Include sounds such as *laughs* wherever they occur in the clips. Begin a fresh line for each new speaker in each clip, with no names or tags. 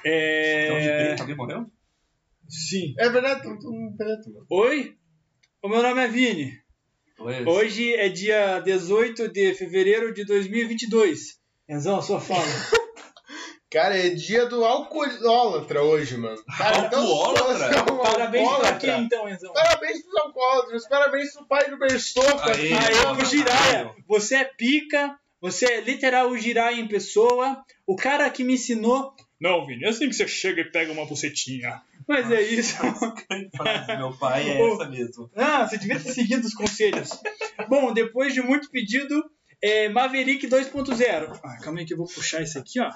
Onde
É...
grita, Então, alguém morreu?
Sim.
É verdade, tu, tu não penetras.
Oi? O meu nome é Vini.
Pois.
Hoje é dia 18 de fevereiro de 2022. Enzão, sua fala. *laughs*
Cara, é dia do alcoólatra hoje, mano. Cara, então,
Alcoólatra?
você é um
Parabéns pra
alcoólatra.
quem, então, Enzão?
Parabéns pros alcoólatras, parabéns pro pai do Bersoca.
Aê,
Aê,
mano,
o Jiraya,
caralho.
você é pica, você é literal o Jiraya em pessoa, o cara que me ensinou. Não, Vini, é assim que você chega e pega uma bucetinha. Mas é isso.
*laughs* frase do meu pai é essa mesmo.
Ah, você devia ter seguido os conselhos. Bom, depois de muito pedido, é Maverick 2.0. Ah, calma aí que eu vou puxar isso aqui, ó.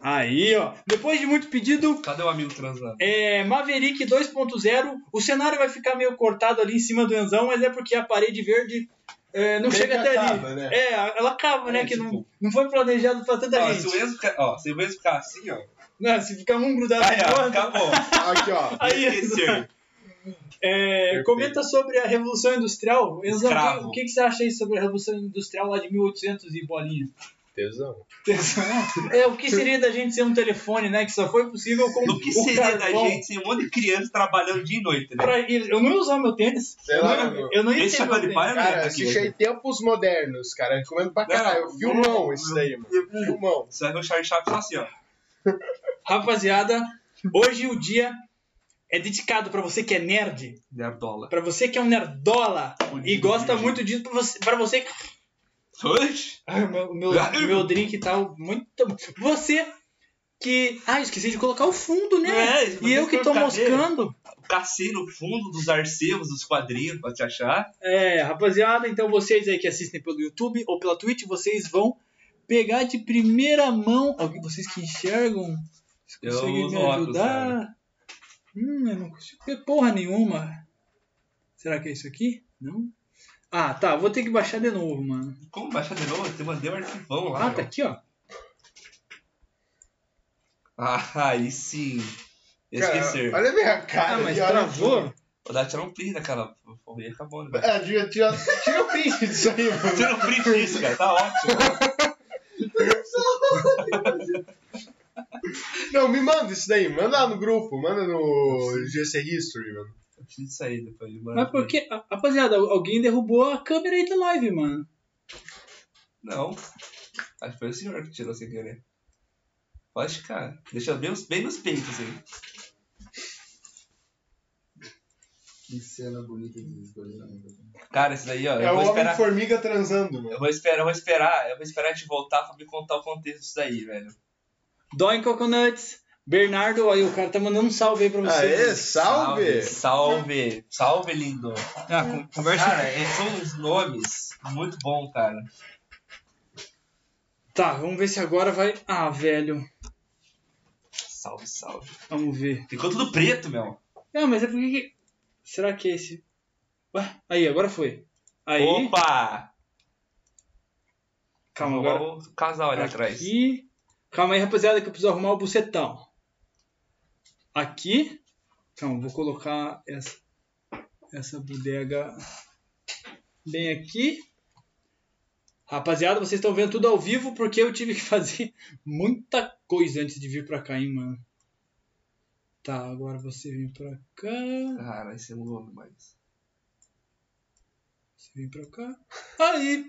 Aí, ó. Depois de muito pedido,
Cadê o amigo transando?
é Maverick 2.0. O cenário vai ficar meio cortado ali em cima do Enzão, mas é porque a parede verde é, não
Meio
chega
que
até
acaba,
ali.
né?
É, ela acaba, né?
É,
que não,
tipo-
não foi planejado pra tanta
Ó, se o
gente.
Enzo ficar, ó, se o Enzo ficar assim, ó.
Não, se ficar um grudado
Aí,
no
ó,
outro.
acabou.
Aqui, ó.
*laughs* Aí,
Esqueceu.
É,
Perfeito.
comenta sobre a Revolução Industrial. Enzo,
Escravo.
o que, o que você acha aí sobre a Revolução Industrial lá de 1800 e
*laughs*
bolinha?
Tesão.
É, o que seria da gente ser um telefone, né? Que só foi possível com
No que
o
seria da
carvão.
gente sem um monte de criança trabalhando dia e noite, né?
Pra ir- eu não ia usar meu tênis.
Sei
eu,
lá,
não,
meu.
eu não ia
Esse
ter meu
chapéu
tênis.
de palha não é
Cara,
daqui,
assisti Tempos Modernos, cara. Recomendo pra caralho. É um
Não,
Filmão
não,
isso daí, mano. Filmão.
Você vai ver o Charlie Chaplin só assim, ó.
Rapaziada, hoje o dia é dedicado pra você que é nerd,
Nerdola.
pra você que é um nerdola e
Bonito,
gosta
bonito.
muito disso, pra você, pra você que
Oxi.
Ai, o Ah, meu, o meu,
Ah.
o meu drink tá muito bom. Você que. Ah, esqueci de colocar o fundo, né?
É, isso,
e eu que tô
cadeira.
moscando.
Cacei no fundo dos arcebos, dos quadrinhos, pra te achar.
É, rapaziada, então vocês aí que assistem pelo YouTube ou pela Twitch, vocês vão pegar de primeira mão. Alguém, vocês que enxergam? Vocês
Eu
conseguem me
uso óculos,
ajudar? Hum, eu não consigo ver porra nenhuma. Será que é isso aqui? Não? Ah, tá, vou ter que baixar de novo, mano.
Como baixar de novo? Você mandei um arquivão lá.
Ah, tá
meu.
aqui, ó.
Ah, aí sim. Esquecer.
Cara, olha a minha cara.
Ah, mas
e olha-
travou.
Vou dar tirar um print daquela. E acabou, né?
É, tira, tira, tira o print disso aí, mano.
Tira um print disso, cara. Tá ótimo.
Não, me manda isso daí. Manda lá no grupo. Manda no GC History, mano.
Eu preciso sair depois. mano.
Mas por que? a- Rapaziada, alguém derrubou a câmera aí da live, mano.
Não. Acho que foi o senhor que tirou sem querer. Pode ficar. Deixa bem, os- bem nos peitos aí.
Que cena bonita de escolher. né?
Cara, isso daí, ó.
É
eu
o
vou esperar.
Homem-Formiga transando, mano.
Eu vou esperar, eu vou esperar, eu vou esperar te voltar pra me contar o contexto disso daí, velho.
Dói Coconuts, Bernardo, aí o cara tá mandando um salve aí pra você.
Aê, salve!
Salve! Salve, lindo!
Ah, con- conversa.
Cara, é- são uns nomes muito bom, cara.
Tá, vamos ver se agora vai. Ah, velho.
Salve, salve.
Vamos ver.
Ficou tudo preto, meu.
Não, mas é porque. que- Será que é esse? Ué, aí, agora foi. Aí.
Opa!
calma,
Vou
agora.
arrumar o casal ali atrás.
Aqui. Calma aí, rapaziada, que eu preciso arrumar o bucetão. Aqui. Então, vou colocar essa, essa bodega bem aqui. Rapaziada, vocês estão vendo tudo ao vivo porque eu tive que *laughs* fazer muita coisa antes de vir pra cá, hein, mano. Tá, agora você vem pra cá.
Cara, esse é um nome, mas.
Você vem pra cá. Aí!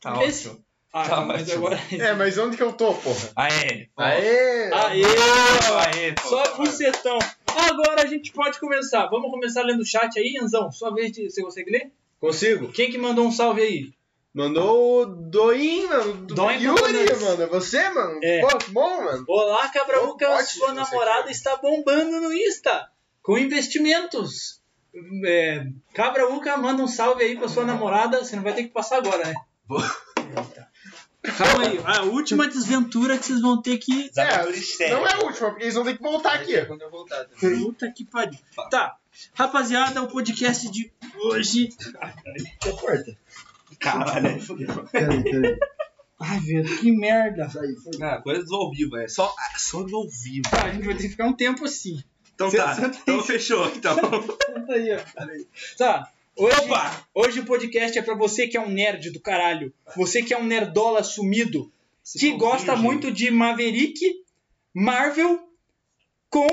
Tá
Esse-
ótimo.
Ah,
Tá
mas
ótimo.
agora. *laughs*
É, mas onde que eu tô, porra?
Aê! pô.
Aê!
Aê!
Aê! pô.
Só bucetão. Agora a gente pode começar. Vamos começar lendo o chat aí, Anzão. Sua vez de. Você consegue ler?
Consigo?
Quem que mandou um salve aí?
Mandou o Doin, mano. Do
Doin
Yuri,
Coconuts.
mano. É você, mano?
É.
Pô, que bom, mano.
Olá, Cabraúca.
Oh, ótimo
sua
você aqui,
namorada
né?
está bombando no Insta com investimentos. É, Cabraúca, manda um salve aí pra sua namorada. Você não vai ter que passar agora, né?
Vou.
Eita. Calma aí. A última desventura que vocês vão ter que.
Desaventura histérica.
não é a última, porque eles vão ter que voltar aqui.
Vai ser É, Quando eu voltar. tá? também.
Puta que pariu. Tá. Rapaziada, o podcast de hoje.
Que porta?
um-
Caralho, é aí fodeu.
Peraí, peraí.
Ai, velho, que merda.
Sai, sai.
Ah, coisa do ao vivo, é só, ah, só do ao vivo.
Tá, a gente vai ter que ficar um tempo assim.
Então
Cê-
tá,
cê tem-
então fechou,
*laughs*
então.
Senta aí, ó. Tá. Hoje, hoje o podcast é pra você que é um nerd do caralho. Você que é um nerdola sumido.
Se
que
for
gosta
virgem,
muito de Maverick, Marvel com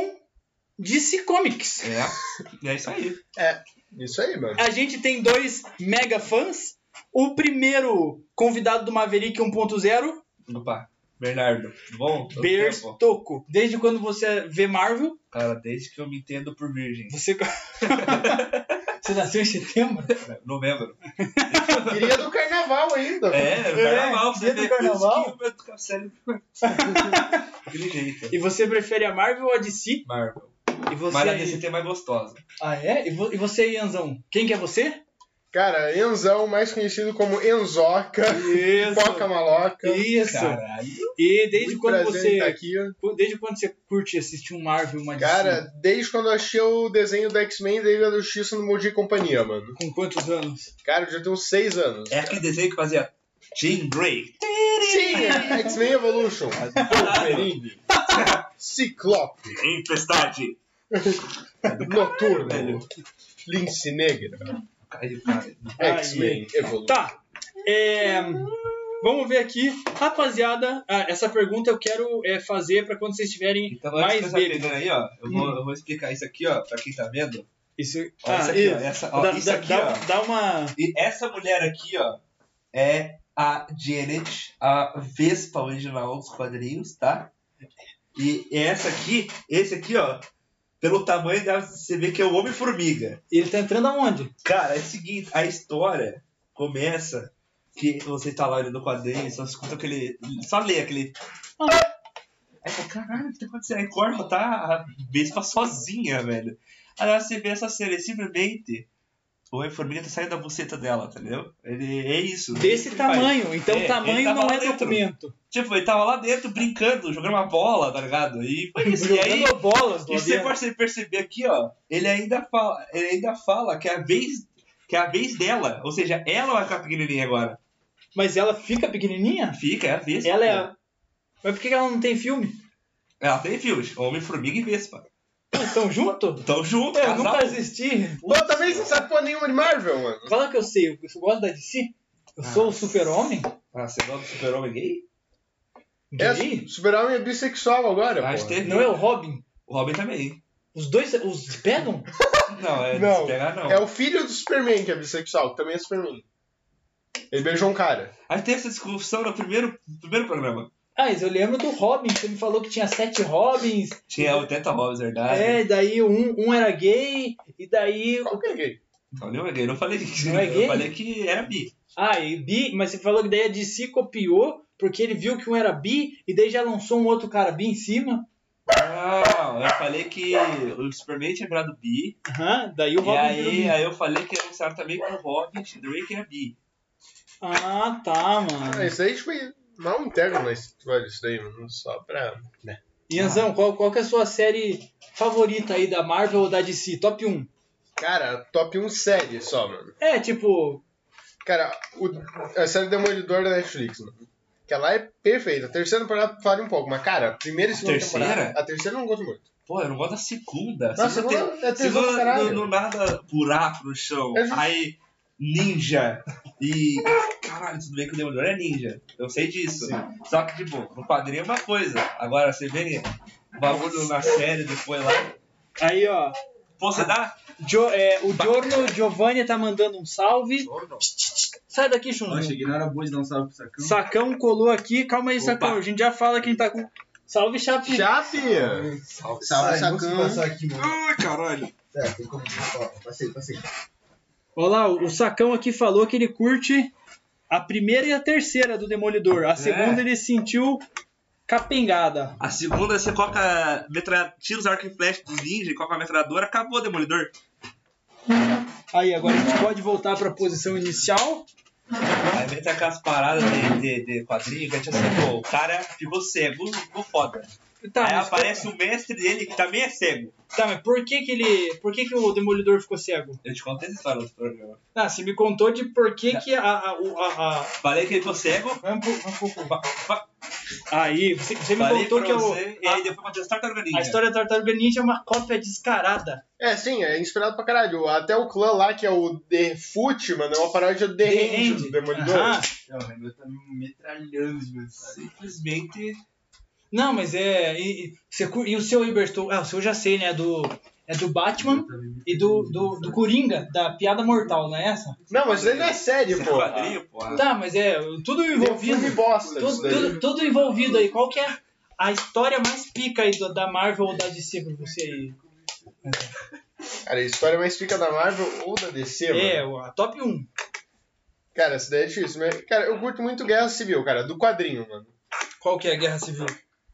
DC Comics.
É, é isso aí.
*laughs* Isso aí, mano.
A gente tem dois mega fãs. O primeiro convidado do Maverick 1.0,
Opa, Bernardo, tudo bom? Quanto tempo?
Berstoco. Desde quando você vê Marvel,
Cara, desde que eu me entendo por virgem.
você. *laughs* você nasceu em setembro?
né? Novembro.
Queria do carnaval ainda.
É,
mano.
carnaval, você
dia do
vê
carnaval.
isso que vai ficar sério. *laughs* Daquele jeito.
E você prefere a Marvel ou a DC?
Marvel.
E você...
Mas a DC é mais gostosa.
Ah, é? E, vo- e você, Ianzão? Quem que é você?
Cara, Enzão, mais conhecido como Enzoca,
Isso.
Foca Maloca.
Isso.
Caralho.
E desde
Muito
quando
prazer
você.
em tá aqui.
Qu- Desde quando você curte assistir um Marvel, uma DC?
Cara, desde quando eu achei o desenho do X-Men da Liga da Justiça no Mogi e Companhia, mano.
com quantos anos?
Cara, eu já tenho uns 6 anos.
É aquele desenho que fazia Jean Grey.
Sim, é X-Men Evolution. Wolverine. *laughs* Ciclope.
Tempestade.
Noturno.
velho.
Lince Negra.
Caiu, cara.
Aí.
X-Men Evolution.
Tá. É, vamos ver aqui. Rapaziada, ah, essa pergunta eu quero é, fazer pra quando vocês tiverem
Então, antes
mais
dessa
dele.
pegando aí, ó, eu vou, eu vou explicar isso aqui, ó, pra quem tá vendo.
Isso,
Ó,
ah,
isso aqui, ó,
isso.
essa, ó,
Dá-
isso
dá-
aqui,
dá- um-
ó.
dá uma.
E essa mulher aqui, ó, é a Janet, a Vespa original dos quadrinhos, tá? E essa aqui, esse aqui, ó, pelo tamanho dela, você vê que é o Homem-Formiga.
Ele tá entrando aonde?
Cara, é o seguinte, a história começa que você tá lá olhando o quadrinho, só escuta aquele. Só lê aquele. Aí você fala, caralho, o que tá acontecendo? Aí corta, tá? A Vespa sozinha, velho. Aí lá você vê essa cena e simplesmente o Homem-Formiga tá saindo da buceta dela, entendeu? Ele é isso.
Desse
Ele faz.
tamanho. Então,
É, ele
tamanho
tava
não
lá
é
dentro.
documento.
Tipo, ele tava lá dentro brincando, jogando uma bola, tá ligado? E foi isso. E aí.
Jogando bolas
E
lá
você
dentro.
pode perceber aqui, ó, ele ainda fala, ele ainda fala que é a vez que é a vez dela, ou seja, ela vai ficar pequenininha agora.
Mas ela fica pequenininha?
Fica, é a Vespa.
Ela é. a- Mas por que que ela não tem filme?
Ela tem filmes, Homem, Formiga e Vespa.
Estão junto?
Tão junto, é
Eu
casal.
nunca assisti.
Pô, também você não sabe porra nenhuma de Marvel, mano.
Fala que eu sei, eu eu gosto da DC. Eu sou o super-homem?
Ah, você gosta do super-homem gay?
Gay?
É, Super-Homem é bissexual agora,
Ah,
pô.
teve.
Não é o Robin?
O Robin também.
Os dois os pegam?
Não, é
Não,
não. pegar não.
É o filho do Superman que é bissexual, que também é Superman. Ele beijou um cara.
A gente teve essa discussão no primeiro, no primeiro programa.
Ah, mas eu lembro do Robin, que você me falou que tinha sete Robins.
Tinha 80 Robins, verdade.
É, e daí um, um era gay, e daí.
Qual que é gay?
Não, não é gay, eu não falei que
Não é gay?
Eu falei que era bi.
Ah, e bi, mas você falou que daí a DC copiou, porque ele viu que um era bi, e daí já lançou um outro cara bi em cima.
Não, eu falei que o Superman tinha virado bi,
Aham, daí o
E
Robin. virou
aí,
bi.
aí eu falei que um anunciaram também com o Hobbit, Drake e a Bee.
Ah, tá, mano.
Ah, isso aí, tipo, mal interno na história, isso daí, mano. Só pra.
Ianzão, qual, qual que é a sua série favorita aí da Marvel ou da DC? Top 1.
Cara, top 1 série só, mano.
É, tipo,
Cara, o... a série Demolidor da Netflix, mano. Que ela é perfeita. A terceira temporada falha um pouco, mas, cara, a primeira e segunda
terceira?
temporada. A terceira eu não gosto muito.
Pô, eu não gosto da segunda.
Nossa,
segunda
segunda é tesão pra
segunda
caralho.
não, não nada buraco no chão.
É justo.
Aí, ninja. E. Ah, caralho, tudo bem que o Demolidor é ninja. Eu sei disso. Só que, tipo, no quadrinho é uma coisa. Agora, você vê o bagulho na série depois lá.
aí, ó.
Pô, você dá.
Jo- é, o Giorno Giovanni tá mandando um salve. Sai daqui,
Ó,
Chunzinho.
cheguei na hora boa de dar um salve pro sacão.
Sacão colou aqui. Calma aí,
Opa.
Sacão. A gente já fala quem tá com. Salve, Chape.
Chape!
Salve.
Salve, Ai, vou sacão. se passar aqui, mano.
Ai, caralho.
É, tem como. Ó, passei, passei.
Olha lá, o o Sacão aqui falou que ele curte a primeira e a terceira do Demolidor.
É.
A segunda ele sentiu capengada.
A segunda você coloca. Metra... Tira os arco e flecha do ninja e coloca a metralhadora, acabou o Demolidor.
Aí, agora a gente pode voltar pra posição inicial.
Aí vem aquelas paradas de, de, de quadrinho que a gente assim, pô, o cara ficou cego, ficou foda.
Tá, mas,
Aí É, aparece o mestre dele que também é cego.
tá, mas por que que ele. Por que que o Demolidor ficou cego?
Eu te contei essa história no programa.
Ah, você me contou de por que que a- a- o- a- a,
Falei que ele ficou cego.
Vamos pro, vamos pro-
Fa- fa-
Aí, você, você me
Falei
contou
pra
que eu-
você, E
a-
aí depois aconteceu Tartaruga Ninja.
a história da Tartaruga Ninja é uma cópia descarada.
É, sim, é inspirado pra caralho. Até o clã lá, que é o The Foot, mano, é uma paródia do The,
The
Hand,
Hand.
do Demolidor.
Aham.
Não, o Renan tá me metralhando de mensagem.
Simplesmente.
Não, mas é. E, e- você cu- e o seu Iberto? Ah, o seu eu já sei, né? É do, é do Batman e do, do, do Coringa, da Piada Mortal, não é essa?
Não, mas isso aí não é série,
*laughs* Esse
pô.
quadrinho, porra.
Tá, mas é tudo
É um filme
envolvido.
bosta.
Tudo,
isso daí.
tudo, tudo envolvido aí. Qual que é a história mais pica aí do- da Marvel ou da DC pra você aí?
Cara, a história mais pica da Marvel ou da DC, mano.
É, o- a top 1.
Cara, essa daí é difícil. Mas, cara, eu curto muito Guerra Civil, cara, do quadrinho, mano.
Qual que é a Guerra Civil?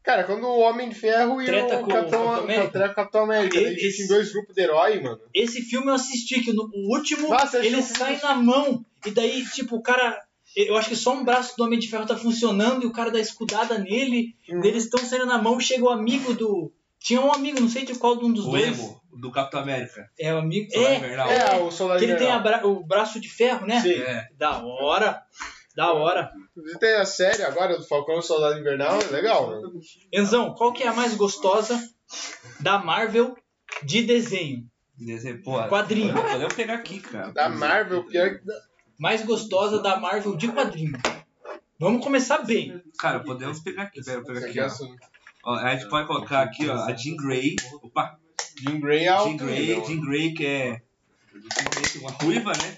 Cara, quando o Homem de Ferro e
Treta
o
com o Capitão
Capitão,
América? Ah,
Treta com o Capitão América. né?
E-
Eles existem
esse-
dois grupos de herói, mano.
Esse filme eu assisti, que no o último
Nossa, esse
ele sai
filme-
na mão. E daí, tipo, o cara. Eu acho que só um braço do Homem de Ferro tá funcionando e o cara dá escudada nele.
Uhum.
daí Eles estão saindo na mão, chega o amigo do. Tinha um amigo, não sei de qual de um dos
O
dois.
Emo, do Capitão América.
É o amigo.
Soldado
é,
Invernal.
É, o Soldado
que ele tem a
Invernal.
bra- o braço de ferro, né?
Sim.
É.
Da hora. Da hora.
Inclusive, Tem a série agora do Falcão e o Soldado Invernal, é legal, mano.
Enzão, qual que é a mais gostosa da Marvel de desenho?
Desenho, porra.
Quadrinho.
Podemos pegar aqui, cara.
Da Marvel, pior que.
Mais gostosa da Marvel de quadrinho. Vamos começar bem.
Cara, podemos pegar aqui. Pera, pega aqui, ó.
Essa-
Ó, A gente pode colocar aqui, ó, a Jean Grey. Opa,
Jim Grey é
Jean
alto
Grey,
nível.
Jean Grey que é uma ruiva, né?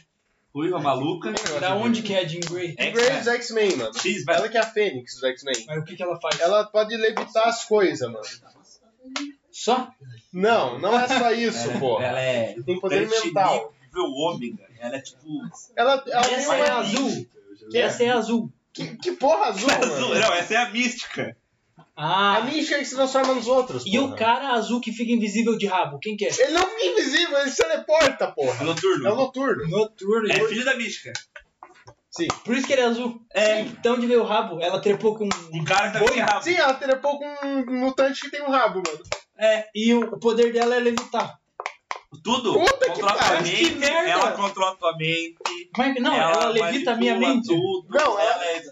Ruiva maluca.
Da onde que é a Jean Grey?
Jean Grey é dos X-Men, mano.
tá? X, vai.
Ela que é a Fênix dos X-Men.
Mas o que, que ela faz?
Ela pode levitar as coisas, mano.
Só?
Não, não é só isso,
Ela,
pô.
ela é
Tem poder mental.
multinível ômega. Ela é tipo.
Ela, ela tem
Essa
uma
é azul.
Que,
Essa é azul.
que, que porra azul,
Azul.
mano?
*laughs* Não, essa é a mística.
Ah,
A mística que se transforma nos outros.
e o
porra.
cara azul que fica invisível de rabo, quem que é?
Ele não fica invisível, ele se teleporta,
É
porra. É o
noturno.
noturno.
Noturno.
É filho da mística.
Sim.
Por isso que ele é azul.
É.
Então de ver o rabo, ela trepou com...
Um cara que também é rabo.
Sim, ela telepou com um mutante que tem um rabo, mano.
É, e o o poder dela é levitar.
Tudo.
Puta que
controla tua
pariu,
mente.
que merda.
Ela controla tua mente.
Como é que- Não, ela, levita a minha
manipula
mente.
Tudo.
Não,
ela é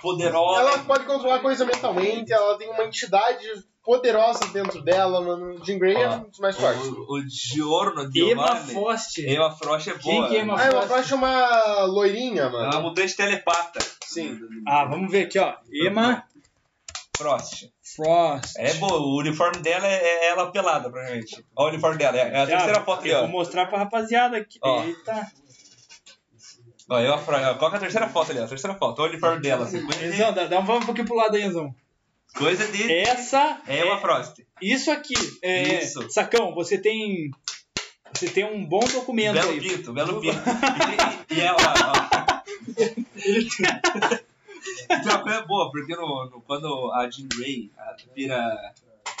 poderosa.
Ela pode controlar coisa mentalmente, ela tem uma entidade poderosa dentro dela, mano. Jean Grey é
Ó,
um dos mais fortes.
O, o Giorno de
Emma Foster.
Emma Frost é
Quem
boa.
que é Emma-
Ah, ela faz uma loirinha,
Ela é
mano.
uma mutante telepata.
Sim.
Ah, vamos ver aqui, ó. Emma
Frost.
Frost.
É boa. O uniforme dela é, é ela pelada, provavelmente. Olha o uniforme dela. É é a terceira foto ali,
eu vou
ó.
mostrar pra rapaziada aqui.
Ó.
Eita.
ó Emma Frost. ó, Coloca é a terceira foto ali, ó. A terceira foto. Olha o uniforme dela. assim, Coisa
Enzão, dá, dá um vamos um pouquinho pro lado aí, Enzão.
de... Coisa de...
Essa
É Emma Frost.
Isso aqui, é,
Isso.
Sacão, você tem. Você tem um bom documento
Belo
aí.
pinto, belo pinto. E, e- e *laughs* ela, ó. Então, a coisa é boa, porque no, no- quando a Jean Grey a- vira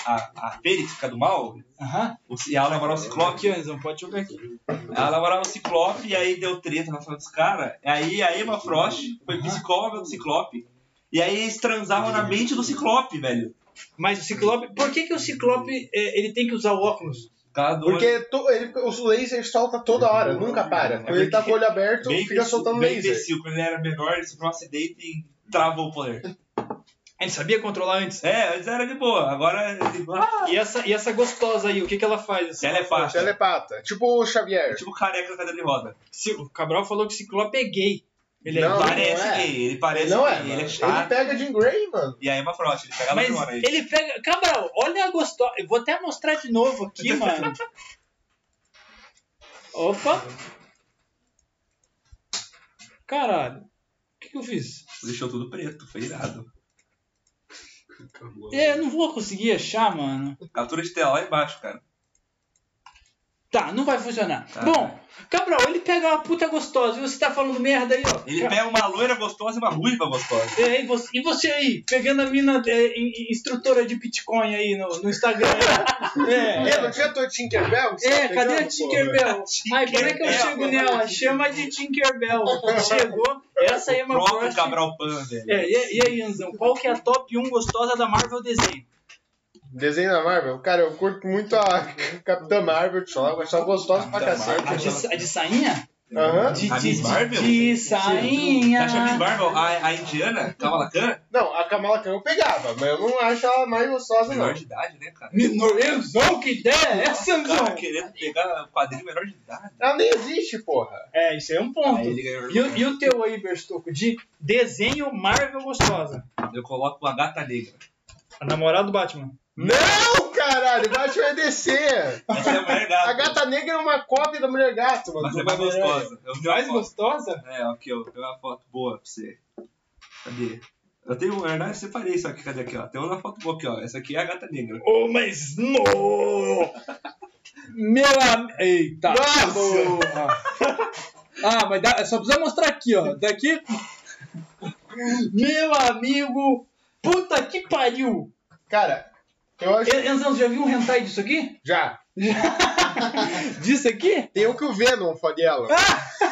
a, a Fênix, fica do mal,
Aham.
o- e ela namora o Ciclope,
Aqui, Anzão, pode jogar aqui.
Ela namorava o Ciclope e aí deu treta na sala dos caras. Aí a Emma Frost foi psicóloga do Ciclope. E aí eles transavam na mente do Ciclope, velho.
Mas o Ciclope. Por que, que o Ciclope é, ele tem que usar o óculos?
Cada um-
Porque to, ele, os lasers soltam toda hora, nunca para. Quando ele tá com o olho aberto,
Uhum. É bem
fica soltando
bem
laser.
imbecil. Quando ele era menor, ele sofreu um acidente e travou o poder.
Ele sabia controlar antes.
É, antes era de boa. Agora ele ah,
E essa, e essa gostosa aí, o que, que ela faz? Essa-
ela é fácil. Ela
Telepata. Tipo o
é
Xavier.
tipo careca na cadeira de roda.
Se- o Cabral falou que o Ciclope é gay. Ele
Não,
é gay.
parece
não é.
gay, ele parece
não
gay,
é, mano.
ele é
Ele
chato.
pega Jean Grey, mano.
E a Emma Frost, ele pega
Mas
ela agora aí.
ele pega. Cabral, olha a gostosa. Eu vou até mostrar de novo
*laughs*
aqui, mano. Opa! Caralho, o que, que eu fiz?
Deixou tudo preto, foi irado.
É, eu não vou conseguir achar, mano.
Captura de tela lá embaixo, cara.
Tá, não vai funcionar.
Tá.
Bom, Cabral, ele pega uma puta gostosa e você tá falando merda aí, ó.
Ele
Ca-
pega uma loira gostosa e uma ruiva gostosa.
É, e, você, e você aí, pegando a mina é, in- in- instrutora de Bitcoin aí no, no
*laughs*
Instagram.
É, não tinha todo Tinkerbell? que você
É, cadê
tá
a
pegando, porra?
Tinkerbell? Ai, como é que eu
Tinkerbell.
chego nela? Chama de Tinkerbell. Chegou, essa aí é uma
O próprio
Frost.
Cabral Pan, velho.
É, e, e aí, Anzão, qual que é a top 1 gostosa da Marvel desenho?
Desenho da Marvel? Cara, eu curto muito a *laughs* Capitã Marvel, só, só gostosa pra
Capitã
cacete.
A de,
Marvel.
a de sainha?
Aham.
De,
A
de,
Miss
de,
Marvel?
de
Tá
sainha.
achando Miss Marvel? A, a indiana? Kamala Khan?
Não, a Kamala Khan eu pegava, mas eu não acho ela mais gostosa, não.
Menor de idade, né, cara?
Menor, eu sou que ideia é essa,
cara
Anzão?
querendo pegar o quadrinho menor de idade.
Ela nem existe, porra.
É, isso aí é um ponto.
Aí ele ganhou
E, o- e o teu aí, Berstoco, de desenho Marvel gostosa?
Eu coloco uma gata negra.
A namorada do Batman.
Não, caralho, Batman é DC.
Essa é a mulher
A
gata.
gata negra é uma cópia da mulher gato, mano.
Mas
do né?
é mais
Homem-Aranha.
gostosa. Eu vi uma
Mais
foto.
gostosa?
É, aqui, ó. Tem uma foto boa pra você. Cadê? Eu tenho, na verdade, eu separei isso aqui. Cadê aqui, ó? Tem uma foto boa aqui, ó. Essa aqui é a gata negra.
Oh, mas no! Meu amigo. Eita!
Nossa!
porra. *laughs* Ah, mas dá- só precisa mostrar aqui, ó. Daqui. Meu amigo! Puta que pariu!
Cara, eu acho.
En- Enzão, você já viu um hentai disso aqui?
Já.
Disso aqui?
Tem o que o Venom faria ela.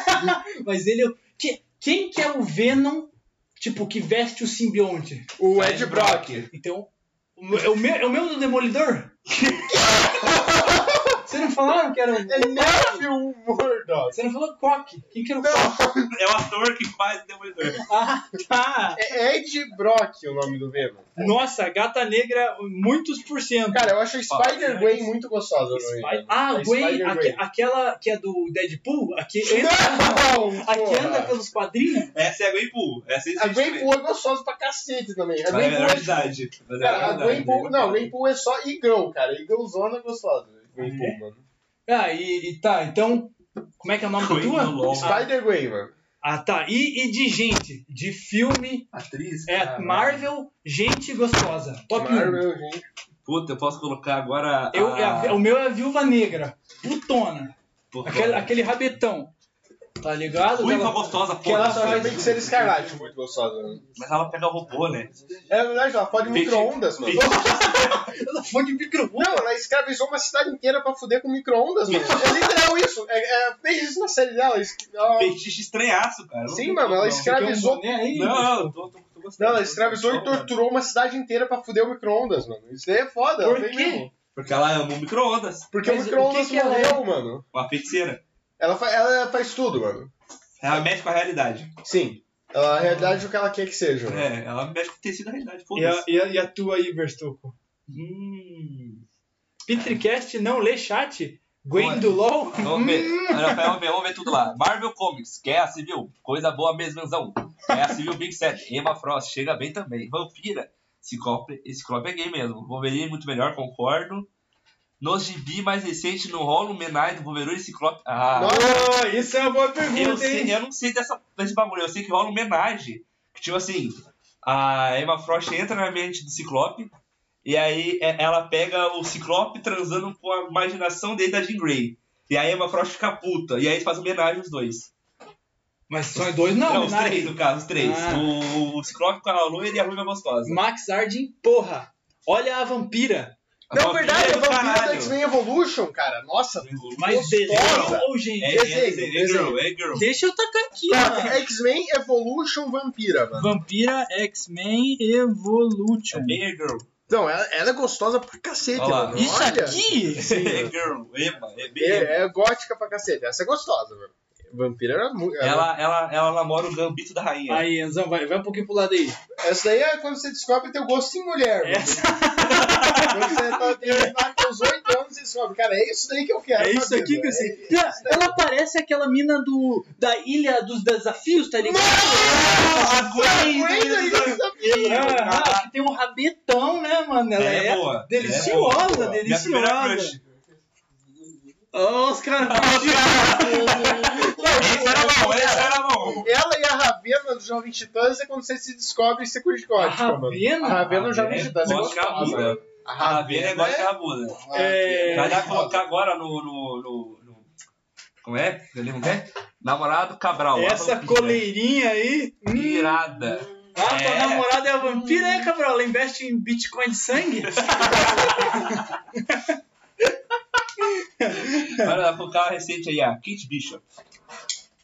*laughs* Mas ele. é o- Que... Quem que é o Venom, tipo, que veste o simbionte?
O Ed Brock.
Então, o meu- é o, meu, é o mesmo do Demolidor? *laughs* Vocês não falaram que era o.
É Neville Murdoch.
Você não falou Coque. Quem que era o Coque?
Não,
É o ator que faz o demolidor.
Ah, tá.
é Ed Brock o nome do Venom.
Nossa, gata negra, muitos por cento.
Cara, eu acho a Spider-Gwen
Spider-
muito gostosa. no
Spy-
Venom.
Ah,
A
Gwen, aque-
Spider-Gwen.
aquela que é do Deadpool, a que entra,
Não,
a que
porra.
anda pelos quadrinhos.
Essa é a Gwen Pool. Essa existe
A Gwen
também.
Pool é gostosa pra cacete também.
Mas é
A Gwen Pool
menor de
é...
idade. Mas é
Cara, a
menor de
Gwen
idade,
Pool...
né?
Não, a Gwen Pool é só Eagle, cara. Eaglezona é gostosa. Gwen Pool, mano.
Ah, e, e tá, então. Como é que é o nome da
Gwen
tua?
no LOL.
Ah,
Spider-Gwen, mano.
ah, tá. E, e de gente, de filme,
Atriz?
é
cara.
Marvel, gente gostosa. Top 1.
Marvel, Ah. gente.
Puta, eu posso colocar agora.
Eu,
a...
é a- o meu é a viúva negra. Putona.
Puta,
Aquele, aquele rabetão. Tá ligado?
Ruiva
Ela-
gostosa,
que ela
porra.
Ela
faz-
faz bem que ser escarlate, muito gostosa. né? mano.
Mas ela pega robô, né?
É verdade, ela pode
Vixe.
micro-ondas, mano.
Vixe.
ela foi de micro
Não, ela escravizou uma cidade inteira pra fuder com micro-ondas, mano. É literal isso. É, é, fez isso na série dela. es- ela-
Feitiço estranhaço, cara. Eu não- um
Sim, mano, ela
um
escravizou.
Não, não, eu tô, tô, tô gostando.
Não, é ela escravizou e torturou uma cidade inteira pra fuder o micro-ondas, mano. Isso daí é foda.
Por
não tem
quê?
mesmo.
Porque ela amou micro-ondas.
Porque
Mas
o
o
micro-ondas
que que ela é?
morreu, mano.
Uma feiticeira.
Ela, fa- ela faz tudo, mano.
Ela mexe com a realidade.
Sim. Ela, a realidade é o que ela quer que seja. mano.
É, ela mexe com o tecido da realidade.
E a,
Foda-se.
e, a, e a tua aí, Verstuco?
Hum.
Petricast não lê chat? Gwen
Olha.
do LOL?
Vamos ver. Olha, vamos ver, vamos ver tudo lá. Marvel Comics, Guerra Civil, coisa boa mesmo, Anzão. Guerra Civil 27, Emma Frost, chega bem também. Vampira, Ciclope, Ciclope é gay mesmo. Wolverine muito melhor, concordo. Nos gibi mais recente, não rola homenagem do Wolverine e Ciclope. Ah,
Nossa,
Ah, isso é uma boa
eu,
pergunta,
sei-
hein?
eu não sei dessa, desse bagulho, eu sei que rola homenagem. Que, Tipo assim, a Emma Frost entra na mente do Ciclope, e aí é- ela pega o Ciclope transando com a imaginação dele da Jean Grey. E aí a Emma Frost fica puta, e aí faz homenagem aos dois.
Mas são os dois, não,
os
né?
três, no caso, os três.
Ah.
O, o Ciclope com a loira e a ruiva gostosa.
Max Harding, porra. Olha a vampira.
Não,
Vampira
verdade,
é
a
do
vampira
caralho.
da X-Men Evolution, cara. Nossa,
Mas
Gostosa.
desenho ou gente?
É, é,
Desenho,
é, girl, é girl.
Deixa eu tacar aqui, mano.
cara, X-Men Evolution Vampira, mano.
Vampira X-Men Evolution.
É girl.
Não, ela, ela é gostosa pra cacete,
Olha lá.
mano.
Isso
Olha.
aqui?
É girl, Emma, é bem girl.
É, é gótica pra cacete. Essa é gostosa, mano. Vampira era muito.
Ela, ela, ela namora o gambito da rainha.
Aí, Enzão, vai, vai um pouquinho pro lado aí.
Essa daí é quando você descobre teu gosto em mulher, mano.
Essa-
Quando você tá, tem lá com os 8 anos, você descobre, cara, é isso daí que eu quero.
É
na
isso aqui
vida,
que eu
é
sei.
isso
Ela- Ela parece aquela mina do da Ilha dos Desafios, tá ligado? é
Ah,
Ah,
aguenta,
aguenta aí,
aguenta.
Ah, ah, que tem um rabetão, né, mano? Ela
Ela
é,
é boa,
deliciosa,
ela é boa. Minha primeira
deliciosa.
crush.
Ó, os
*laughs*
caras.
Esse era bom, é. esse era bom.
Ela e a Ravena do Jovem Titãs é quando você se descobre e você curte gótica,
A
mano.
Ravena?
A Ravena do Jovem Titãs é
Gótica
gostosa.
Buda. A Ravena é gótica Buda.
É.
Vai dar colocar agora no. no, no, no- como é? Ele não quer? Namorado Cabral.
Essa
Vampira.
coleirinha aí. hum,
Irada.
Ah, tua
É.
namorada é a vampira, é, Cabral? Ela investe em Bitcoin de sangue?
Olha lá, colocar uma recente aí, a Kate Bishop.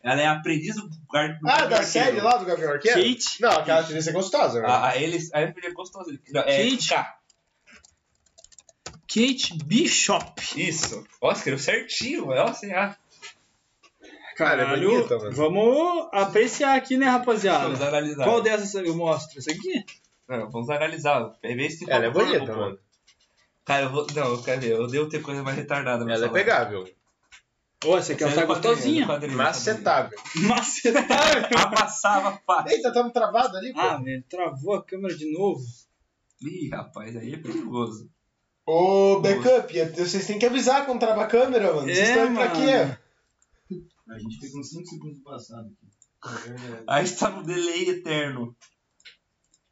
Ela é aprendiz do guarda. do
Ah, da
arqueiro.
série lá do Gabriel Arqueiro?
Kate.
Não, aquela atriz é gostosa, velho.
A, a eles. A ele é gostosa. Não, é,
Kate.
K.
Kate Bishop.
Isso. Ó, escreveu certinho, velho. Ó, assim, ah, sei lá.
Cara, é
Caralho,
bonita, mano.
Vamos apreciar aqui, né, rapaziada?
Vamos analisar.
Qual dessas eu mostro? Essa aqui?
Não, vamos analisar. É ver se
Ela é
qual-
bonita,
qual-
mano.
Cara, eu vou. Não, eu quero ver. Eu devo ter coisa mais retardada.
Ela é pegável.
Ô, essa
é
aqui ela tá gostosinha.
Macetável.
Macetável.
*laughs* Ela é passava fácil.
Eita, tamo travado ali, pô.
Ah, velho, travou a câmera de novo.
Ih, rapaz, aí é perigoso.
Ô, backup, vocês têm que avisar quando trava a câmera, mano.
É,
vocês estão indo pra
mano.
quê?
A gente fica uns 5 segundos passado aqui.
Aí está no delay eterno.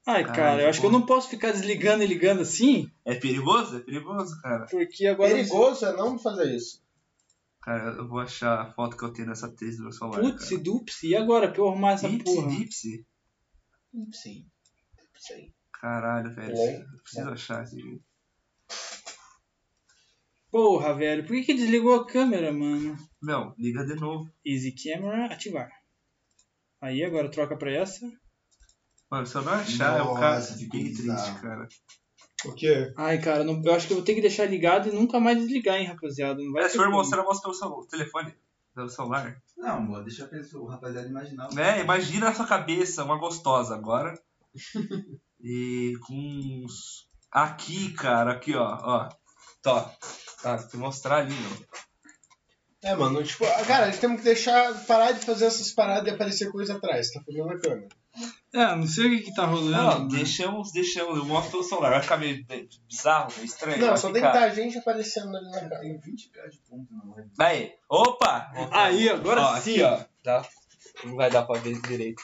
Ai,
Caralho,
cara, eu acho que eu
pô.
não posso ficar desligando e ligando assim,
É perigoso? É perigoso, cara.
porque agora.
Perigoso é não fazer isso.
Cara, eu vou achar a foto que eu tenho nessa tese do meu celular.
Putz, dups, e agora pra eu arrumar essa
cara. Ipsi,
porra?
dipsi.
Sim. Sim.
Caralho, velho.
É.
Eu preciso achar esse vídeo.
Porra, velho, por que, que desligou a câmera, mano?
Não, liga de novo.
Easy Camera, ativar. Aí agora troca pra essa.
Mano, se eu não achar, eu
Nossa,
cara,
que
bem
bizarro.
triste, cara.
O quê?
Ai, cara, não- eu acho que eu vou ter que deixar ligado e nunca mais desligar, hein, rapaziada. Não vai
Mas
ter
É, se for
como.
mostrar, mostra o seu telefone. Do celular.
Não, amor, deixa a pessoa, o rapaziada imaginar. o-
Né? Imagina a sua cabeça, uma gostosa agora. e com uns. Aqui, cara, aqui, ó. ó. Tó. Tá, tem que mostrar ali, meu.
É, mano, tipo, ah, cara, eles temos que deixar, parar de fazer essas paradas e aparecer coisa atrás, tá fazendo a câmera.
É, não sei o que, que tá rolando.
Não,
mano.
deixamos, deixamos. Eu mostro o celular. Vai ficar meio bizarro, meio estranho.
Não,
vai
só tem que
ficar-
dar a gente aparecendo ali na cara.
Tem 20 graus de ponto na live.
Aí, opa!
Aí, agora
Ó,
sim.
Aqui, ó. Tá. Não vai dar pra ver direito.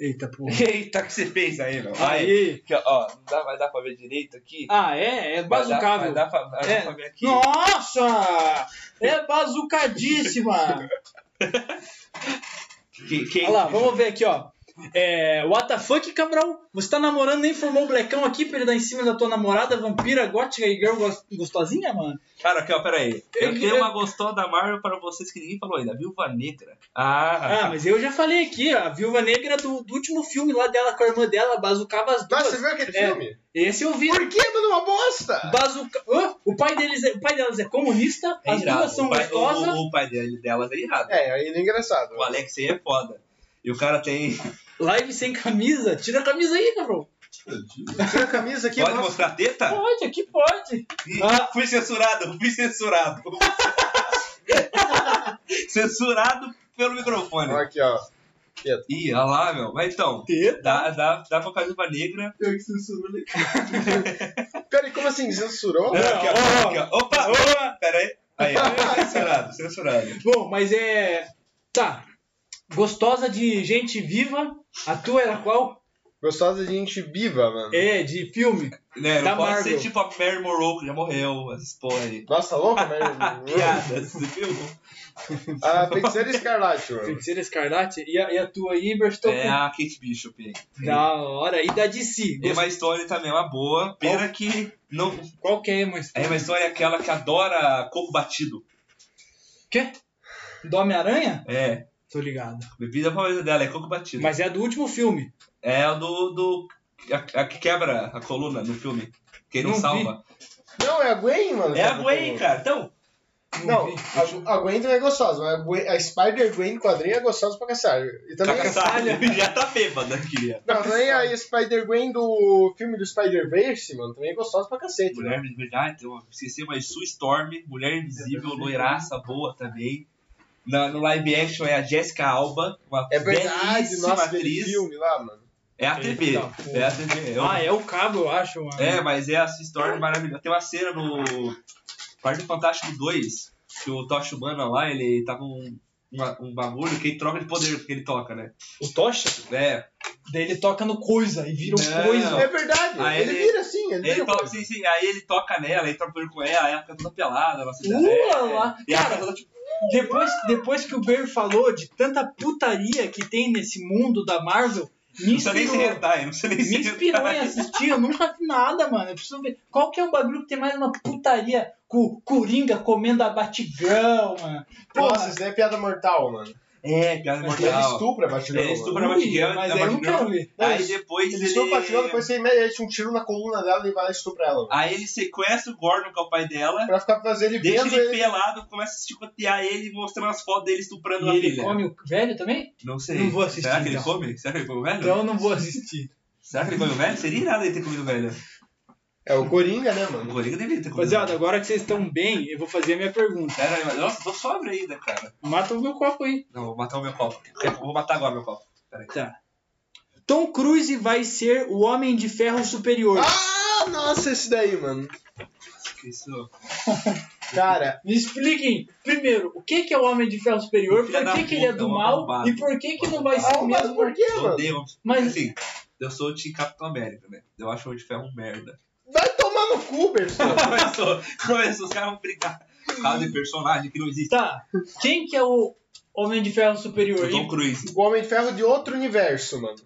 Eita, porra.
Eita, o que você fez aí, meu? Aí.
Aí.
Aqui, ó, ó. Não dá, vai dar pra ver direito aqui?
Ah, é? É
Vai dar-
bazucável.
Vai dar pra, vai dar
É.
pra ver aqui?
Nossa! É
*laughs*
bazucadíssima!
Que, que-
Olha lá, vamos ver aqui, ó. É, what the fuck, Cabral? Você tá namorando, nem formou o blecão aqui pra ele dar em cima da tua namorada vampira, gótica e girl gos- gostosinha, mano?
Cara, aqui, ó, pera aí. Eu
Eu-
tenho
eu-
uma gostosa da Marvel pra vocês que ninguém falou ainda. Viúva Negra. Ah,
Ah, mas eu já falei aqui, ó, a viúva negra do, do último filme lá dela com a irmã dela, bazucava as duas.
Nossa, você viu aquele
É.
filme?
Esse eu vi.
Por que, mano? Uma bosta!
Bazuca... Hã? o, pai deles é, o pai delas é comunista,
é
as
irado.
duas são
o pai,
gostosas.
o, o pai dele- delas é irado.
É, aí é engraçado.
O Alex aí é foda. E o cara tem.
Live sem camisa. Tira a camisa aí, Cabral.
Tira a camisa aqui,
pode
mostra.
mostrar a teta?
Pode, aqui pode.
Ih,
Ah.
Fui censurado, fui censurado. *laughs* censurado pelo microfone.
Ó, Aqui, ó.
Ih, olha lá, meu. Mas então,
Teta.
dá, dá, dá pra fazer uma negra.
Eu que censuro, né?
*laughs* Peraí, como assim? Censurou?
É.
aqui, ó,
ó,
aqui, ó. Opa!
Opa!
Pera aí. Aí, ó. censurado, censurado.
Bom, mas é. Tá. Gostosa de gente viva. A tua era qual?
Gostosa de gente viva, mano.
É, de filme.
Né,
Da
não pode
Marvel.
ser tipo a Mary Monroe, que já morreu, essas porra aí.
Nossa, louca, *laughs* né?
Piadas, você viu?
a Feiticeira Escarlate, mano.
Feiticeira Escarlate. E a, e a tua aí, Berston?
É a Kate Bishop. hein?
Da hora. E da DC.
Emma Stone também é uma boa. Pena que. Não...
Qual que é, mas.
A Emma Stone é aquela que adora coco batido.
Quê? Do Homem-Aranha?
É,
Tô ligado.
bebida favorita dela é coco batido.
Mas é a do último filme.
É o do. do a, a que quebra a coluna no filme. Quem não,
Não vi.
salva.
Não, é a Gwen, mano.
É a Gwen, cara. Então,
Não,
vi.
a, a Gwen também é gostosa, mas a, Gwen- a Spider-Gwen quadrinha é gostosa pra caçar. E também,
Caçalho. *laughs* Já tá bêbado aqui. ó.
não, também a Spider-Gwen do filme do Spider-Verse, mano, também é gostosa pra cacete. né?
Mulher verdade, então, eu esqueci, mas Sue Storm, Mulher Invisível, loiraça, boa também. Na- no live action é a Jessica Alba, uma
É verdade,
belíssima
nossa, aquele
atriz.
filme lá, mano.
É a TV.
Eita porra.
É a TV. Eu-
Ah, é o cabo, eu acho, mano.
é, mas é a Sue Storm maravilhosa. Tem uma cena no Quarto Fantástico 2, que o Tocha Humana lá, ele tá com um, uma- um bagulho que ele troca de poder, que ele toca, né?
O Tocha?
É,
Daí ele toca no coisa e vira um
Não.
coisa.
É verdade,
Aí
ele,
ele-
vira assim, ele,
Ele
vira.
toca,
coisa.
sim, sim. Aí ele toca nela, ele troca com ela, ela fica toda pelada, ela se dá-
Ua, lá.
E ela
Cara,
fica toda tipo,
Depois, depois que o Barry falou de tanta putaria que tem nesse mundo da Marvel, me
não precisa nem se
inspirou.
rentar, não precisa nem se
Me inspirou em
rentar.
assistir, eu nunca vi nada, mano. Eu preciso ver. Qual que é o bagulho que tem mais uma putaria com o Coringa comendo a Batigão, mano? Porra,
Nossa, isso daí é piada mortal, mano.
É, piada
Mas ele
mortal. É,
estupra a Batgirl,
Ele
mano.
estupra a
ui,
Batgirl,
é mas
a
aí eu não
Batgirl-
quero ver.
Não,
é Aí
ele-
depois
Ele estupra a Batgirl, depois
ele...
você mete um tiro na coluna dela e vai lá e estupra ela, mano.
Aí ele sequestra o Gordon, que é o pai dela,
Pra ficar fazendo ele
deixa
vendo
ele
ele-
pelado, começa a chicotear ele, mostrando as fotos dele estuprando
E
a
ele
filha.
come o velho também?
Não sei.
Não vou assistir,
Será que ele
então.
come? Será que ele come o velho?
Então eu não vou assistir.
Será que ele comeu velho? Seria irado ele ter comido velho.
É o Coringa, né,
O
mano?
Coringa deveria ter comido
Rapaziada,
velho.
agora que vocês estão bem, eu vou fazer a minha pergunta.
Caralho, mas- Nossa, tô sobra ainda, cara.
Mata o meu copo aí.
Não, vou matar o meu copo. Eu Vou matar agora meu copo. Peraí.
Tá. Tom Cruise vai ser o Homem de Ferro Superior.
Ah, nossa, esse daí, mano.
Isso.
Cara,
Me expliquem, primeiro, o que que é o Homem de Ferro Superior,
Filha
por
da
que, que ele é
puta,
do
um
mal
arrombado.
e por que que não vai ser
ah,
o
mas
mesmo.
por quê,
Eu
mano?
odeio.
Mas-
Assim, eu sou o Team Capitão América, né? Eu acho o Homem de Ferro um merda.
Vai tomar no cu, pessoal.
*laughs* começou, começou, os caras vão brigar. Por causa de personagem que não existe.
Tá, quem que é o Homem de Ferro Superior
O Tom
e
Cruise.
O Homem de Ferro de outro universo, mano.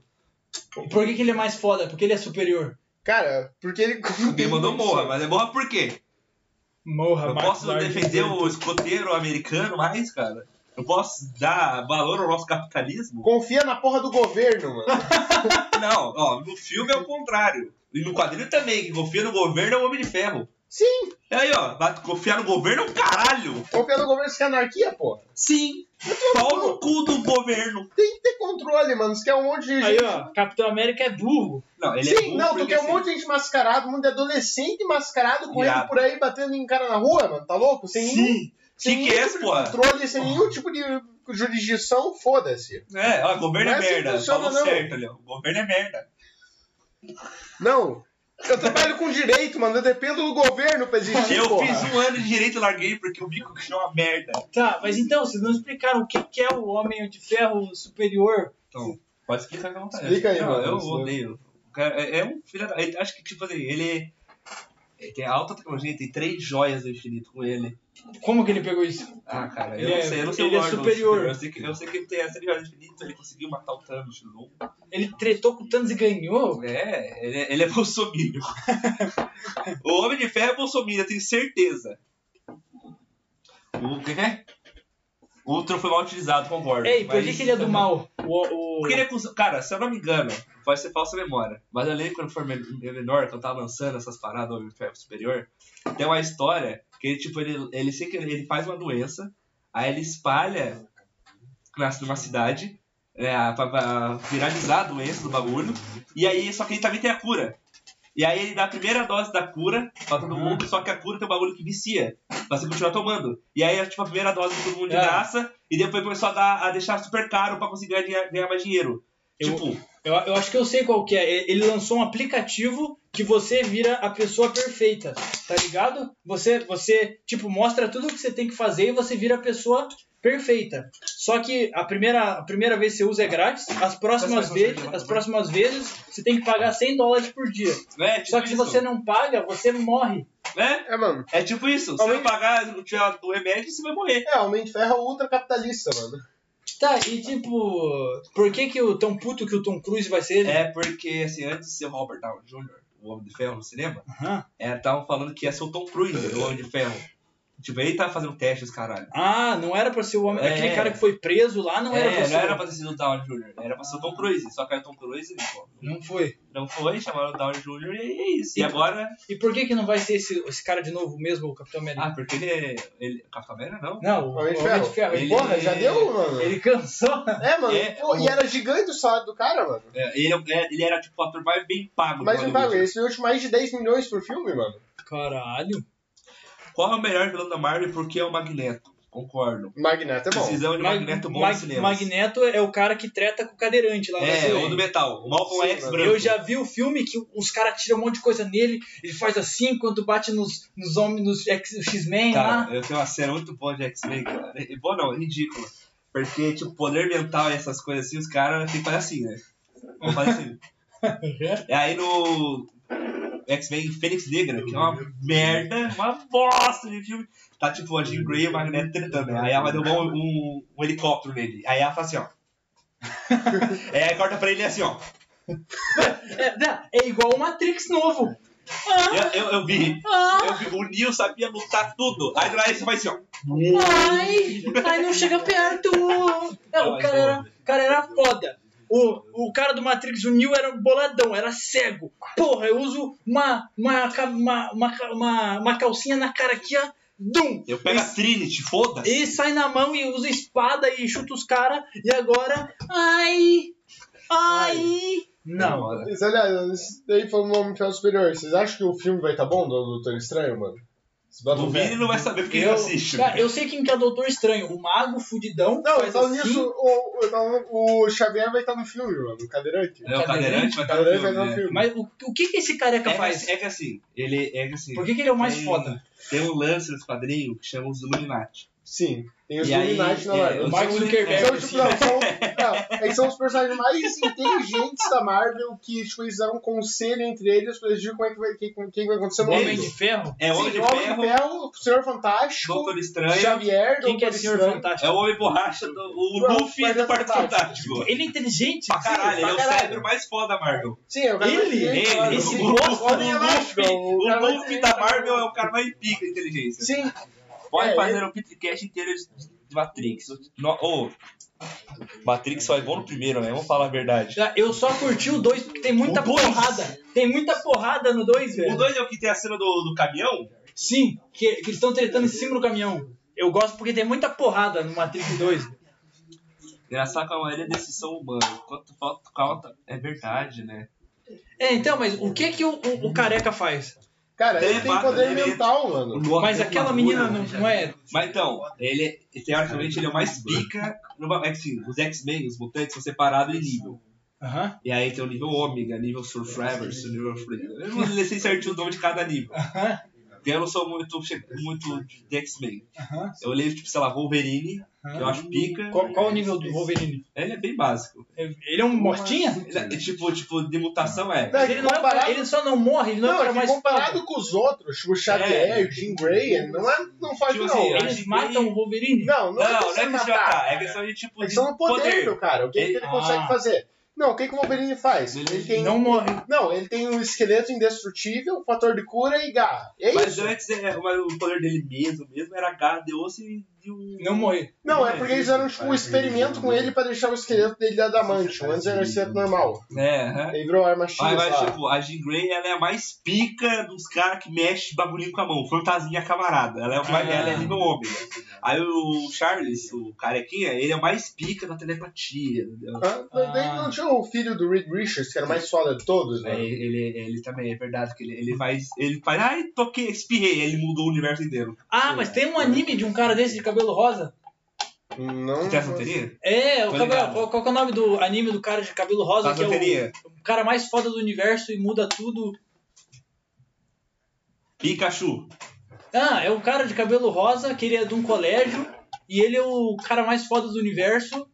por que que ele é mais foda? Porque ele é superior.
Cara, porque ele. *laughs*
Alguém mandou morra, mas é morra por quê?
Morra,
Eu
Mark
posso
Zuckerberg.
defender o escoteiro americano mais, cara? Eu posso dar valor ao nosso capitalismo?
Confia na porra do governo,
*laughs*
mano.
Não, ó, no filme é o contrário. E no quadrinho também, que confia no governo é o Homem de Ferro.
Sim,
E aí, ó, vai confiar no governo é um caralho!
confia no governo, isso que é anarquia, porra.
Sim! Pau no cu do governo!
Tem que ter controle, mano. Isso que é um monte de
Aí,
gente.
ó, Capitão América é burro.
Não, ele é
Sim,
burro
não, tu
porque,
quer um
assim,
monte de gente mascarado, um monte de adolescente mascarado correndo
Irado.
por aí, batendo em cara na rua, mano. Tá louco? Sem nenhum, sem
Que que
nenhum
é,
tipo de
porra?
controle, sem nenhum tipo de jurisdição, foda-se.
É, ó, governo é
Não é assim que
merda.
funciona,
Falou
não.
certo, Léo. Governo é merda.
Não. Eu trabalho com direito, mano. Eu dependo do governo pra existir,
Eu
porra.
fiz um ano de direito e larguei porque o bico que é uma merda.
Tá, mas então, vocês não explicaram o que que é o Homem de Ferro Superior.
Então, pode explicar que à vontade.
Explica aí,
Não,
mano,
Eu
você-
odeio. O cara é, é um filho da. ele- Acho que, tipo assim, ele. ele tem alta tecnologia, tem três joias do infinito com ele.
Como que ele pegou isso?
Ah, cara, eu
Ele
não
é-
sei, eu não sei
ele é
o lore do
superior.
Eu sei, que, eu sei que ele tem essa de joias do infinito, ele conseguiu matar o Thanos no
Ele tretou com o Thanos e ganhou?
É, ele, é- *laughs* ele é bolsominion. o Homem de Ferro é bolsominion, eu tenho certeza. O que que é? O troféu mal utilizado, concordo.
Ei, por que
mas-
que ele é do mal? O, o...
Porque ele é cuzão. Cara, se eu não me engano, pode ser falsa memória. Mas eu lembro quando eu for men- menor, que eu tava lançando essas paradas do Homem de Ferro Superior, tem uma história que ele, tipo, ele, ele, sei que ele ele faz uma doença, aí ele espalha nas- numa cidade é, pra, pra viralizar a doença do bagulho, e aí, só que ele também tem a cura. E aí ele dá a primeira dose da cura pra todo
Uhum.
mundo, só que a cura tem um bagulho que vicia, pra você continuar tomando. E aí, tipo, a primeira dose todo mundo de
É.
graça, e depois começou a, dar, a deixar super caro pra conseguir ganhar, dinhe- ganhar mais dinheiro.
Eu-
Tipo,
Eu, eu acho que eu sei qual que é. E- Ele lançou um aplicativo que você vira a pessoa perfeita, tá ligado? Você, você tipo, mostra tudo o que você tem que fazer e você vira a pessoa perfeita. Só que a primeira, a primeira vez que você usa é grátis, as próximas,
Mas você
vezes,
já vai
as próximas vezes você tem que pagar 100 dólares por dia.
é tipo
Só que se
isso,
você não paga, você morre.
né?
É, mano.
É tipo isso. Se
Homem-
não pagar não tiver o remédio, você vai morrer.
É, o Homem de Ferro é ultra capitalista, mano.
Tá, e tipo, por que que o tão puto que o Tom Cruise vai ser? *laughs*
É porque, assim, antes de ser o Robert Downey Jr., o Homem de Ferro no cinema,
Aham.
estavam falando que ia ser o Tom Cruise, o Homem de Ferro. Tipo, ele tá fazendo testes, caralho.
Ah, não era pra ser o homem.
É.
Aquele cara que foi preso lá não era
é,
pra ser.
não era pra ter sido o Downey Jr., era pra ser o Tom Cruise. Só que aí o Tom Cruise, pô,
Não foi.
não foi, chamaram o Downey Jr. e é isso. E agora...
E por que que não vai ser esse, esse cara de novo mesmo, o Capitão América?
Ah, porque ele é... Ele... Capitão América, não.
não, o Homem de Ferro.
Ele-
Ele,
Porra, já deu, mano.
ele cansou. *laughs*
É, mano.
É,
pô, E era gigante o salário do cara, mano.
É, ele, é- ele era, tipo, o ator mais bem pago.
Mas
do
não
Hollywood.
paga, esse último mais de 10 milhões por filme, mano.
Caralho.
Qual é o melhor vilão da Marvel porque é o Magneto? Concordo.
Magneto é bom.
Precisamos de
Mag-
Magneto bom
Mag-
no cinema.
Magneto é o cara que treta com o cadeirante lá. na
É,
Zoe.
ou do metal. O Malcolm
Sim,
X
mano.
branco.
Eu já vi o filme que os caras tiram um monte de coisa nele, ele faz assim enquanto bate nos, nos homens, nos X- X-Men lá.
Cara, eu tenho uma cena muito boa de X-Men, cara. E- Boa não, ridícula. Porque, tipo, poder mental e essas coisas assim, os caras têm que fazer assim, né? Vão fazer assim. E aí no X-Men Fênix Negra, que é uma merda, uma bosta de filme. Tá tipo a Jean Grey e o Magneto tentando, né? Aí ela vai derrubar um, um- um helicóptero nele. Aí ela fala assim, ó. *laughs* é, aí corta pra ele assim, ó.
É, né? é igual o Matrix novo. Ah,
Eu, eu, eu vi.
ah,
Eu vi. O Neo sabia lutar tudo. Aí do nada ele só faz assim, ó.
ai, ai, não chega perto. Não, o cara era, o cara era foda. O, o cara do Matrix, o Neo, era boladão, era cego. Porra, eu uso uma, uma, ca- uma, uma, ca- uma, uma calcinha na cara aqui, ó. Dum!
Eu pego a Trinity, foda-se.
E sai na mão e usa espada e chuta os caras. E agora. Ai! Ai! Não.
Mas, aliás, isso daí foi um homem fiel superior. Vocês acham que o filme vai estar tá bom do Doutor Estranho, mano? Vocês botam
O
fé?
Vini não vai saber porque ele
Eu,
assiste.
cara,
né?
eu sei quem que é o Doutor Estranho. O mago fudidão.
Não,
faz
então
assim,
nisso, o, então o Xavier vai estar no filme, mano. O cadeirante.
É, o cadeirante vai
O
estar no
cadeirante
filme.
vai estar no
né?
filme.
Mas o, o que, que esse careca
É,
faz?
que- é que assim, ele é que assim.
Por que, que ele é o mais
tem-
foda?
Tem um lance nos quadrinhos que chama os Illuminati.
Sim, tem os
E aí,
Illuminati na
é,
Marvel.
eu-
O Mark
sou-
Zuckerberg.
é,
São, tipo, não, são, não, é que são os personagens mais inteligentes da Marvel que tipo, eles fizeram um conselho entre eles pra decidir como é que vai, quem, quem vai acontecer
o
no
Homem
mundo.
de Ferro?
É o Homem
Sim,
de
o Homem
Ferro,
o Senhor Fantástico,
Doutor Estranho.
Xavier,
Quem que é o
Doutor
Senhor
Estranho.
Fantástico?
É o Homem Borracha, do, o
Não,
Luffy
Quarteto
do Quarto
Fantástico.
Fantástico.
Ele é inteligente?
Pra caralho,
pra
ele é o
caralho.
cérebro mais foda da Marvel.
Sim, é o cara
Ele?
mais inteligente da
Ele,
Marvel.
esse
Sim,
gosto do
Homem
Luffy.
Elástico,
O
cara mais
Luffy
inteligente
da Marvel é o cara mais pica da inteligência.
Sim,
Pode
É,
fazer um pitcast inteiro de de Matrix. No, ô, Matrix só é bom no primeiro, né? Vamos falar a verdade.
Ah, Eu só curti o 2 porque tem muita
O dois?
porrada. Tem muita porrada no 2,
O
velho.
2 é o que tem a cena do, do caminhão?
Sim, que, que eles estão tretando em cima do caminhão. Eu gosto porque tem muita porrada no Matrix 2.
Engraçado que a maioria desses são humanos. Quanto falta, falta é verdade, né?
É, então, mas o que que o, o- o careca faz?
cara, ele tem
Telepata,
poder
né? Ele-
mental, mano.
Mas aquela menina
né,
não, não é.
Mas então, ele, é- teoricamente, ele é o mais pica. no- é que, assim, os X-Men, os mutantes, são separados em nível.
Aham.
E aí tem o nível ômega, nível survivors, nível free. Eu não sei é certinho o nome de cada nível.
Aham.
Porque eu não sou muito, che- muito de X-Men.
Aham.
Eu leio, tipo, sei lá, Wolverine, que eu acho pica.
Qual, qual o nível do Wolverine?
Ele é bem básico.
Ele é um mortinha?
Ele é- tipo, tipo, de mutação é.
Não,
Mas ele, não é o cara- ele só não morre, ele não, é o
Não,
cara
é que
mais
comparado
foda.
com os outros, tipo o Xavier, o Jim Grey, não, é, não faz
Tipo
não.
assim,
Não,
ele-
Eles matam o Wolverine?
Não,
não,
não
questão
é
de
questão de
matar.
matar, é questão de, tipo,
É
de
questão do poder, meu cara. O que
Ele-
ele, consegue
Ah.
fazer? Não, o que, que o Wolverine faz?
Ele
Ele tem,
Não morre.
não, ele tem um esqueleto indestrutível, um fator de cura e garra. É
Mas
isso.
antes, é, o poder dele mesmo, mesmo era garra de osso e de um...
Não morrer.
Não, é porque eles fizeram tipo, um experimento com ele pra deixar o esqueleto dele da Adamantium. Antes era um esqueleto normal.
É, aham.
Ele virou arma X
Mas, mas,
lá.
tipo, a Jean Grey, ela é a mais pica dos caras que mexe bagulhinho com a mão. Fantasinha camarada. Ela é, o mais,
Ah.
ela é nível ômega. Aí o Charles, o carequinha, ele é o mais pica da telepatia. entendeu?
Hã? Mas daí não tinha o filho do Reed Richards, que era o mais foda de todos,
É,
né?
ele, ele também, é verdade, que ele, ele faz. Ele faz. Ai, toquei, espirrei. Ele mudou o universo inteiro.
Ah, mas tem um
É.
anime de um cara desse de cabelo rosa.
Não.
Tem essa teoria?
É, o
Tô
cabelo,
ligado.
qual, qual que é o nome do anime do cara de cabelo rosa?
Tá,
que é o,
teoria.
o cara mais foda do universo e muda tudo.
Pikachu.
Ah, é um cara de cabelo rosa que ele é de um colégio e ele é o cara mais foda do universo.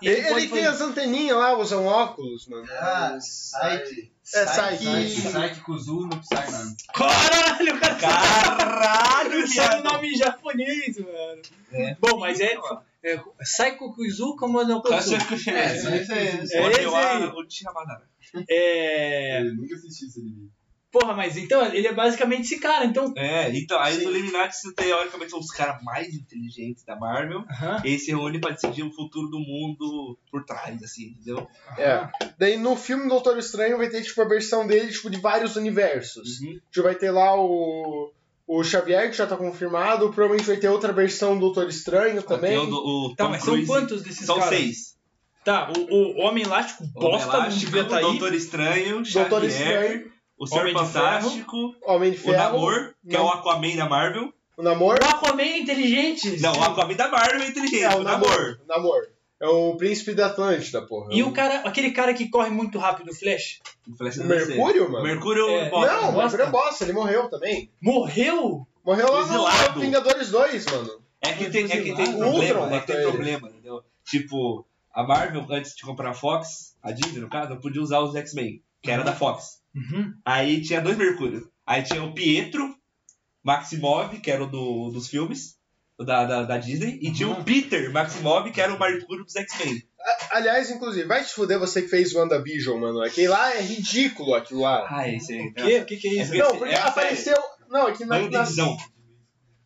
E
Ele,
pode
ele tem
fazer-
as anteninhas lá, usa um óculos, mano.
Ah, Psyche.
É, Psyche.
Psyche Kuzu no Psyman.
Caralho, o cara
Caralho,
sabe o
viado.
nome em japonês, mano.
É.
Bom, mas é, é Saiko Kuizu como não Kuzu.
É, isso aí, isso aí.
É
É esse
esse
aí. É...
Eu nunca assisti esse anime.
Porra, mas então ele é basicamente esse cara, então...
É, então, aí
Sim.
no Illuminati, isso, teoricamente, são os caras mais inteligentes da Marvel.
Aham.
E eles se reúnem pra decidir é o futuro do mundo por trás, assim, entendeu?
É. Daí no filme Doutor Estranho vai ter, tipo, a versão dele, tipo, de vários universos.
Uhum.
Tipo, vai ter lá o. O Xavier, que já tá confirmado, provavelmente vai ter outra versão do Doutor Estranho também.
Tem o, do- o
Tá,
Tom
mas são
Cruise.
quantos desses
São
caras?
seis.
Tá, o, o Homem Elástico, bosta,
Homem
não
Elástico,
devia tá aí.
Doutor Estranho, Xavier,
Doutor Estranho,
o Senhor
Homem de Ferro,
Fantástico,
Homem de
o
Ferro.
Namor, que é
Nam-
o Aquaman da Marvel.
O Namor?
O Aquaman é inteligente.
Não, o Aquaman da Marvel é inteligente,
É,
o Namor.
O Namor. É o príncipe da Atlântida, porra.
E o cara, aquele cara que corre muito rápido, o Flash,
O Flash
O
assim, não sei.
Mercúrio, mano?
Mercúrio
É.
bota.
Não, o
Bosta.
Mercúrio é bosta, ele morreu também.
morreu?
Morreu lá no
Fuzilado.
Vingadores 2, mano.
É que tem, é que tem
Fuzilado.
problema,
Ultron
é que tem
matou ele.
problema, entendeu? Tipo, a Marvel, antes de comprar a Fox, a Disney, no caso, podia usar os X-Men, que era da Fox.
Uhum.
Aí tinha dois Mercúrios. Aí tinha o Pietro Maximov, que era o do- dos filmes, o da, da, da Disney, e tinha
Uhum.
o Peter Maximov, que era o Mercúrio dos X-Men.
A- aliás, inclusive, vai se fuder você que fez WandaVision, mano. Aquele lá é ridículo, aquilo lá.
Ah, esse aí.
né?
Que? O que, que é isso?
É
Não, porque
é a
apareceu... Não, é que na,
Não tem
na,
visão.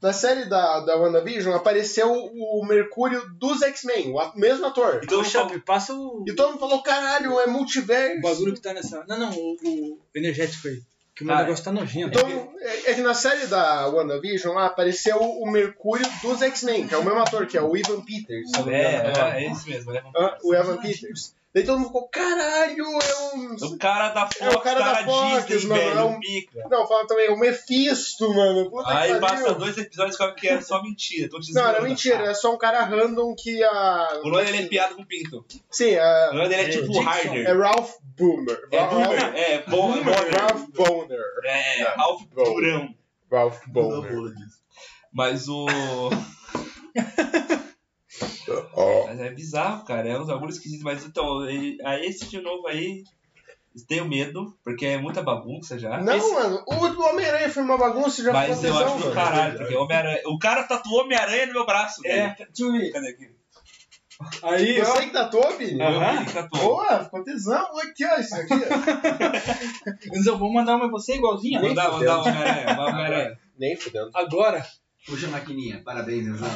na série da, da WandaVision apareceu o Mercúrio dos X-Men, o a- mesmo ator.
Então,
Ô, Xabi, passa o,
E todo mundo falou, caralho, é multiverso.
o bagulho que tá nessa... Não, não, o, o energético aí. Que o meu
Cara,
negócio tá nojento.
Então, é é que na série da WandaVision lá apareceu o Mercúrio dos X-Men, que é o mesmo ator, que é o Ivan Peters. se eu não me engano.
Uhum.
é, é, é esse mesmo. né?
Ah, o Evan Peters. Daí todo mundo ficou, caralho, é um.
O cara da Fox,
É, o cara da Fox,
Disney,
mano,
velho,
é um-
pica.
Não, fala também, é o Mephisto, mano. Puta que
Aí
pariu.
passa dois episódios com que é só mentira. Tô te
Não, era
zoando,
mentira,
cara.
era só um cara random que a.
O nome dele é piada com pinto.
Sim,
O
é,
nome dele é tipo
Dixon.
é
Harder.
Ralph Boomer.
É boomer. É bom. É bom.
Ralph Boner.
É Ralph
Bro.
Durão.
Ralph
Não
né?
Boner.
vou disso. Mas o.
Ó.
Mas é bizarro, cara. É uns bagulhos esquisitos. Mas então, ele- aí esse de novo aí. Tenho medo, porque é muita bagunça já.
Não,
Esse-
mano, o Homem-Aranha foi uma bagunça já
Mas
foi
eu
uma
acho
tesão,
do
mano.
caralho, porque Homem-Aranha. O cara tatuou Homem-Aranha no meu braço.
É,
velho.
deixa eu ver.
Cadê aqui?
Aí,
Você que datou, Bini?
Ah. Aham.
Meu filho tatuou.
Boa, ficou tesão. Olha Aqui, ó, isso aqui. ó.
eu vou mandar uma pra você igualzinha.
Nem
Mandar,
fudendo.
mandar o Homem-Aranha. vai, Homem-Aranha.
*laughs* Nem fudendo.
Agora.
Puxa a maquininha, parabéns, Enzão.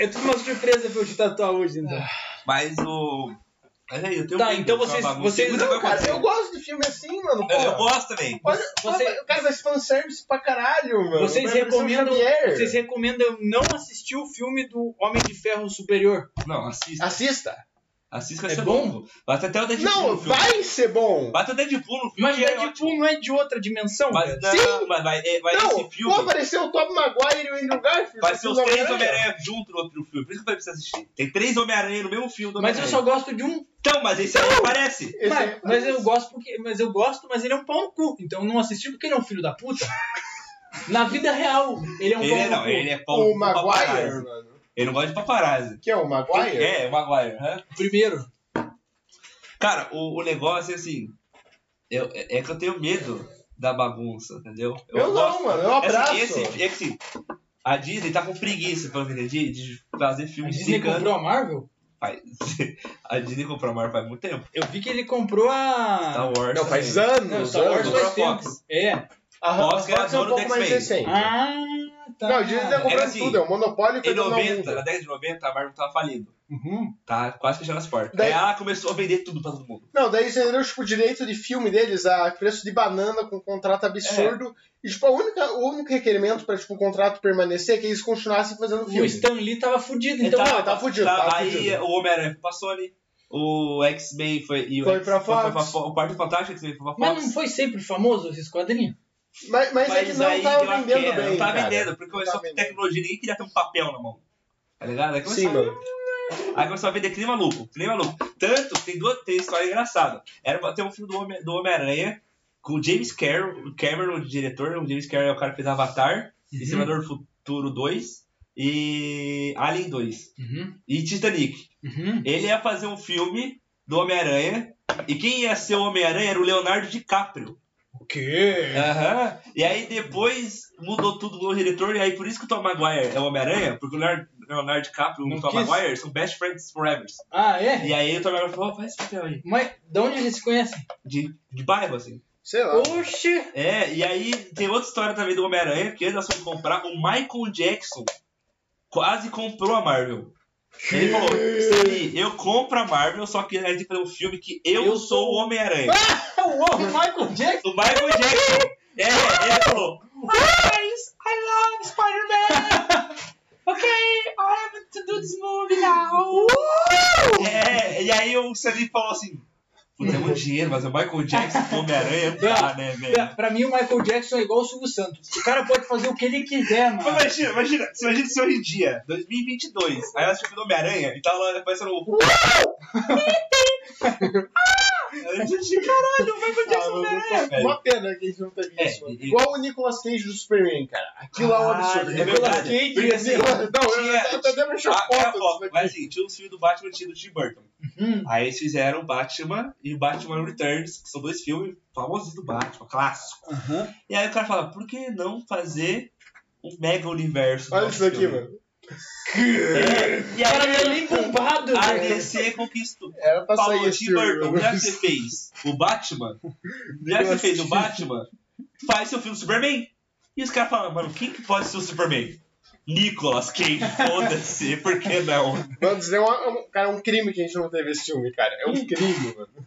É tudo uma surpresa pra eu te tatuar hoje, então.
Mas o. Mas aí, eu tenho
Tá,
medo
então
de uma
vocês-
bagunça.
vocês-
Muita
Não,
coisa
cara, eu
acontecendo.
gosto de filme assim, mano.
É, eu
Porra.
gosto também.
Olha,
Você-
olha, o cara faz fanservice pra caralho, mano.
Vocês
Vai aparecer o
recomendam,
Xavier.
vocês recomendam não assistir o filme do Homem de Ferro Superior?
Não, assista.
Assista.
Assista que
É
vai ser
bom?
bom. Bate até o Deadpool
Não,
no um filme.
vai ser bom.
Bate o Deadpool no filme.
Mas
e é
Deadpool
ótimo.
não é de outra dimensão,
Mas
velho.
não,
Sim.
mas, mas, é- mas
Não,
esse filme.
vou aparecer o Tobey Maguire e o Andrew Garfield.
Vai ser
no
os três
Homem-Aranha.
Homem-Aranha junto no outro filme. Por isso que eu falei pra você assistir. Tem três Homem-Aranha no mesmo filme do
Mas eu
Homem-Aranha.
só gosto de um.
Então, mas esse é- aí aparece.
Esse
Mas,
aí-
mas eu gosto porque. Mas eu gosto, mas ele é um pau no cu. Então eu não assisti porque ele é um filho da
*laughs*
puta. Na vida real, ele é um
Ele
pau
é,
no
não,
cu.
ele é pau no
O
cu
Maguire,
paparazzi.
mano.
Ele não gosta de paparazzi.
Que é o Maguire?
É, o Maguire. hã?
Primeiro.
Cara, o, o negócio é assim. eu- é, é que eu tenho medo da bagunça, entendeu?
Eu, não, mano. Eu
É
abraço.
assim, esse, é que assim, a Disney tá com preguiça, pelo que eu entendi, de um fazer
A
filmes
Disney
explicando.
comprou a Marvel?
Faz- *laughs* A Disney comprou a Marvel faz muito tempo.
Eu vi que ele comprou a.
Star Wars.
Não, faz
também.
anos.
Não, Star Wars
comprou
anos.
faz
a
tempo.
Fox.
É.
A
Fox, que era
Fox é um
dono do
pouco mais
X-Men.
recente.
Ah, tá.
Não, o Disney tá comprando
Era assim,
tudo. É um monopólio que
Em
eu não
90, na década de 90, a Marvel tava falindo.
Uhum.
Tá quase fechando as portas.
Daí-
Aí ela começou a vender tudo pra todo mundo.
Não, daí você deu tipo, o direito de filme deles a preço de banana com um contrato
É.
absurdo. E tipo, a única, o único requerimento pra tipo, o contrato permanecer é que eles continuassem fazendo
O
filme.
Stan Lee tava fudido, então.
Ele tava- não, tá fudido, tava
Tá, aí
fudido.
o Homem-Aranha foi pra Sony, o X-Men foi. E o
Foi
X-
pra
foi
Fox.
Fo- o Quarto Fantástico X-Men foi pra Fox.
Mas não foi sempre famoso esses quadrinhos?
Mas, mas, é que não
aí deu
tava
a
tá vendendo
queda,
bem.
Não tava
cara.
vendendo, porque começou
tava
com
vendendo.
tecnologia, ninguém queria ter um papel na mão. Tá ligado? Aí começou
Sim,
a-
mano.
Aí começou a vender que nem maluco, que nem maluco. Tanto que tem duas tem história engraçada. Era pra ter um filme do Homem- do Homem-Aranha com o James Carroll, o Cameron, o diretor. O James Carroll é o cara que fez Avatar, e Senador do Futuro 2 e Alien 2
Uhum.
e Titanic.
Uhum.
Ele ia fazer um filme do Homem-Aranha e quem ia ser o Homem-Aranha era o Leonardo DiCaprio.
O quê?
Aham. E aí depois mudou tudo no diretor, e aí por isso que o Tom Maguire é o Homem-Aranha, porque o Leonardo, Leonardo DiCaprio e
Não
o Tom
quis.
Maguire são best friends forever.
Ah, é?
E aí o Tom Maguire falou, "Ó, faz esse papel aí.
Mas de onde eles se conhecem?
De, de bairro, assim.
Sei lá.
Oxi!
É, e aí tem outra história também do Homem-Aranha, que antes da Sony comprar, o Michael Jackson quase comprou a Marvel. Ele falou, Sony, eu compro a Marvel, só que a gente tem que fazer um filme que eu,
Eu
sou o Homem-Aranha.
é O Michael Jackson!
O Michael Jackson. É, ele falou. Guys, I love Spider-Man.
*laughs*
Ok, I have to do this movie now. É, e aí o Sally falou assim. Puta, é muito dinheiro, mas o Michael Jackson com o Homem-Aranha não dá, né, velho?
Pra- Pra mim, o Michael Jackson é igual o Silvio Santos. O cara pode fazer o que ele quiser, mano.
Mas imagina, imagina, se imagina se hoje em dia, 2022, aí ela assistiu o filme do Homem-Aranha e tava lá aparecendo o. Aí *laughs* a gente, caralho, o Michael
Ah,
Jackson é o
mano,
Homem-aranha, velho.
uma pena que a gente não teve
É,
isso. mano.
e-
Igual o Nicolas Cage do Superman, cara. Aquilo é um
Caralho,
absurdo.
é
Nicolas
verdade.
Cage,
Porque,
assim,
assim,
Não, eu-
tinha-
eu tô até mexendo
Ah, é a
foto.
foto. Mas assim, tinha um filme do Batman tinha do Tim Burton.
Hum.
Aí eles fizeram o Batman e o Batman Returns, que são dois filmes famosos do Batman, clássico.
Aham.
E aí o cara fala, por que não fazer um mega universo? do
Olha
nosso
isso aqui,
filme?
mano.
É,
O
e
cara é
aí
nem bombado,
a
velho.
DC conquistou.
Era pra sair
Falou,
esse
Tim Burton,
filme.
já que você fez o *laughs* Batman, já que você fez o Batman, faz seu filme Superman. E os caras falam, mano, quem que pode ser o Superman? Nicolas *laughs* Cage, foda-se, por que não?
Mano, isso é um- é um, cara, é um crime que a gente não teve esse filme, cara. É um crime, mano.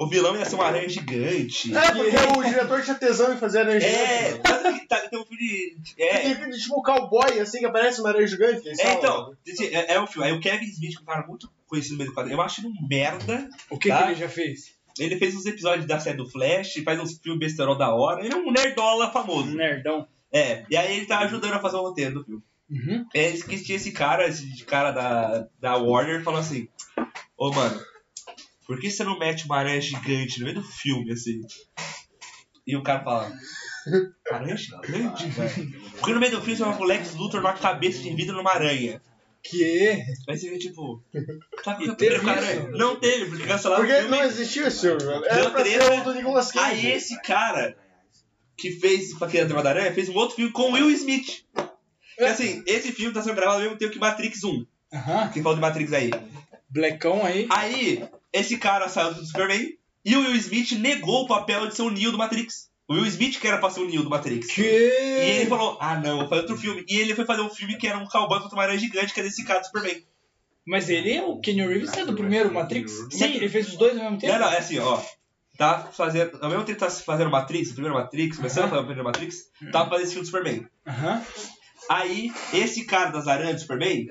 O vilão ia ser uma aranha gigante.
É, porque o diretor tinha tesão em fazer aranha
É,
gigante.
tanto que tá, tem um filme de. É,
mano. E, tipo, o cowboy, assim, que aparece uma aranha gigante. eles
é
falam,
então,
mano.
esse- é, é um filme. Aí o Kevin Smith, que é um cara muito conheci no meio do quadrinho. Eu acho ele um merda.
O que,
Tá.
que ele já fez?
Ele fez uns episódios da série do Flash, faz uns filmes besterol da hora. Ele é um nerdola famoso.
Nerdão.
É, e aí ele tá ajudando a fazer o roteiro do filme.
Uhum.
É, eles que tinha esse cara, esse cara da, da Warner, falou assim: Ô mano, por que você não mete uma aranha gigante no meio do filme assim? E o cara fala: Aranha gigante, velho. Porque no meio do filme você vai com o Lex Luthor numa cabeça de vidro numa aranha.
Que?
Aí você vê tipo. Sabe
E
o que
teve
é com a aranha?
isso?
Não teve, porque cancelaram o
Porque
filme.
não existiu esse filme, velho. Era
Deu
pra ser
treta.
o do Nicolas Cage.
Aí esse cara que fez Paquera Trama da Aranha fez um outro filme com o Will Smith. Que assim, esse filme tá sendo gravado ao mesmo tempo que Matrix 1.
Aham.
Quem falou de Matrix aí?
Blackão
Ah,
aí.
Aí, esse cara saiu do Superman e o Will Smith negou o papel de ser o Neo do Matrix. O Will Smith que era pra ser o Neo do Matrix. E ele
Que?
falou, ah não, vou fazer outro filme. E ele foi fazer um filme que era um cowboy contra uma aranha gigante, que era esse cara do Superman.
Mas ele é o Kenny Reeves, é do primeiro Matrix? Sim. Ele fez os dois ao mesmo tempo?
Não, não, é assim, ó. Tá fazendo. Ao mesmo tempo que tá fazendo Matrix, o primeiro Matrix, começando a fazer o primeiro Matrix, tava fazendo esse filme do Superman.
Aham.
Aí, esse cara das aranhas do Superman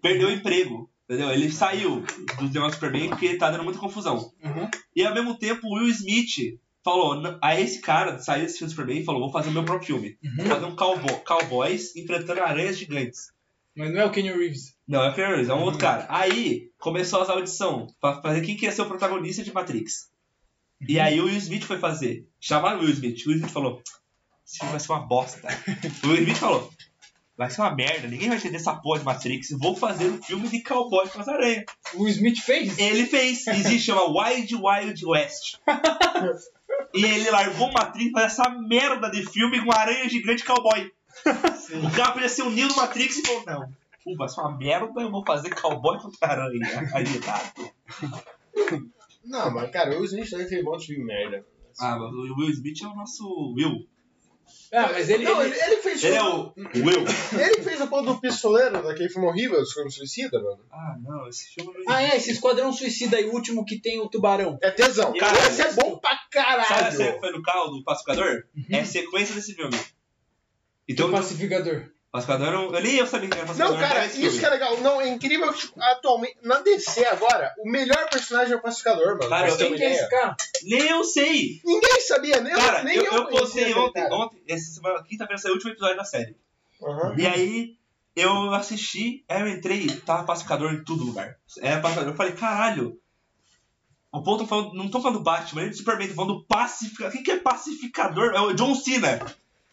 perdeu o emprego, entendeu? Ele saiu do negócio do Superman porque tá dando muita confusão.
Aham.
E ao mesmo tempo, o Will Smith falou: "N- a esse cara saiu desse filme do Superman e falou: vou fazer o meu próprio filme. Vou fazer um cowboy, cowboys enfrentando aranhas gigantes.
Mas não é o Kenny Reeves.
Não, é o Clarence, é um outro cara. Aí começou as audições pra fazer quem que ia ser o protagonista de Matrix. E aí o Will Smith foi fazer. Chamaram o Will Smith. O Will Smith falou: Esse filme vai ser uma bosta. o Will Smith falou: Vai ser uma merda, ninguém vai entender essa porra de Matrix. Vou fazer um filme de cowboy com as aranhas.
O Smith fez?
Ele fez. E se chama Wild Wild West. e ele largou Matrix pra essa merda de filme com aranha gigante cowboy. O cara podia ser o Neo do Matrix e falou, não. Pô, vai ser uma merda, eu vou fazer cowboy contra aranha. Aí, tá.
Não, mas cara, o Will Smith também fez um monte de filme merda.
Ah, mas o Will Smith é o nosso Will.
Ah, mas ele...
não,
ele-
ele, ele fez.
Ele é o Will.
ele fez a porra do pistoleiro, né, daquele filme um horrível, dos filmes suicida, mano.
Ah, não, esse filme não
Ah, é, esse Esquadrão Suicida aí, o último que tem o Tubarão.
É tesão.
Cara,
Cara, esse é bom pra
Sabe a cena que
caralho.
foi no carro do pacificador?
Uhum.
É sequência desse filme. Então,
o pacificador.
o pacificador, eu, eu nem eu sabia que era pacificador.
Não, cara, isso que é legal. Não, é incrível que, tipo, atualmente, na DC agora, o melhor personagem é o pacificador,
Cara,
mano. Pra
eu
você ter
tenho
Quem que
uma
é
ideia.
esse cara?
Nem eu sei.
Ninguém sabia, nem
Cara,
eu. Nem
eu, eu postei
conhecia,
ontem,
cara. Uhum.
ontem, essa semana, quinta-feira saiu o último episódio da série.
Aham.
E aí eu assisti, aí eu entrei, tava pacificador em todo lugar. Era pacificador. Eu falei, caralho. O povo tá falando, não tô falando do Batman, nem do Superman, tô falando do pacificador. Quem que é pacificador? É o John Cena.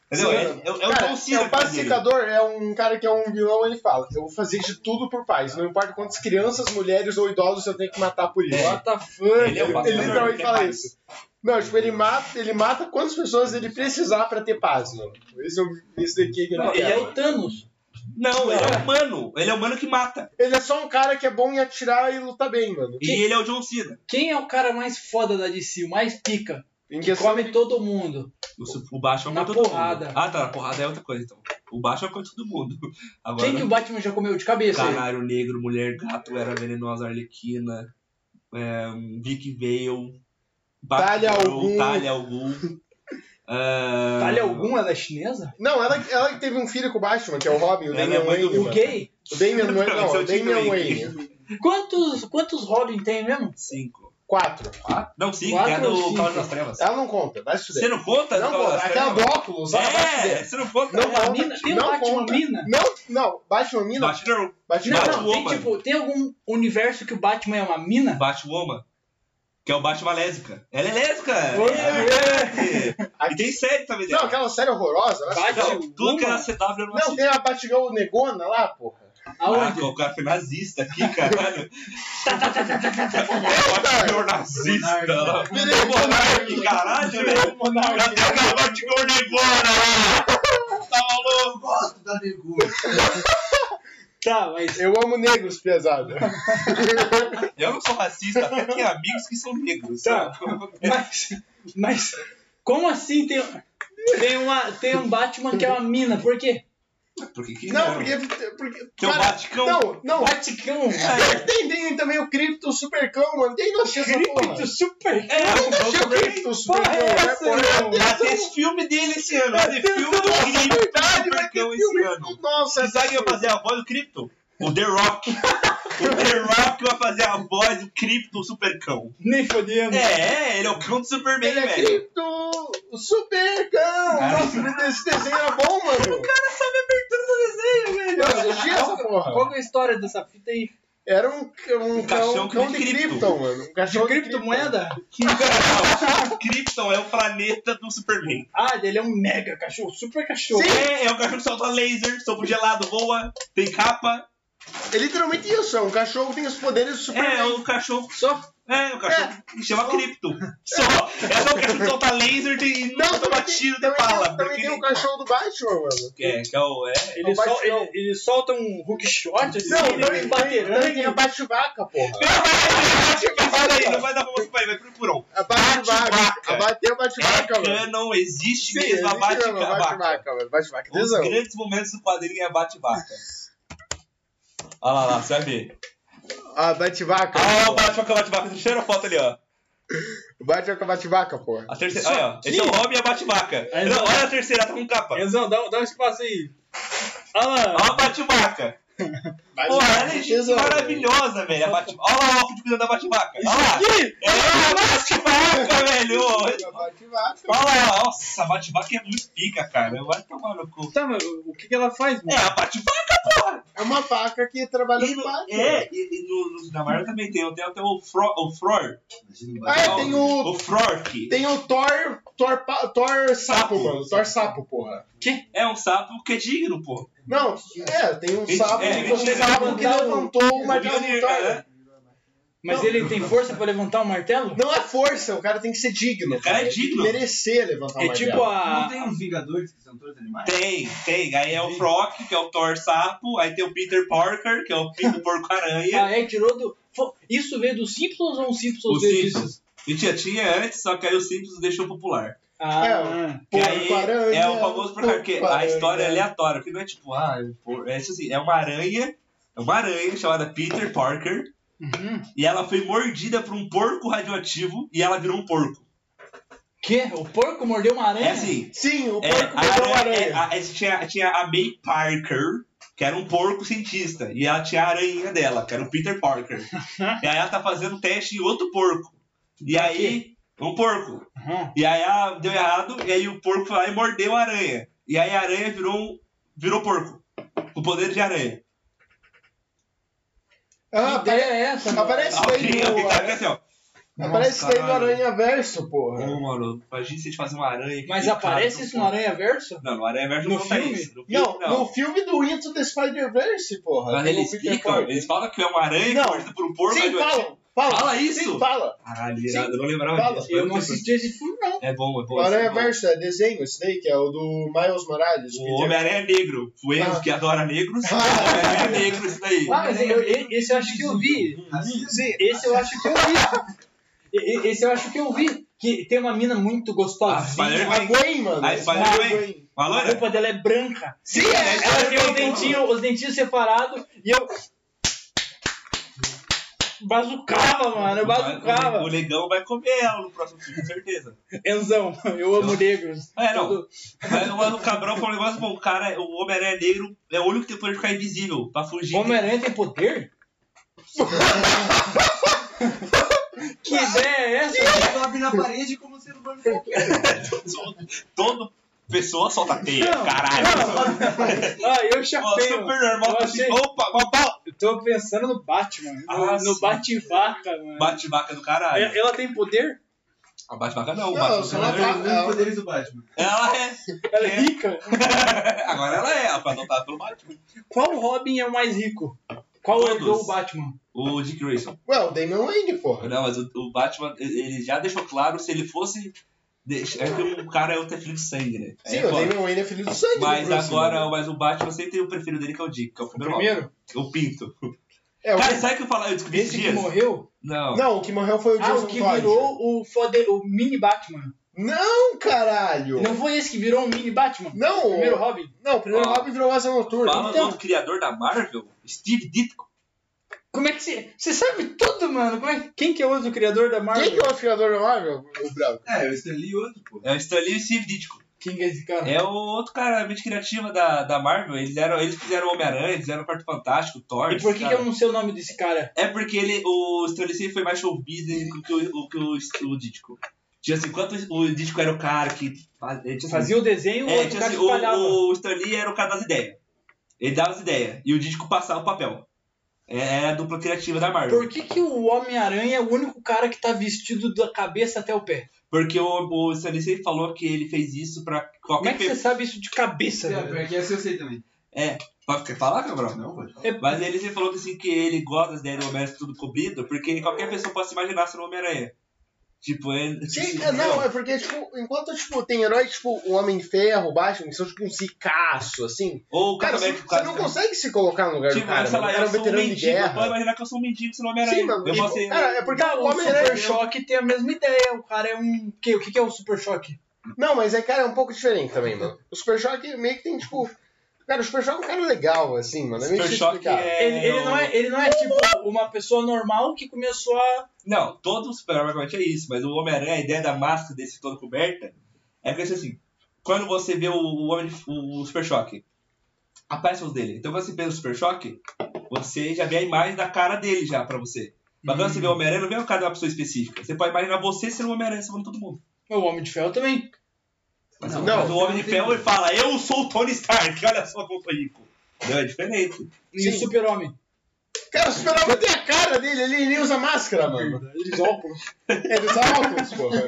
Entendeu? É, é- é o
Cara,
John Cena.
é o
que faz ele.
pacificador é um cara que é um vilão, ele fala: Eu vou fazer de tudo por paz, não importa quantas crianças, mulheres ou idosos eu tenho que matar por isso.
É.
What the fuck?
Ele é o
Ele,
pacificador,
literalmente
quer
fala
paz.
isso. Não, tipo, ele mata, ele mata quantas pessoas ele precisar pra ter paz, mano. Esse, é o- esse daqui que ele
Não,
não
ele é
quer.
o Thanos.
Não, ele é humano. Ele é humano que mata.
Ele é só um cara que é bom em atirar e lutar bem, mano.
E ele é o John Cena.
Quem é o cara mais foda da DC, o mais pica?
Em
Que
questão
come todo mundo.
O, su- o Batman
Na
matou todo
porrada.
mundo. Ah, tá. Na porrada é outra coisa, então. O Batman contra todo mundo. *laughs* Agora,
Quem que o Batman já comeu de cabeça?
Canário Negro, Mulher Gato, Era Venenosa Arlequina, é, um, Vic Vale,
Talha
Batgirl,
Algum.
Talha Algum. é,
Talha algum, ela é chinesa?
Não, ela, ela que teve um filho com o Batman, que é o Robin, o
Ela é
Damian
mãe do
Wayne.
Viu,
O
mano.
gay?
O Damian Wayne,
Não,
não,
esse é
o
o Tim
Damian
Drake.
Wayne.
Quantos, quantos Robin tem mesmo?
Cinco.
Quatro.
Quatro? Não, cinco,
Quatro
é a do
ou cinco?
Cavaleiro das Trevas.
Ela não conta, vai se
Você
fuder.
não conta? do
Não
Cavaleiro
conta,
das
aquela do
Trevas?
óculos, ela vai se
É,
fuder.
você não conta?
Não
a
conta,
mina- tem o
não
Batman
conta.
mina?
Não, não, Batman Mina.
É, Batgirl,
Batman
Não,
Mina.
não, tem
Batwoman.
tipo, tem algum universo que o Batman é uma mina?
Batwoman. Que é o Batman lésbica. Ela é lésbica!
Oi,
É verdade! E
Aqui-
tem série também
Não,
dela.
aquela série horrorosa. vai se fuder.
Não, tudo que era CW eu não
Não,
assisti.
tem a Batgirl negona lá, porra.
Aonde?
Caraca, o cara foi nazista aqui, caralho. É, Batgirl nazista. lá.
Monarque. né?
Monarque, caralho, velho. Já tem aquela Batgirl negona lá. Tá maluco?
Gosto da negura.
Tá, mas
Eu amo negros, pesado.
Eu não sou racista, até tenho amigos que são negros.
Tá. Mas, mas como assim tem, tem, uma, tem um Batman que é uma mina? Por quê?
Porque que
Não, porque. porque
Tem é o
cara,
Batcão.
Não, não.
Vaticão,
Tem, tem também o Crypto Supercão, mano. Tem notícia essa porra.
Cripto Super.
É, eu não
Tinha o
sei.
Crypto
porra é
Supercão, né,
essa, irmão?
porra? Tem
Vai ter
essa-
esse filme dele esse ano. Vai ter filme do
Nossa, é
Cripto
verdade, vai ter
Supercão esse
filme.
ano.
Nossa,
Você sabe quem vai
essa-
fazer a voz do Cripto? O The Rock. o The Rock vai fazer a voz do Cripto Supercão.
Nem fodendo.
É, ele é o cão do Superman,
Ele é
velho. Ah.
cripto, o supercão! Nossa, esse desenho era bom, mano!
cara sabe a abertura do desenho, velho.
Eu assisti essa porra!
Qual que é a história dessa fita aí?
Era um, um,
Um
cão,
cachorro
cão
de
de
cripto.
cripto, mano. Um
De
cachorro
criptomoeda?
Não, *laughs* Krypton é o planeta do Superman.
Ah, ele é um mega cachorro, super cachorro.
É, é o cachorro que solta laser, sopro gelado, voa, tem capa.
É literalmente isso, é um cachorro que tem os poderes do
É, é
Superman.
o cachorro.
Só
É, o cachorro que chama Krypton. Só. É só o cachorro que solta laser tem- e não toma
também tem-
tiro de
também tem- um,
bala.
Também tem o cachorro do Batman, mano.
É, que é o. É,
ele,
Não bate,
sol-
não.
ele- ele solta um hook shot assim,
Não,
ele
também
vem
tem- também tem a
baterando.
Bativaca, porra.
Não, vai, vai, vai, vai, vai, não vai dar pra você pra ele, vai pro purão.
A Bativaca.
Bativaca.
A bate- tem a Bativaca,
É
mano.
canon, existe mesmo
Sim,
a
existe mesmo, a
bate-cavaca.
Bativaca, mano. Bativaca,
Um dos
tesão.
grandes momentos do quadrinho é a bate-vaca. Olha lá, lá, você vai ver.
A Bativaca.
Ah, o bate-vaca, bate-vaca. Terceira foto ali, ó.
Bativaca, Bativaca, porra.
A terceira, olha, ó. Esse é o Robin e a bate-vaca.
É
Aí,
Não,
ó.
olha a terceira, tá com capa.
Renzão, dá, um- dá um espaço aí. Olha lá.
Olha a bate-vaca.
É
Porra, ela é gente
Tesão,
maravilhosa, velho. a bate- Olha lá o óculos de cuidado da bate-vaca. Olha lá.
Ih!
É a bate-vaca, velho.
velho. A Bativaca.
Olha lá, nossa, a bate-vaca é muito pica, cara. Vai tomar no cu.
Tá, mas o que, que ela faz,
É,
mano?
a bate-vaca, porra.
É uma vaca que trabalha
E
Tá no
no-
Batman.
é, e, e no, no, na Marvel também tem, tem até o, Fro, o Fror.
Imagina
Ah, é, tem o...
O Frork.
Tem o Thor... Thor, pa- Thor
é Sapo.
Sapo, mano. Thor Sapo, porra.
Que é um sapo que é digno, pô.
Não, é, tem um
Ele-
sapo,
é,
que
ele
conseguiu-
levantou
que levantou o martelo do
Mjolnir,
Thor.
né?
Mas ele tem força pra levantar um martelo?
Não é força, o cara tem que ser digno.
O cara é
Ele tem que
digno.
merecer levantar um o
É
martelo.
tipo
Não
a.
tem uns Vingadores que são todos animais?
Tem, tem. Aí é o Frog, que é o Thor sapo. Aí tem o Peter Parker, que é o Peter Porco-Aranha.
Ah, é, tirou do. Fo- Isso veio dos Simpsons ou os Simpsons
Os
veio
Simpsons. E tinha, tinha antes, só que aí o Simpsons deixou popular.
É,
Ah,
Que aí
Porco-aranha,
é o famoso porco porque a
porco-aranha.
história é aleatória, porque não é tipo, ah, é um por- é, tipo assim, é uma aranha, é uma aranha chamada Peter Parker,
uhum.
e ela foi mordida por um porco radioativo e ela virou um porco.
Que? O porco mordeu uma aranha?
É assim,
Sim, o
É,
porco
a
virou
aranha-
aranha.
é, a- é, tinha, tinha a May Parker, que era um porco cientista, e ela tinha a aranha dela, que era o Peter Parker. e aí ela tá fazendo teste em outro porco. E aí, um porco.
Aham.
E aí ela deu errado, e aí o porco foi lá e mordeu a aranha. E aí a aranha virou, um- virou porco. Com o poder de aranha.
Ah,
que ideia
apare-
é essa? mano?
Aparece daí
Alguém, alguém
no,
tá assim, ó.
aparece
Nossa,
daí no
caralho.
Aranha Verso, porra.
Ô, mano, imagina se a gente fazer uma aranha. que
Mas
fica
aparece
no
isso no Aranha Verso?
Não, no Aranha Verso
No
não tá
filme?
isso. No filme,
Não, no filme do Into the Spider-Verse, porra.
então. Mas
tem é o
eles
Peter
explicam,
Parker.
eles falam que é uma aranha
Não.
mordida por um porco.
Sim,
radioativo.
falam, falam.
Fala isso?
Sim, fala.
Caralho,
Sim.
irado, eu não lembrava
Fala,
disso.
Eu não assisti esse filme, não.
É bom, é bom.
O Aranha
é bom.
Verso é desenho, esse daí, que é o do Miles Morales.
O
Peter-
Homem-Aranha é Negro. O Enzo
Ah.
que adora negros.
Ah.
Homem-Aranha é Negro, isso daí.
Ah, mas eu- eu- esse eu acho que eu vi.
Ah,
Esse eu acho que eu vi. E- e- Esse eu acho que eu vi. Que tem uma mina muito
Ah, Spider-
gostosinha.
A Gwen, mano.
A Spider-Gwen.
A Gwen.
Uma
A
loira?
roupa dela é branca.
Sim,
é
Ela tem
Spider-Man,
o dentinho, os dentinhos separados e eu. Bazucava, mano. Eu
O- O
bazucava.
negão vai comer ela no próximo filme, com certeza.
Enzão, eu amo negros.
É, não.
Tudo-
Mas o Mano Cabrão foi um negócio bom. O cara, o Homem-Aranha Negro é o único que tem poder de ficar invisível pra fugir.
Homem-Aranha tem
*laughs*
poder? que ideia é essa?
*laughs*
Sobe na parede como um ser humano.
Todo pessoa solta teia,
Não.
caralho.
Ah, eu
Ó,
chapei.
Super normal.
Eu
tá
achei-
assim, Opa, uma bala.
Eu tô pensando no Batman. no-
Ah,
no
sim.
Bate-Vaca, mano.
Bate-vaca do caralho.
Ela ela tem poder?
A Bate-vaca não.
Não,
Bate-vaca
só uma
é-
vaca.
Os mesmos poderes do Batman.
Ela é. *laughs*
Ela é
É.
rica?
Agora ela é, ela foi adotada pelo Batman.
Qual Robin é o mais rico? Qual
Todos.
herdou o Batman?
O Dick Grayson.
Ué, o Damian Wayne, porra.
Não, mas o, o Batman, ele já deixou claro, se ele fosse. deixa- É que um cara é o teu filho de sangue, né?
Sim,
É
o
foda.
Damian Wayne é filho do sangue. do
Mas
Bruce,
agora,
mano.
mas o Batman sempre tem o preferido dele, que é o Dick, que é o
O
primeiro,
né? primeiro?
O Pinto.
É, o-
Cara, sabe o que eu falei? Eu descobri esses
Esse que
dias?
morreu?
Não.
Não, o que morreu foi o
Ah,
Jason
o que
Todd.
virou o, fode... o mini Batman.
Não, caralho!
Não foi esse que virou um mini Batman?
Não,
O primeiro Robin?
Não, o primeiro
Ó.
Robin virou Asa Noturna.
Ah. Fala
Então-
do criador da Marvel, Steve Ditko.
Como é que você. Você sabe tudo, mano? Como é... Quem que é o outro criador da Marvel?
Quem que é o afiador da Marvel? O Branco.
É, eu estrelei outro, pô.
É o Stanley e o Steve Ditko.
Quem que é esse cara?
É o outro cara, a mente criativa da, da Marvel. Eles, eram, eles fizeram Homem-Aranha, eles fizeram Quarto Fantástico, Thor.
e por que, que
sabe?
eu não sei o nome desse cara?
É porque ele, o Straczynski foi mais showbiz do que o, o, que o, o Ditko. Tinha assim, enquanto o Ditko era o cara que faz- ele tinha-
Fazia o desenho ou
É,
outro
tinha
cara
assim,
que espalhava?
o, o Stan Lee era o cara das ideias. Ele dava as ideias. E o Ditko passava o papel. É, Era a dupla criativa da Marvel.
Por que, que o Homem-Aranha é o único cara que tá vestido da cabeça até o pé?
Porque o, o Stan Lee sempre falou que ele fez isso pra
Como é
qualquer
que você
pessoa.
sabe isso de
É,
cabeça? velho?
É, Pior que essa eu sei também.
Pode quer falar, Cabral?
Não, pode falar.
é.
É
Mas ele sempre falou que, assim, que ele gosta das ideias do Homem-Aranha tudo cobrido, porque qualquer pessoa pode se imaginar sendo o Homem-Aranha. Tipo, ele.
Sim, é, não, é porque, tipo, enquanto, tipo, tem heróis, tipo, o Homem de Ferro, o Batman, que são, tipo, um cicaço, assim.
*laughs* Ou o
Cara,
Capitão
você
América,
você não
cara,
consegue se colocar no lugar do
Tipo,
cara.
sei
mano.
lá,
O
eu
cara é um
sou um
veterano de
mendigo, pode
guerra.
imaginar que eu sou um mendigo sendo
Sim,
Homem-Aranha.
mano.
Eu posso
E,
ser.
cara, é porque
Tá,
o
o Super
Homem-Aranha...
Choque tem a mesma ideia. O cara é um. Que, o que, que é o Super Choque?
Não, mas é, cara, é um pouco diferente também, mano. O Super Choque meio que tem, tipo... Cara, o Super Choque é um cara legal, assim, mano. É meio
Super
difícil
Choque
explicar.
é.
ele, ele não é, ele não é tipo uma pessoa normal que começou a.
Não, todo super-herói basicamente é isso, mas o Homem-Aranha, a ideia da máscara desse todo coberta, é que assim, quando você vê o, o homem, o, o Super Choque, aparece os dele. Então quando você pensa no Super Choque, você já vê a imagem da cara dele já pra você. Mas quando
Hum.
você vê o Homem-Aranha, não vê o cara de uma pessoa específica. Você pode imaginar você sendo o Homem-Aranha salvando todo mundo.
O Homem de Ferro também.
Mas,
Não,
o-
não,
mas o Homem de
não tem
Ferro ele
como.
fala, eu sou o Tony Stark, *laughs* olha só como eu sou rico. Não, é diferente.
E o
Sim.
Super-Homem.
Cara, o Super-Homem tem a cara dele, ele nem usa máscara, mano.
Eles óculos.
Ele usa óculos, porra.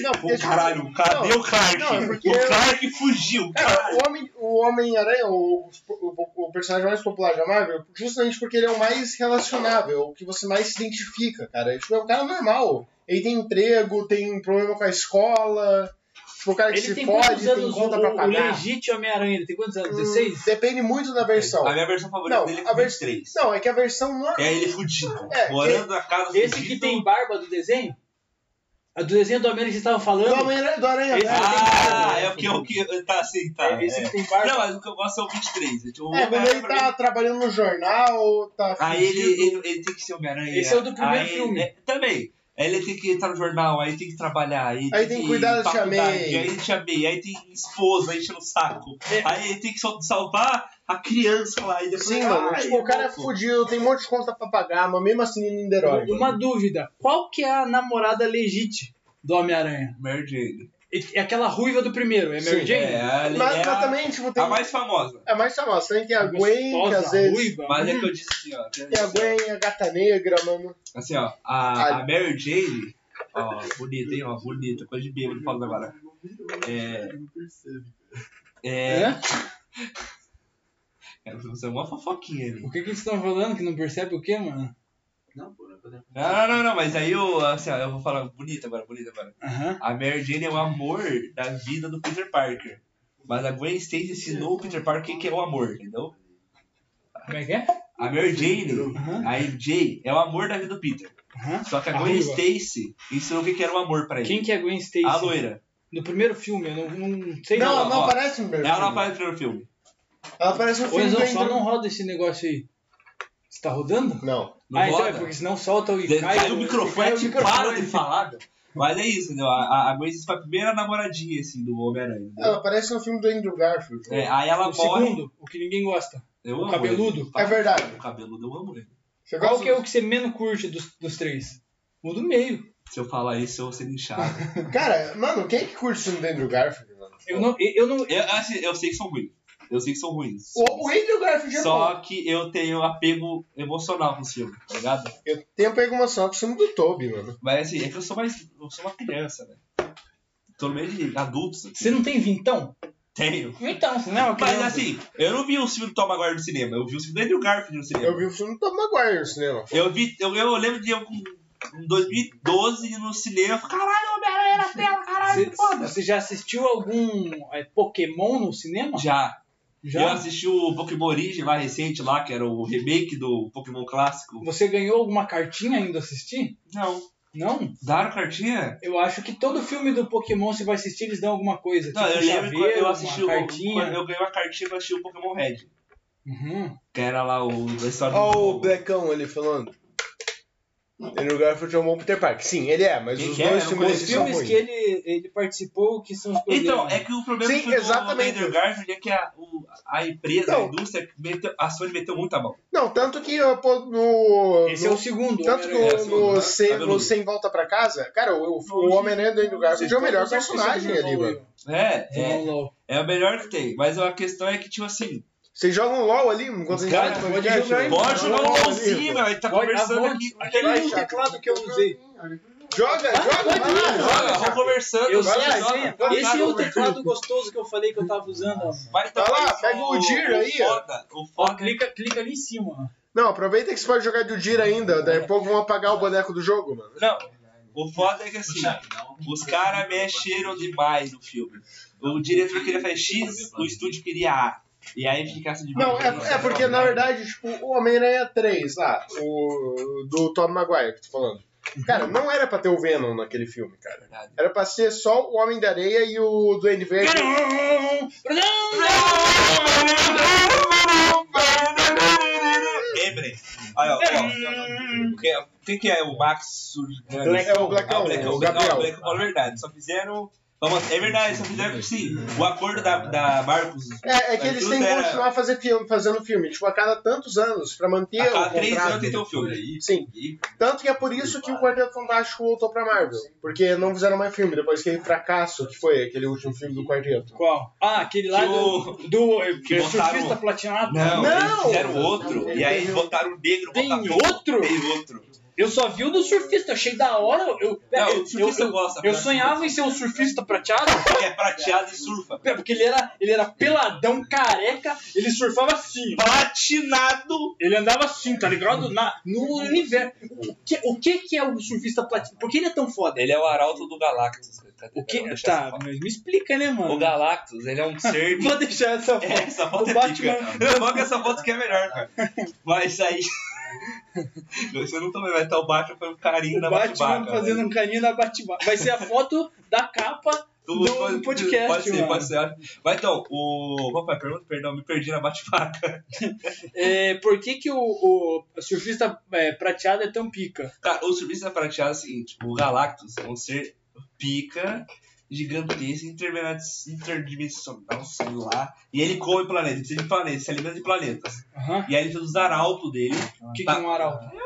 Não, porque,
Ô,
tipo,
caralho, cadê
não,
o Clark?
não, é porque- É,
O Clark fugiu,
Cara,
caralho.
o Homem- o Homem-Aranha, o, o, o personagem mais popular da Marvel, justamente porque ele é o mais relacionável, é o que você mais se identifica, cara. Tipo, é um cara normal. Ele tem emprego, tem um problema com a escola, tipo, o cara que
Ele
se
tem
fode,
quantos
tem
anos? O,
conta pra
o
pagar.
legítimo Homem-Aranha, ele tem quantos anos?
Hum,
16?
Depende muito da versão.
A minha versão favorita
Não,
dele é
a
com
vers-
23.
Não, é que a versão normal.
É ele fudido.
É,
morando na casa
Esse
fudido.
que tem barba do desenho? A do desenho do Homem-Aranha que vocês estavam falando?
Do Homem-Aranha. do Aranha né?
Esse-
Verso.
Ah, é o que, é o que. Tá assim, tá.
É, Esse
é.
que tem barba.
Não, mas o que eu gosto é o 23. Tipo, o
É, quando ele
Homem-Aranha pra
tá trabalhando no jornal, tá.
mim- Aí ele,
fudido.
ele, ele tem que ser Homem-Aranha.
Esse é o do primeiro
Aí-
filme.
é, também. Aí ele tem que entrar no jornal, aí tem que trabalhar, aí,
Aí tem que cuidar
ir
da tia
faculdade,
May.
Aí tia May, aí tem esposa, aí enchendo o saco.
É.
Aí ele tem que sal- salvar a criança lá. E depois,
Sim, mano.
Ai,
Tipo, o cara é
louco.
fudido, tem um monte de conta pra pagar, mas mesmo assim ele ainda é herói.
Uma dúvida. Qual que é a namorada legítima do Homem-Aranha?
Mary Jane.
É aquela ruiva do primeiro, é Mary
Sim,
Jane?
É, ali
Mas,
é
mas
a-
também, tipo, tem.
a mais famosa.
É mais famosa. Também tem a Gwen, que às
Gostosa,
vezes.
ruiva.
Mas é que eu disse assim, ó. tem
Tem a
assim, ó.
Gwen, a gata negra, mano.
Assim, ó, a,
Ah.
a Mary Jane, ó, bonita, hein, ó, bonita, coisa de bêbado falando agora. É,
Eu não percebo.
é, *laughs*
É?
é, você é uma fofoquinha ali.
O que que eles estão falando que não percebe o quê, mano?
Não, pô, não é pra dar-
Não, não, não, mas aí eu, assim, ó, eu vou falar bonita agora, bonita agora.
Aham.
A Mary Jane é o amor da vida do Peter Parker. Mas a Gwen Stacy ensinou o Peter Parker o que que é o amor, entendeu?
Como é que é?
A Mary Jane,
Aham.
a MJ, é o amor da vida do Peter.
Aham.
Só que a
A
Gwen
ruiva.
Stacy ensinou o que que era o amor pra ele.
Quem que é Gwen Stacy?
A loira.
No primeiro filme, eu não, não sei
Não, ela
nada.
não
ó.
aparece no primeiro
Ela não
filme.
aparece no primeiro filme.
Ela aparece no
Ô,
filme do
Enzo, só
Andrew.
não roda esse negócio aí. Você tá rodando?
Não.
Não
ah, então
roda?
é porque senão solta o
Ele cai do
o-
microfone,
cai o
te para de falar. meu. Mas é isso, entendeu? A, a- a Gwen Stacy foi a primeira namoradinha, assim, do Homem-Aranha. entendeu?
Ela aparece no filme do Andrew Garfield.
É, aí ela
O
morre.
segundo, o que ninguém gosta.
Eu
o
amo
cabeludo.
ele.
É verdade.
O cabeludo eu amo ele.
Você
Qual
gosta
que é o que você menos curte dos, dos três? O do meio.
Se eu falar isso, eu vou ser linchado. *laughs*
do- Cara, mano, quem é que curte o filme do Andrew Garfield, mano?
Eu não. Eu não
eu, assim, eu sei que são ruins. Eu sei que são ruins.
O, o Andrew Garfield é bom.
Só que eu tenho apego emocional com o filme, tá ligado?
Eu tenho pego uma só com o filme do Toby, mano.
Mas assim, é que eu sou mais. Eu sou uma criança, velho. Tô no meio de adultos.
Você não tem vintão?
Tenho.
Vintão, você não é uma
Mas
criança.
assim, eu não vi o filme do Tom Maguire no cinema, eu vi o filme do Andrew Garfield no cinema.
Eu vi o filme do Tom Maguire no cinema.
Eu vi, eu, eu lembro de eu com em 2012 no cinema, eu falei, caralho, Homem-Aranha na tela, caralho, que
Você,
foda.
você já assistiu algum é, Pokémon no cinema?
Já. Eu
Já?
assisti o Pokémon Origem lá recente, lá, que era o remake do Pokémon clássico.
Você ganhou alguma cartinha ainda assistir?
Não.
Não?
Daram cartinha?
Eu acho que todo filme do Pokémon você vai assistir, eles dão alguma coisa.
Não,
tipo
eu
um
lembro
chaveiro,
quando eu
uma
assisti o.
cartinha.
Quando eu ganhei uma cartinha pra assistir o Pokémon Red.
Uhum.
Que era lá o da história
Olha o
do.
Blackão ele falando. Andrew Garfield é um bom Peter Parker. Sim, ele é, mas
Quem
os
que é?
dois
Eu não
filmes
conheço.
Os
são
um filmes
ruins.
que ele, ele participou que são os problemas.
Então, é que o problema
Sim,
do-
exatamente.
do Andrew Garfield é que a, o- a empresa, a
Então.
indústria, meteu- a Sony meteu muito a mão.
Não, tanto que ó, pô, no.
Esse é
no-
o segundo.
Tanto que
Homem-Aranha.
É, assim,
o- no,
né?
sem,
Cabeludo.
no Sem Volta Pra Casa, cara, o, o- o
Hoje-
Homem-Aranha do Andrew
Vocês
Garfield é o
estão-
melhor
vocês estão
personagem ali,
evoluindo.
mano.
É, é,
LOL.
é o melhor que tem. Mas a questão é que, tipo assim,
Vocês jogam LOL ali enquanto a gente
Cara,
faz
pode
podcast? né?
jogar em-
pode jogar um
Joga,
golzinho, meu. A gente tá
Pode-
conversando
ah, bom,
aqui.
aquele
Vai,
um
Chaco.
teclado que eu usei.
Joga,
Ah,
joga, vai
Joga,
lá, joga.
vamos
Chaco.
conversando.
Eu
Vai
sei,
vamos
lá,
jogar,
sim.
vamos jogar.
Esse é o teclado gostoso que eu falei que eu tava usando. ó.
Vai tá
Vai lá,
aparecendo
pega o Dir aí,
O foda, o
Ó,
foda.
clica, clica ali em cima. ó.
Não, aproveita que você pode jogar de Udira ainda, daí a pouco vão apagar o boneco do jogo, mano.
Não, o foda é que assim, os caras mexeram demais no filme. O diretor queria fazer X, o estúdio queria A. E aí fica essa demais.
Não, é, é porque na verdade, tipo, o Homem-Aranha 3 lá, o do Tom Maguire que tu falando. Cara, não era pra ter o Venom naquele filme, cara.
Verdade.
Era pra ser só o Homem da Areia e o Duende Verde.
Lembrem. Aí, ó, ó. O que- o que, que é o Max Surgano?
É o Blackão, o Gabriel.
é verdade. Só fizeram. Vamos, é verdade, só fizeram que sim. O acordo da, da Marcos.
É, é que eles têm
né?
que continuar fazer filme, fazendo filme, tipo, a cada tantos anos, pra manter
A
o
cada
contrato.
três anos tem que ter um filme.
Sim. Tanto que é por isso que o Quarteto Fantástico voltou pra Marvel. Porque não fizeram mais filme, depois que aquele fracasso que foi aquele último filme do Quarteto. É
Qual? Ah, aquele lá
Que
do,
o-
do
que
é
botaram-
surfista platinado.
Não, eles
Não!
fizeram outro. E aí botaram o negro.
Tem
botaram-
outro?
Tem outro.
Eu só vi o do surfista, achei da hora. Eu, eu,
Não,
É, eu,
o surfista
eu-
gosta,
eu
cara.
sonhava em ser um surfista prateado.
Que é prateado e surfa.
É, Porque ele era, ele era peladão, careca, ele surfava assim. ó.
Platinado!
Ele andava assim, tá ligado? Na, no universo. O que, o que que é o surfista platinado? Por que ele é tão foda?
Ele é o arauto do Galactus. Cadê?
O que?
Vou deixar essa
Tá,
foto.
mas me explica, né, mano?
O Galactus, ele é um *laughs* ser.
Vou deixar essa
É,
foto.
essa foto
o
é
Batman.
pica. Eu que essa foto que é melhor, cara.
*laughs*
Mas aí. Você não também vai estar o Batman pelo um carinho
O
da
Batman
Batman.
fazendo um caninho na Batman. Vai ser a foto da capa do, do um podcast,
Pode ser,
mano.
pode ser. Mas então, o. Qual foi a pergunta? Perdão, me perdi na Batfaca.
É, por que, que o, o surfista é, prateado é tão pica?
Cara, o surfista prateado é o seguinte: o Galactus é um ser pica, gigantesco, intermina- interdimensional, sei lá. um E ele come planeta, precisa de planeta, se alimenta de planetas.
Aham.
E aí ele usa os arautos dele.
O que, que é um arauto?
Tá.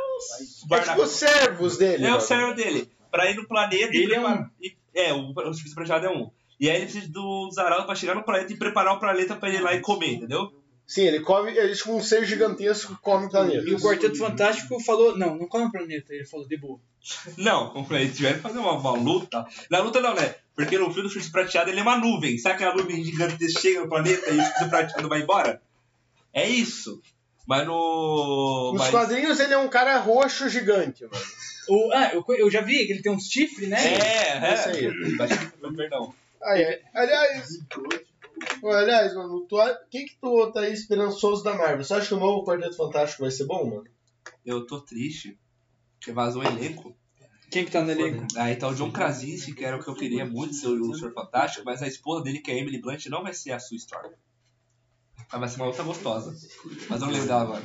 É tipo os servos dele.
É o
mano.
cérebro dele. Pra ir no planeta
Ele
e
é
preparar. e- É, o, o difícil prateado é um. E aí ele precisa do Zaraldo pra chegar no planeta e preparar o planeta pra ele ir lá e comer, entendeu?
Sim, ele come, ele é tipo um ser gigantesco que come o planeta.
E o Quarteto Fantástico falou: Não, não come o planeta. Ele falou: De boa.
Não, eles tiveram que fazer uma, uma luta. Na luta não, né? Porque no filme do Chifre Prateado ele é uma nuvem. Sabe aquela nuvem gigante que chega no planeta e o Chifre Prateado vai embora? É isso. Mas no.
Nos
mas-
quadrinhos ele é um cara roxo gigante, mano.
O, ah, eu, co- eu já vi que ele tem um chifre, né?
É, é.
É isso aí.
Mas, perdão.
Aí, é. Aliás, Ô, aliás, mano, tu, a- quem que tu tá aí esperançoso da Marvel? Você acha que o novo Quarteto Fantástico vai ser bom, mano?
Eu tô triste. Porque vazou o elenco.
Quem que tá no elenco?
Aí tá o John Krasinski, que era o que eu queria muito ser o Senhor Fantástico, mas a esposa dele, que é a Emily Blunt, não vai ser a sua história. Ela vai ser uma outra gostosa. Mas vamos lembrar agora.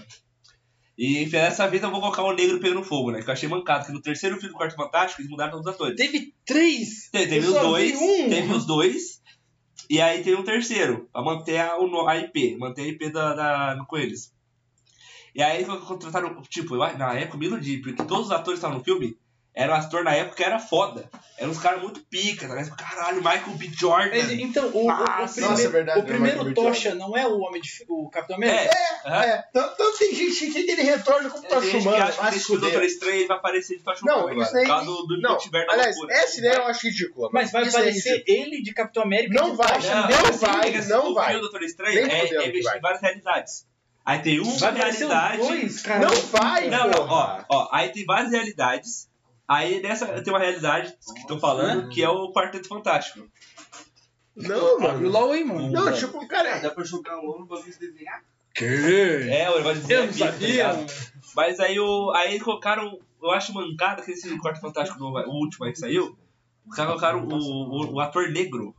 E dessa vez eu vou colocar o negro pegando fogo, né? Que eu achei mancado, que no terceiro filme do Quarto Fantástico eles mudaram todos os atores.
Teve três!
Te- Teve
Eu
os
só vi
dois,
um.
teve os dois, e aí teve um terceiro, pra manter a, o no- a IP, manter a IP da, da, com eles. E aí co- contrataram, tipo, eu- na época eu me iludi, porque todos os atores que estavam no filme eram atores na época que era foda. Eram uns caras muito pica, tá ligado? Caralho, Michael B. Jordan.
Ele- Então, o, o- o
Nossa,
primeiro-
é verdade,
o
é
primeiro
Michael B.
tocha não é o homem de Fe- o Capitão
É,
América?
aham.
É, tanto, tanto tem gente que ele retorna como
Tem
tá
gente que
chumando.
acha que
vai
esse
se
filme do Doutor
fuder.
Estranho ele vai aparecer de tocha
Não,
humana,
isso
mano,
daí.
por causa do, do
Não,
multiverso da
aliás,
loucura.
essa ideia eu acho ridícula.
Mas vai
Isso daí é
aparecer ele de Capitão América?
Não
de
vai,
tocha?
não
mas se
vai,
liga, se
não
assim, o
vai.
filme do Doutor Estranho
Nem
é,
fudendo
é
que
mexer
vai.
em várias realidades. Aí tem uma
Vai aparecer os
realidade.
dois, cara.
Não vai,
Não, não, ó,
porra.
ó, aí tem várias realidades. Aí nessa tem uma realidade que estão falando, que é o Quarteto Fantástico.
Abre
Não,
o
mano.
LOL aí, mano.
Não, tipo, cara,
Dá pra jogar o lobo pra vocês desenhar?
Que?
É, o negócio de
Eu não
desafio, tá
sabia.
ligado? Mas aí o. Aí colocaram. Eu acho mancado que esse Quarteto Fantástico novo, o último aí que saiu. Os caras colocaram o, o, o ator negro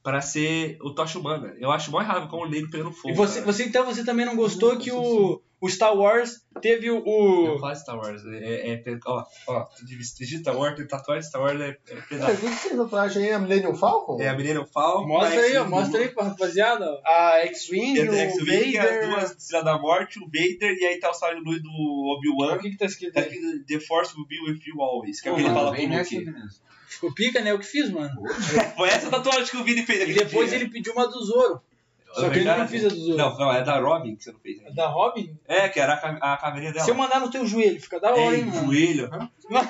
pra ser o Tocha Humana. Eu acho mó errado como o negro pegando fogo.
E você,
cara.
você, então você também não gostou que o, O Star Wars teve o.
Eu
o-
faço Star Wars. É, é, é- ó, ó, tu digita Star Wars, tem tatuagem Star Wars, é, é
Cara,
*laughs*
pesado.
o que que tem tatuagem aí? A Millennium Falcon?
É a menina Falcon.
Mostra
a
aí, ó,
X-Wing,
mostra aí pra rapaziada.
A X-Wing,
É,
o
do X-Wing, as
Vader...
duas Cidade da Morte, o Vader, e aí tá o Sábio de Luz do
ó. O
Obi-Wan.
que que tá escrito
Tá
aí?
escrito The Force will be with you always. Que é o que ele
Mano,
fala pro
bem nessa
Luke.
mesmo.
Ficou pica, né? O que fiz, mano.
Foi essa tatuagem que o Vini fez
E
aquele
depois
dia.
ele pediu uma do Zoro. Só que eu
Verdade.
não fiz a do Zoro.
Não, não, é da Robin que você não fez.
A
ainda.
Da Robin?
É, que era a, ca- a caveirinha dela.
Se eu mandar no teu joelho, fica da hora,
É,
hein,
o
mano.
joelho.
*laughs*
aham.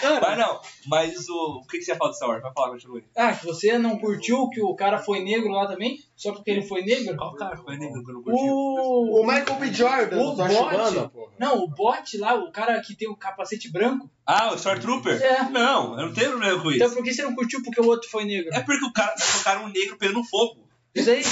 Cara,
Mas não, mas o, o que, que você ia falar do Star Wars? Vai falar, continua.
Ah, que você não curtiu que o cara foi negro lá também? Só porque ele foi negro?
Qual cara foi negro que eu não curtiu?
O...
O Michael B. Jordan,
O
tá
bot.
chamando, porra.
Não, o bot lá, o cara que tem o capacete branco.
Ah, o Stormtrooper?
É.
Não, eu não tenho problema com isso.
Então por que você não curtiu porque o outro foi negro?
É porque o cara colocaram um negro pegando fogo.
Isso aí.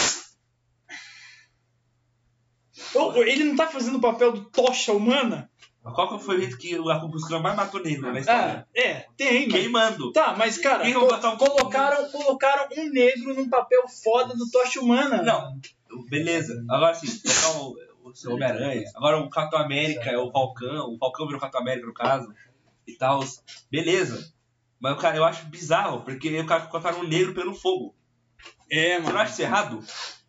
Ô, ô, Ele não tá fazendo o papel do tocha humana?
Mas Qual que foi o jeito que a Cumbuscura mais matou negro na
Ah,
história?
é, tem, mano.
Queimando.
Tá, mas cara,
Quem vai botar um-
colocaram, colocaram um negro num papel foda do tocha humana.
Não, beleza. Agora sim, colocar o, o seu Homem-Aranha. Agora o Capitão América é o Falcão. O Falcão virou Capitão América, no caso. E tal. Beleza. Mas, cara, eu acho bizarro, porque o cara colocaram um negro pelo fogo.
É,
Você não
mano.
acha isso errado?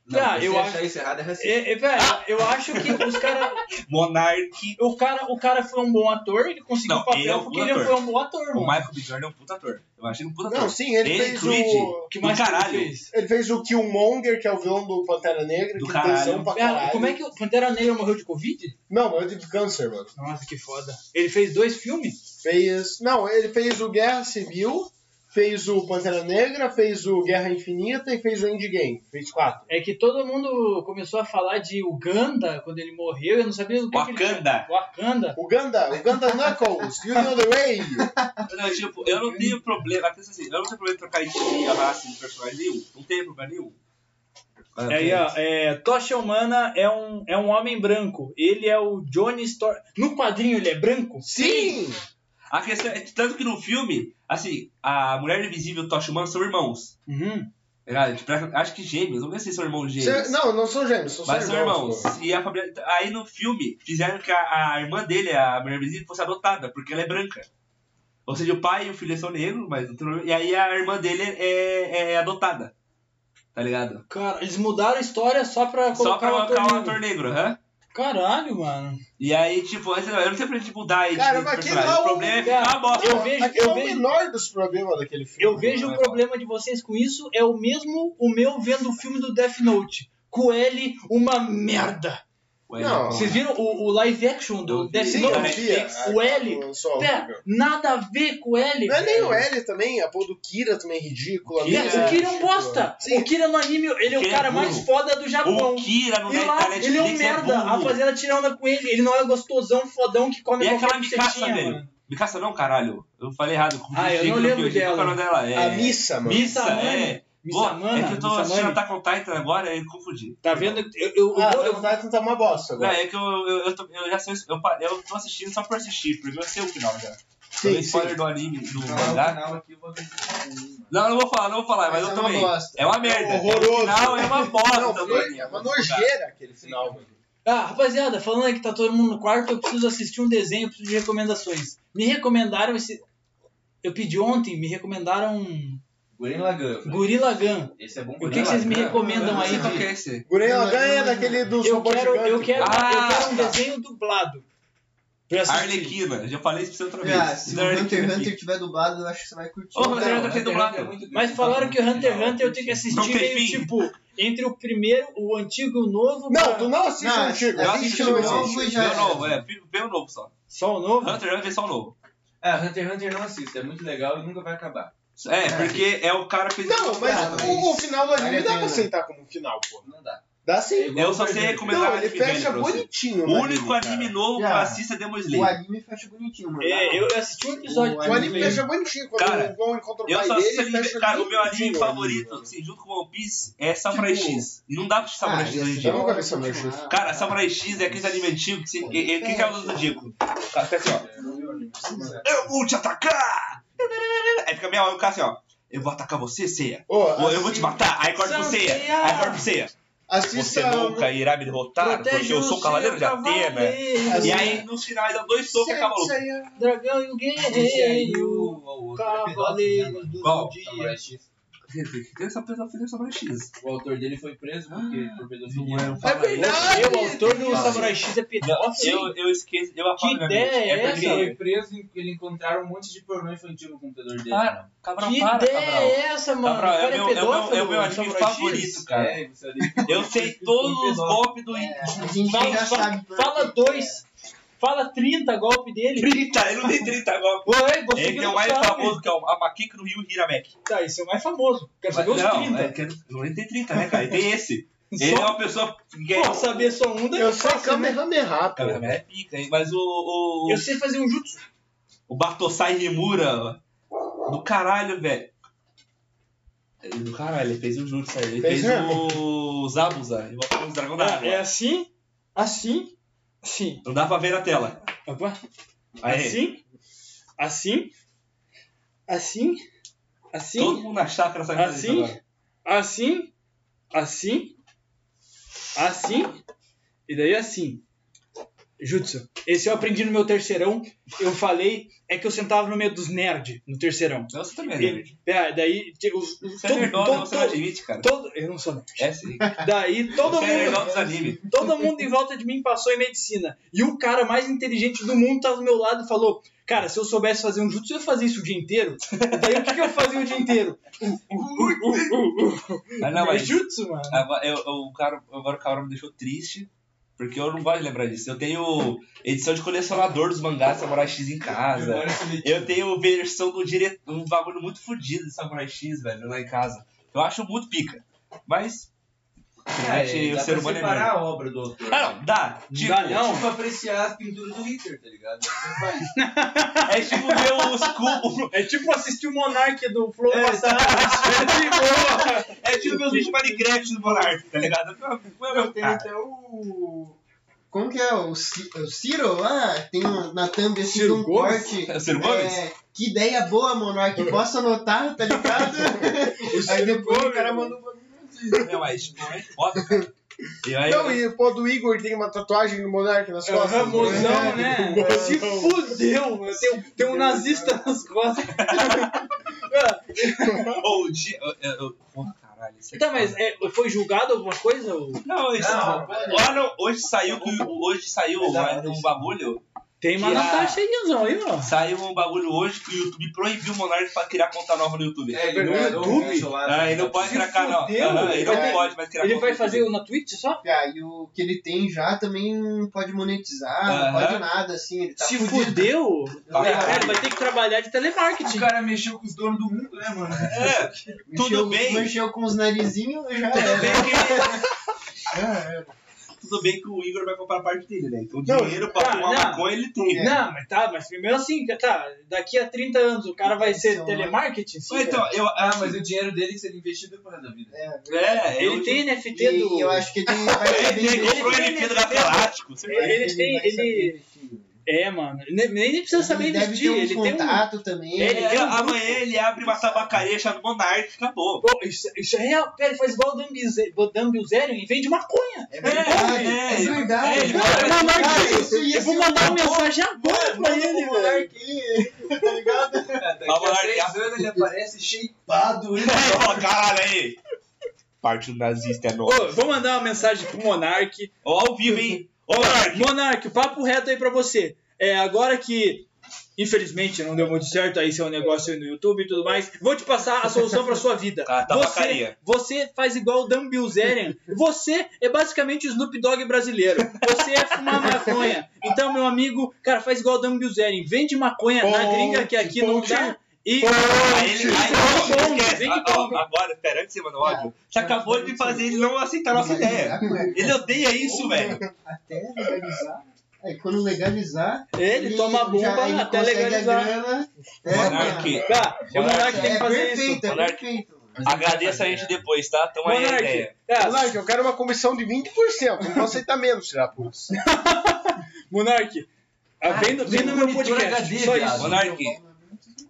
Tá,
se
eu
você
acho-
achar isso errado é racismo.
É, é, velho, eu acho que os caras
Monarque.
O cara, o cara foi um bom ator, ele conseguiu
Não,
o papel
ele é um
porque
bom
ele
ator.
foi um bom ator,
O
mano.
Michael B. Jordan é um puta ator. Eu achei ele um puta ator.
Não, sim, ele fez
Creed,
o-
O que
do
mais que ele
caralho.
fez?
Ele fez o Killmonger, que é o vilão do Pantera Negra,
Do
que
caralho.
tesão pra
Cara,
caralho.
como é que o Pantera Negra morreu de Covid?
Não, mas eu tive câncer, mano.
Nossa, que foda. Ele fez dois filmes?
Fez. Não, ele fez o Guerra Civil, fez o Pantera Negra, fez o Guerra Infinita e fez o Endgame. Fez quatro.
É que todo mundo começou a falar de Uganda quando ele morreu, eu não sabia do que, que ele...
Wakanda.
Wakanda.
O Ganda, o Ganda Knuckles, you know the way.
Não, tipo, eu não tenho problema. Pensa assim, eu não tenho problema em trocar etnia, raça de personagem nenhum. Não tenho problema nenhum.
É, Aí, ó, é, Tocha Humana é um, é um homem branco. Ele é o Johnny Storm. No quadrinho ele é branco?
Sim!
A questão é que, tanto que no filme, assim, a Mulher Invisível e o Tocha Humana são irmãos.
Uhum.
tá ligado? Tipo, acho que gêmeos, não sei se são irmãos gêmeos.
Cê- não, não são gêmeos, são só
mas são irmãos.
pô.
E a Fabiana- aí no filme, fizeram que a, a irmã dele, a Mulher Invisível, fosse adotada, porque ela é branca. Ou seja, o pai e o filho são negros, mas. não tem problema. E aí a irmã dele é, é adotada. Tá ligado?
Cara, eles mudaram a história só pra
Só
colocar
pra
o ator
colocar o
negro.
ator negro, aham.
Caralho, mano.
E aí, tipo, eu não sei pra gente mudar aí
Cara,
de
mas
personagem.
quem dá
O problema é
um-
ficar uma bosta.
Eu vejo-
Aquele
eu
é o
vejo-
menor dos problemas daquele filme.
Eu vejo o problema de vocês com isso é o mesmo o meu vendo o filme do Death Note. Coelho, uma merda.
Ué, então,
Não.
pô.
Vocês viram o, o live action do
Eu vi.
Death
Sim,
Não,
eu
Note?
vi,
Netflix,
a-
o L.
a- lançou a-
Pera, nada a ver com o L.
Não é nem o L também, a pô do Kira também é ridícula.
Kira.
a
É,
mina
o Kira é um
ridícula.
bosta.
Sim.
O Kira no anime, ele é
O
o
Kira é
cara
burro.
mais foda do Japão.
O Kira não né?
E
dá
lá,
internet
ele é um merda.
burro.
a rapaziada tira onda com ele. Ele não é o gostosão, fodão que come
E é
qualquer
aquela Mikaça,
bucetinha,
velho.
mano.
Mikaça não, caralho. Eu falei errado. com o
Ah, eu
Chico,
não lembro
que o Chico,
dela.
qual é o nome dela. É...
A missa, mano.
Missa,
Missamani.
é. Pô,
Missamana,
é que eu tô
Missamani.
assistindo Attack on Titan agora e confundi.
Tá vendo? Eu, eu,
Ah,
eu-
o Titan tá uma bosta
Não,
agora.
é que eu, eu, eu, tô, eu já sei, eu, pa- eu tô assistindo só por assistir, porque eu sei o final já.
Sim,
Tomei
sim. Tá
spoiler do anime, do
Falar o
mangá.
canal aqui, eu vou ver se tá tem, mano.
Não, eu não vou falar, não vou falar, mas,
Mas
eu
é uma
também.
bosta.
É uma merda.
horroroso.
O final é uma bosta.
Não, foi,
também.
é uma nojeira aquele final, mano.
Ah, rapaziada, falando aí que tá todo mundo no quarto, eu preciso assistir um desenho, eu preciso de recomendações. Me recomendaram esse. Eu pedi ontem, me recomendaram um
Gurren Lagann, eu falei,
Gorilla Gun.
Esse é bom.
O que que vocês me recomendam aí?
Não quer ser.
Gurren
Não,
Lagann é
não, não.
daquele do
Eu
sabor
quero,
gigante.
eu quero, eu
Ah,
quero um
tá.
desenho dublado. Pra assistir.
Arlequina, já falei isso pra você outra vez.
Ah, se
Da
o Hunter x
Arlequina.
Hunter tiver dublado, eu acho que você vai curtir.
Ô, Hunter x
Não,
Hunter tem
Hunter x
dublado.
Hunter é muito
Mas
grande.
falaram que o Hunter é x Hunter eu tenho que
Não
assistir
tem
meio
fim.
tipo entre o primeiro, o antigo e o novo.
Não,
pra-
tu não assiste
Não,
o antigo,
eu
assiste
assisti
o
o
novo.
novo.
Vê o novo, é, vê o novo só.
Só o novo?
Hunter x Hunter é só o novo.
É, Hunter x Hunter não assista, é muito legal e nunca vai acabar.
É, porque é o cara que fez.
Não, mas,
Ah, mas-
o, o final do anime
Vale a
dá pra
pena.
aceitar como final, pô.
Não dá.
Dá sim.
Eu só sei recomendar
Não, ele
anime velho
fecha
pra você.
bonitinho.
O
né,
único
cara?
anime novo que eu
Já.
assisto é Demon
O
Slayer.
anime fecha bonitinho, mano.
É, eu assisti um episódio
O
O anime fecha bonitinho. Quando
Cara,
o Gon encontra o
Eu
pai
só assisto
dele,
anime.
fecha
Cara, o meu anime
bonitinho,
favorito,
mano.
assim, junto com o One Piece, é Samurai
Tipo-
X. E não dá pra
ah,
assistir Samurai X hoje em
Eu
dia.
nunca vi Samurai X.
Cara, Samurai X é aquele anime antigo que se. O que que é o do Diego? Cara, fica assim, ó. Eu vou te atacar! Aí fica meia hora o cara assim, ó. Eu vou atacar você, Ceia.
Ô,
Ou eu vou te matar. Aí corta pro Ceia. Aí corta pro Ceia. Você
Assista.
nunca irá me derrotar, Tá, porque eu sou o cavaleiro de Atena. né?
Atena.
E aí, nos finais, dá dois socos e acaba o
Dragão e o guerreiro. Cavaleiro do
Qual?
dia.
Samurai X.
Criança pedofilia sobre X.
O autor dele foi preso porque por pedofilia.
Não é um
É verdade!
Eu, autor do
Nossa.
Samurai X, é pedófilo.
Eu, eu esqueço, eu apago
Que
minha
ideia
mente.
é
Ele
porque-
essa?
foi preso e ele encontraram um monte de pornô infantil no computador dele.
Para, Cabral,
Que
para,
ideia
Cabral.
é essa, mano?
Cabral,
o
é
cara
meu- é
é
meu-
pedófilo.
é o meu
do
anime
Samurai X?
favorito, cara.
É, e você ali-
Eu sei todos os golpes do...
Quem
Fala-
já
fala-
sabe.
Fala dois. Fala 30 golpe dele.
30, ele não tem 30 agora.
Ué, você que
Ele é
não
o mais
sabe.
famoso que é o Amaquico no Rio Hiramek.
Tá, esse é o mais famoso. Quero saber os
não,
30.
é que não ele tem 30, né, cara? Ele tem *laughs* esse. Ele é
Só-
uma pessoa que é.
Pô, saber só um daí
Eu sou assim,
fácil, né?
Kamehameha, pô.
Cara, é pica, hein? Mas o. O,
Eu sei fazer um jutsu.
o Bartosai Rimura. Do caralho, velho. Ele- é Do caralho, ele fez o Jutsu aí. Ele
Fez
fez o Ah, Zabuza. Ele botou os dragão da água.
É assim, assim, assim.
Não dá pra ver na tela.
Opa.
Aí,
Assim, assim, assim,
todo
assim,
mundo na chácara sabe fazer
Assim?
isso agora.
assim, assim, assim, e daí assim. Jutsu. Esse eu aprendi no meu terceirão. Eu falei, é que eu sentava no meio dos nerds no terceirão.
Não, você também é
Ele-
nerd.
É, daí, tipo, os- os-
Você é nerdola,
todo,
você não
todo,
admite, cara.
todo, eu não sou nerd.
É sim.
Daí todo
Você é
mundo
nerdola dos animes.
Todo mundo em volta de mim passou em medicina. E o cara mais inteligente do mundo tá do meu lado e falou: Cara, se eu soubesse fazer um jutsu, eu ia fazer isso o dia inteiro. E daí o que, que eu fazia o dia inteiro?
Ah, não,
é
mas
jutsu, mano.
Agora, eu, eu- o cara, agora o cara me deixou triste, porque eu não gosto de lembrar disso. Eu tenho edição de colecionador dos mangás de Samurai X em casa.
Memória seletiva.
Eu tenho versão do diretor, um bagulho muito fodido de Samurai X, velho, lá em casa. Eu acho muito pica. Mas.
É,
infelizmente,
dá
o ser
pra
humano é
separar um.
merda.
a obra do autor.
Ah, não, dá.
Não
Tipo,
dá, não.
Tipo, apreciar as pinturas do Hitler, tá *laughs* ligado? Você faz.
É tipo ver os cu-
É tipo
*laughs*
assistir o Monark do Flow
*laughs* É,
passado.
tá.
É tipo,
É tipo ver os vídeos de Minecraft do Monark, tá ligado? Não é meu
Eu tenho
cara.
até o. Como que é? O, Ci- o Ciro lá? Tem um, na thumb assim
Ciro
de um
Gomes?
corte.
É o Ciro Gomes?
É, que ideia
*laughs*
boa, Monark. Posso anotar, tá ligado? Aí depois o cara manda um bagulho.
Não, mas tipo, é foda, cara. E aí,
Não, e pô, do Igor tem uma tatuagem do Monark
É,
nas costas.
Ramonzão, né?
É.
Se fudeu, mano. Tem, tem um nazista nas costas. *laughs*
Ou o dia. eu- eu- eu- Porra, caralho. isso é
Então, mas
foda.
é, foi julgado alguma coisa? ou-
Não, isso
Não,
Lá no- hoje saiu, que- hoje saiu
Verdade.
um bagulho.
Tem uma
Que a-
Natasha cheiazão aí, ó.
Saiu um bagulho hoje que o YouTube proibiu o Monark pra criar conta nova no YouTube.
É, ele não
No
é do
YouTube?
rancho lá,
Ah,
tá
ele não
ligado?
pode
Se
criar canal.
fudeu,
Aham, ele não
ele vai-
pode mais criar
Ele
conta
vai
no
fazer
YouTube.
na Twitch só?
Ah, e o que ele tem já também não pode monetizar,
Aham.
não pode nada, assim. Ele tá
Se
fudido.
fudeu,
Tá
cara,
errado.
vai ter que trabalhar de telemarketing.
O cara mexeu com os donos do mundo, né, mano?
É, tudo bem.
Mexeu com os narizinhos, já
tudo
era.
bem que, *laughs*
Já era.
tudo bem que o Igor vai comprar parte dele, né? Então o
Não,
dinheiro pra
tá,
fumar
não.
maconha ele
É.
tem.
Não, mas tá, mas primeiro assim, tá, daqui a 30 anos o cara vai ser
Então,
telemarketing? Sim,
Mas Então, eu.
Ah, mas o dinheiro dele seria investido pro resto da vida.
É.
É,
ele
eu-
tem
E
NFT do...
eu acho que
*laughs*
ele vai saber
Ele tem,
investir.
comprou o NFT do Galáctico.
Eu acho
Ele
que
tem-
vai
ele-
saber investir.
É, mano, ne- nem, nem precisa saber
deve
Tá investir,
ter
ele
um
tem um...
contato também.
Ele-
É,
tem um grupo.
amanhã ele abre uma tabacaria chamada Monark, acabou.
Pô, isso, isso é real, pera, ele faz igual o Dambize- o Dambilzerion e vende maconha.
É verdade.
é,
É
é,
verdade.
é, ele
Cara,
vai-
Cara, Monark,
cara, isso ia
eu vou
ser
mandar
um-
uma mensagem agora pra
Manda
ele,
pro
velho.
Monark, tá ligado?
Daqui
Vamos
a
lá,
três
já.
anos ele aparece shapeado. hein?
Aí, ó, É, caralho, aí. Partido nazista é nosso.
Ô, vou mandar
um
uma mensagem pro Monark,
Ó, ao vivo, hein? Ô, Monark!
Monark, o papo reto aí pra você. É, agora que, infelizmente, não deu muito certo aí seu negócio aí no YouTube e tudo mais, vou te passar a solução pra sua vida.
Tá, tá
você,
bacaria.
você faz igual o Dan Bilzerian. Você é basicamente o Snoop Dogg brasileiro. Você é fumar maconha. Então, meu amigo, cara, faz igual o Dan Bilzerian. Vende maconha na
Ponte,
gringa que aqui não
ponte.
dá. E...
Aí
Vem
ele aí,
que
não,
bomba,
esquece.
vem que
Ah, ó,
bomba.
Agora, pera, antes de você mandar o áudio, você acabou de fazer ele não aceitar a nossa ideia. Ele odeia isso, velho.
Até legalizar. Aí quando legalizar,
Ele toma a bomba
já- ele
até
consegue
legalizar.
A grana. É, mano.
Monark,
Tá, o Monark tem que
É
fazer isso.
perfeito, é
Monark.
perfeito. mano.
agradeça a gente depois, tá? Então aí a
Monark,
ideia.
tá,
Monark, eu quero uma comissão de 20%. Não posso aceitar menos, será, putz?
Monark, ah, vem, no- vem no meu
monitor
podcast.
HD,
só
viado.
isso.
Monark,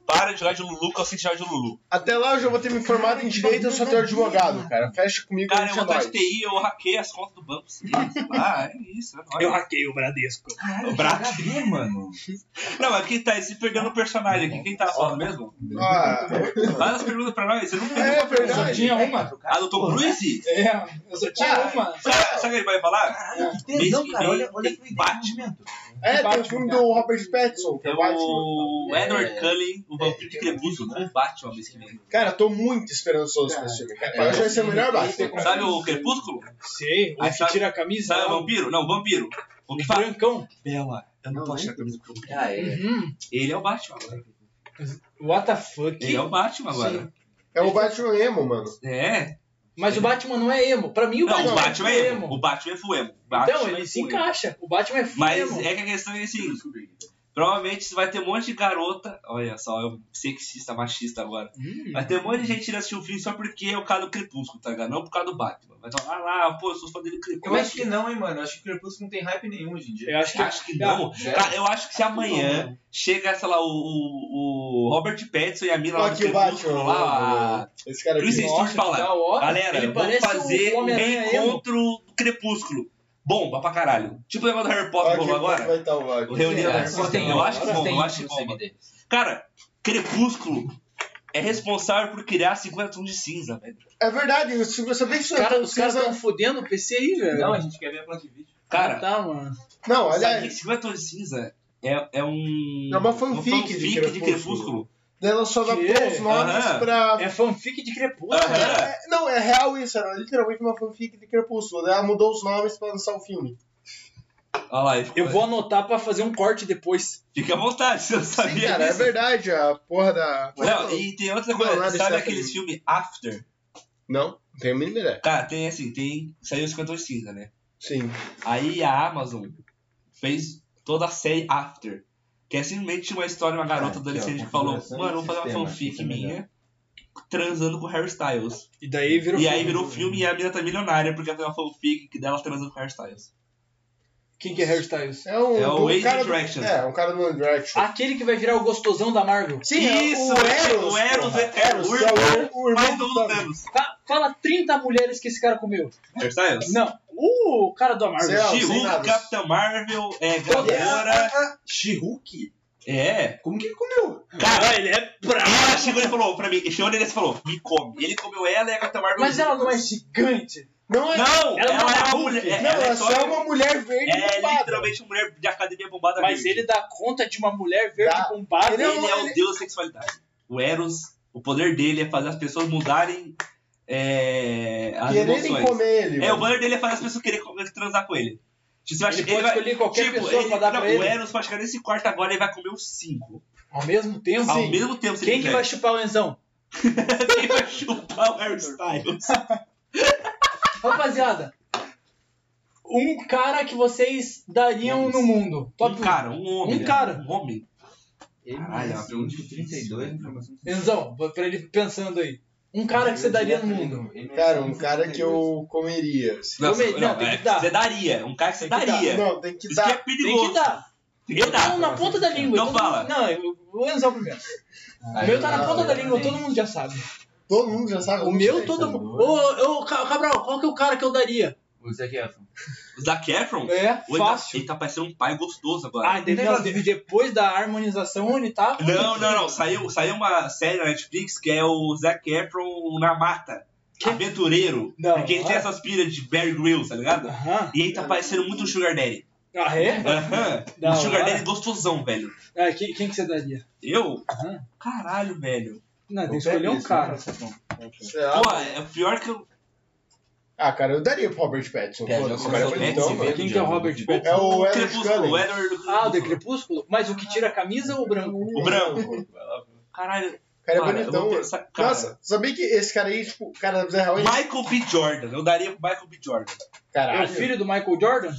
para de jogar de Lulu, que eu sei que jogar de Lulu.
Até lá eu já vou ter me formado em direito, eu sou teu advogado, cara. Fecha comigo, é
Cara, eu
deixa
vou atrás de
nós.
TI, eu hackei as contas do banco. sei lá, é isso, é nóis.
Eu hackei o Bradesco.
Caralho,
O Braco.
que mano.
Não, aqui tá se perdendo o personagem aqui. Quem tá falando mesmo?
Ah,
Manda as perguntas pra nós. Você não
é
Eu só
verdade.
tinha uma.
Ah, do Tom Cruise?
É, eu só tinha
Ah,
uma.
Sabe sabe o que ele vai falar?
Caralho, que
Mês
tesão,
que
cara.
vem
Olha, olha
tem
que ideia
Batman.
de movimento.
É, tem o
Batman,
filme
cara.
do Robert Pattinson, que
É
é o Batman.
o
É.
Edward Cullen, o vampiro de
É.
Crepúsculo, com o Batman mês que vem.
Cara, tô muito esperançoso com esse filme, cara. Eu acho que vai ser o melhor Batman. cara.
Sabe o Crepúsculo?
Sei, o
Aí
que
sabe-
tira a camisa. né?
Sabe o
lá,
vampiro? Não, o vampiro. O
o
que fala?
brancão.
Bela, eu não
Não,
posso
né?
tirar a camisa do Crepúsculo.
Ah, é.
Ele é o Batman agora.
What the fuck?
Ele é o Batman agora.
É o Batman emo, mano.
É.
Mas o Batman não é emo. Pra mim, o
Não,
Batman,
o Batman é
emo.
emo. O Batman é full emo. O Batman
então,
é
ele se
full emo.
encaixa. O Batman é full
Mas
emo.
é que a questão é assim: provavelmente você vai ter um monte de garota. Olha só, eu sexista, machista agora.
Hum.
Vai ter um monte de gente que assistir o filme só porque é o cara do Crepúsculo, tá ligado? Não por causa do Batman. Vai falar, ah lá, pô, eu sou fã dele do
Eu
Crepúsculo.
acho que não, hein, mano. Eu acho que o Crepúsculo não tem hype nenhum hoje em dia.
Eu acho que.
Acho que não.
Zero.
Cara, eu acho que se amanhã
né?
chega, sei lá, o, o, o Robert Pattinson e a mina lá do
Aqui o Batman.
Crepúsculo lá.
mano. Esse cara
Chris
aqui.
Stewart fala,
da hora.
Galera,
ele
vamos
parece
fazer
o
um
Homem-Aranha emo.
reencontro do Crepúsculo. Bomba pra caralho. Tipo o negócio do Harry Potter
Olha
que rolou
aqui
agora.
vai estar o Batman.
O reunião da Record tem, eu acho que bomba, eu acho que bomba. Cara, Crepúsculo é responsável por criar 50 tons de cinza, velho.
É verdade, eu sabia que isso
Os caras estão fodendo o PC aí, velho.
Não, a gente quer ver a placa de vídeo.
Cara,
tá, mano.
Não,
sabe que
aliás,
50 tons de cinza é, é um.
É uma fanfic de
de
Crepúsculo.
Crepúsculo.
ela só dá
Que?
os nomes
Aham.
pra
É fanfic de crepúsculo.
Aham.
velho.
É, não, é real isso, era literalmente uma fanfic de Crepúsculo. né? Ela mudou os nomes pra lançar o filme.
Olha lá, ele-
Eu vou anotar pra fazer um corte depois.
Fica à vontade, você não sabia
Sim, cara, é
disso.
verdade, a porra da.
Não, e tem outra
Não, nada
coisa, sabe
está
aquele
feliz.
filme After?
não, não tenho a mínima ideia.
Cara, tem assim, tem. Saiu 50 tons de cinza, né?
Sim.
Aí a Amazon fez toda a série After. Que é simplesmente uma história de uma garota
Ah,
adolescente
aqui, ó,
que falou,
configuração
mano,
do
vou fazer uma
sistema,
fanfic
fica melhor."
minha transando com Harry Styles.
E daí virou
e aí virou filme e a mina tá milionária porque ela tem uma fanfic que dela transando com Harry Styles.
Quem que é Hairstyles?
É, um,
É o
um
Ace
cara do,
Attraction.
É, um cara do One Direction.
Aquele que vai virar o gostosão da Marvel.
Sim,
Isso, é o Eros,
porra.
é- é o
que
irmão-
o, o irmão
Mas
do
não
Thanos.
temos.
Fa- Fala 30 mulheres que esse cara comeu.
Harry Styles?
Não. Uh, o cara da Marvel.
Sei lá. Não, sem
She-Hulk,
nada.
Capitã Marvel, é Gamora.
She-Hulk?
É.
Como que ele comeu?
Cara,
ele é
ela chegou e falou pra mim, chegou nele e falou, me come. Ele comeu ela e a Capitã Marvel.
Mas ela não é gigante.
Não é. Não,
Ela
Não,
é
ela, é
uma
uma
Hulk.
mulher. é-
ela,
ela é
só é uma mulher verde
É
bombada.
literalmente uma mulher de academia bombada
Mas
verde.
ele tá dá conta de uma mulher verde
Dá.
bombada.
Ele,
Ele é um-
é o
ele-
deus da sexualidade. O Eros, o poder dele é fazer as pessoas mudarem é, as
Quererem
emoções.
comer ele.
É, o
mano.
poder dele é fazer as pessoas querer co- transar com ele. Tipo, Você acha
Ele
que
pode
ele vai...
escolher qualquer
Tipo,
pessoa
ele-
pra dar
não,
pra
o
ele.
Eros pode chegar nesse quarto agora e vai comer os cinco.
Ao mesmo tempo.
Ao mesmo tempo, é. se
Quem
ele
que vai chupar o Enzão?
quiser. *laughs* Quem vai chupar o Harry Styles?
Rapaziada, um cara que vocês dariam no mundo. Top
Um
um.
cara, um homem.
Um
né?
cara.
Um homem.
Ele
Ah,
Caralho,
nasceu
abriu um
de
difícil,
32,
velho.
né? um
informação de-
um. Enzão, pra ele pensando aí. Um cara que você daria no mundo.
Cara, um cara que eu comeria. assim.
Não, Um não, tem
é,
que dar.
Você daria. Um cara que você
Tem que dar.
daria.
Não, tem que
Isso que é
dar.
Tem
perigoso.
que dar.
Tem que dar.
Não, na ponta da língua.
Então
todo
fala.
mundo- Não, eu- o Enzão primeiro. O meu tá na
não,
ponta da
Ah, não,
língua,
não.
todo mundo já sabe.
Todo mundo já sabe. é eu
O
não
meu,
sei.
todo
tá
mundo.
bom.
Ô, ô, Ca- Cabral, qual que é o cara que eu daria?
O Zac Efron.
O Zac Efron?
É,
Ele tá-
fácil.
Ele tá parecendo um pai gostoso agora.
Ah, entendeu?
Não tem nada.
Depois da harmonização, ele tá.
Não, não, não. Saiu, saiu uma série na Netflix que é o Zac Efron na mata.
Que?
Aventureiro.
Não,
porque ele
ah.
tem essas pilhas de Barry Grylls, tá ligado?
Aham.
E ele tá parecendo muito um Sugar Daddy.
Ah, é?
Aham.
Da
Um Sugar
hora.
Daddy gostosão, velho.
Ah, quem, quem que você daria?
Eu?
Aham.
Caralho, velho.
Não, tem que
Eu
escolher
pego
um
isso,
cara.
é
né?
Sei lá.
Pô, é pior que eu.
Ah, cara, eu daria pro Robert Pattinson.
É,
foda-se,
já
o cara é
começou
bonitão,
bem,
mano.
Quem que é o Robert
É
Pattinson?
o Edward
né? Crepúsculo, o
Cullen.
Edward Cullen.
Ah, o de Crepúsculo? Mas o que tira a camisa ou o branco?
O branco. Caralho.
O cara é
cara, eu
bonitão,
vou
mano.
pensar- cara,
Nossa, sabia que esse cara aí, tipo, o cara da Real
Michael B. Jordan. Eu daria pro Michael B. Jordan.
É o
Caralho.
filho do Michael Jordan?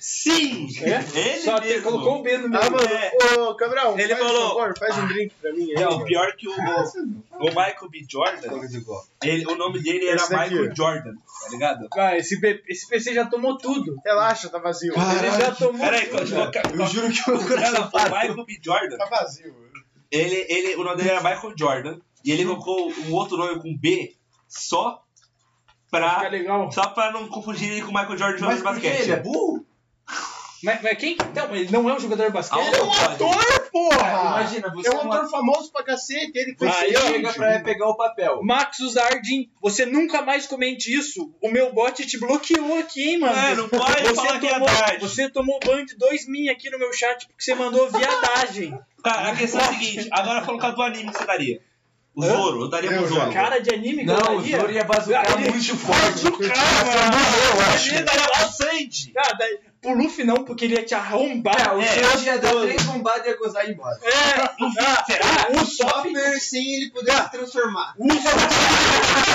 Sim!
É?
Ele
Só te
mesmo.
um
colocou o B no meio.
Ah, mano,
É.
ô, Cabrão,
Ele
faz um
falou-
favor, faz um drink pra mim aí.
Não, pior que É o, o Michael B. Jordan, ele- o nome dele era
Esse daqui.
Michael Jordan, tá ligado?
Cara, esse, B- esse PC já tomou tudo.
Relaxa, tá vazio.
Caralho.
Ele já tomou
Peraí,
tudo.
continua.
Eu juro que eu
Cara, o Michael B. Jordan,
Tá vazio.
ele, ele, o nome dele era Michael Jordan, e ele colocou um outro nome com B só
Fica
pra,
tá legal.
só pra não confundir ele com o Michael Jordan jogando
Mas por que
basquete.
ele é burro?
Mas, mas quem? Então, ele não é um jogador de basquete.
Ele é um
ator, porra!
Imagina, você
É um ator famoso pra cacete, ele fez
Aí,
Aí
ó,
chega pra pegar o papel.
Max Zardin, você nunca mais comente isso. O meu bot te bloqueou aqui, hein, mano.
É, não pode falar que é
tomou,
tarde.
Você tomou ban de dois mil aqui no meu chat porque você mandou viadagem.
Cara, a questão é a seguinte, agora colocar do anime que você daria. O
Hã?
Zoro, eu daria pro
Eu
Zoro.
já.
Cara de anime,
Não, o
gostaria?
Zoro ia bazucar
Aí-
muito forte.
Ele daria pro Sandy.
Ah, daí, pro Luffy não, porque ele ia te
Ah,
arrombar.
o
É,
Zoro ia dar três bombadas e ia gozar e ir embora.
É, ah,
Será?
O Sop.
Chopper sem ele poder se transformar.
O Sop.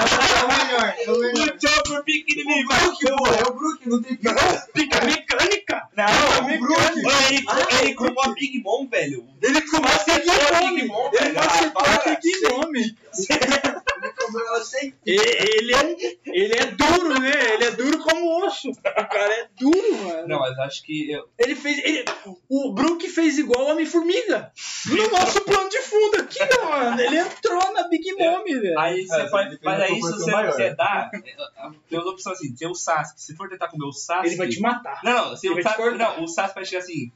É o melhor, é o
O
melhor.
Chopper pequenininho.
Brook, pô, é o Brook, não tem pica.
Pica mecânica.
é
Não,
o
Brook.
Brook.
Ele, ele cromou a Big Mom, velho.
Ah, Ele
Ele é o Big Mom,
Ele
velho. Ah,
machucou
para.
até que nome.
Ele comeu ela sem
E- Ele é, um- ele é duro, né? Ele é duro como osso. O cara é duro, mano.
Não, mas acho que... eu-
Ele fez. ele- o Brook fez igual o Homem-Formiga. No nosso plano de fundo aqui, né, mano. Ele entrou na Big Mom, velho.
Aí você
É,
faz...
depende
Mas
da
aí se
proporção
você,
maior.
você dá... é, é, Tem as opções assim. Tem o Sasuke. Se for tentar comer o Sasuke...
Ele vai te matar.
Não, não. Se
Ele
o,
vai te
Sasuke,
cortar.
não, o Sasuke vai chegar assim...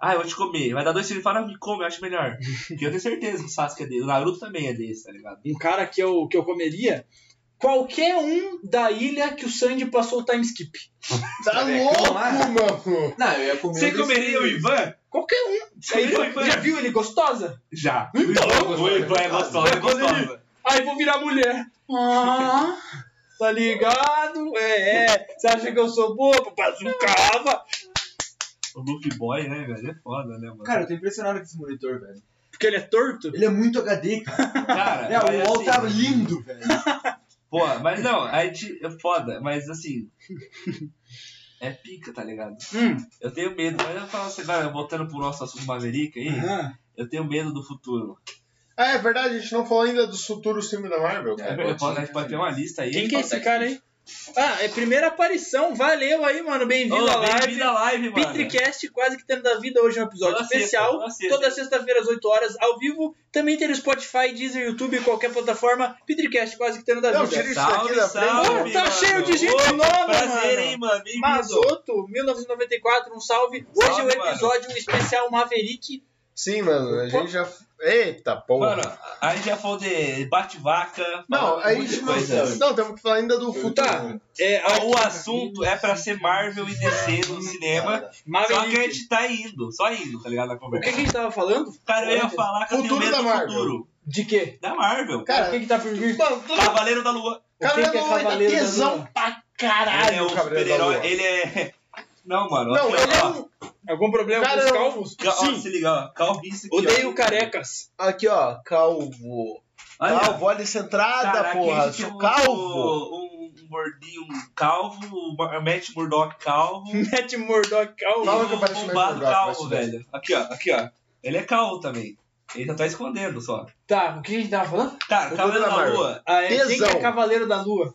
Ah, eu vou te comer. Vai dar dois tiros e fala, não, me come, eu acho melhor. Porque eu tenho certeza que o Sasuke é dele. O Naruto também é desse, tá ligado?
Um cara que eu, que eu comeria. Qualquer um da ilha que o Sandy passou o time skip.
Tá
Cara, é
louco,
como lá?
mano!
Não, eu ia comer
Você
desse-
comeria o Ivan?
Qualquer um. Aí,
Ele foi-
já viu ele gostosa?
Já.
Então.
O Ivan é gostoso, é
Quando ele-
gostoso.
Aí vou virar mulher. Ah, tá ligado? É, é. Você acha que eu sou boa? Bazucava.
O Luffy Boy, né, velho? É foda, né, mano?
Cara, eu tô impressionado com esse monitor, velho.
Porque ele é torto?
Ele é muito HD, cara.
Cara,
É,
mas
o UOL
assim,
tá lindo, velho.
Pô, mas não, a gente é foda, mas assim. É pica, tá ligado?
Hum.
Eu tenho medo, mas eu falo assim, agora, voltando pro nosso assunto Maverick aí,
Aham.
eu tenho medo do futuro.
Ah, é verdade, a gente não falou ainda dos futuros filmes da Marvel,
É,
cara.
eu posso- a gente pode ter uma lista aí.
Quem que é esse cara aí? Ah, é primeira aparição. Valeu aí, mano. Bem-vindo à
Ô,
live.
bem-vindo à live, mano.
Pitricast, quase que tendo da vida hoje é um episódio
Toda sexta,
especial.
toda sexta.
toda sexta-feira às 8 horas, ao vivo. Também tem no Spotify, Deezer, YouTube, qualquer plataforma. Pitricast, quase que tendo da
Não,
vida.
tira isso
Salve,
daqui da
salve,
frente.
Ô, tá
mano.
cheio de gente
Ô,
nova,
prazer,
mano.
hein, mano. Bem-vindo.
Mazoto, 1994, um salve. Hoje
Salve,
é um episódio especial Maverick.
Sim, mano, a gente já. Eita porra!
Mano, a gente já falou de bate-vaca.
não,
falamos
a
muita
gente não. tá
coisa.
Não, temos que falar ainda do futuro.
Tá, é,
Ah, O assunto é pra ser Marvel e DC no cinema. Só que a
Maverick.
gente tá indo, só indo, tá ligado? Na
O que, que a
conversa.
gente tava falando?
Cara, eu ia falar que eu tenho
Futuro
medo
da
do
Marvel.
futuro.
De quê?
Da Marvel.
o
Cara,
que, que tá por vir?
mano, tudo
Cavaleiro da Lua.
O que,
um
que é Cavaleiro da Lua?
tesão pra caralho,
ele é um
Cavaleiro da
super-herói.
Lua.
Ele é. *laughs* Não, mano.
Não,
aqui, ó,
ele é
ó,
um.
Algum problema
Cara,
é
com os
um
eu-
calvos?
ca- ó,
sim.
se liga, ó. Calvície. aqui, ó.
Odeio carecas. *laughs*
Aqui, ó, calvo.
Olha,
calvo, olha centrada,
cara, aqui a
porra.
gente
Sou
tem Um,
calvo.
um gordinho um calvo, o Ma- Matt Murdock calvo.
Matt Murdock calvo.
Fala
e
que
o
eu pareço o Matt
bombado
Murdock,
calvo,
parece
velho. Aqui, ó. Aqui, ó. Ele é calvo também. Ele só tá escondendo só.
Tá, o que a gente tava falando?
Cara,
Futuro
Cavaleiro
da
da
Marvel.
Lua.
Ah, é, quem que é
Tesão.
Cavaleiro da Lua?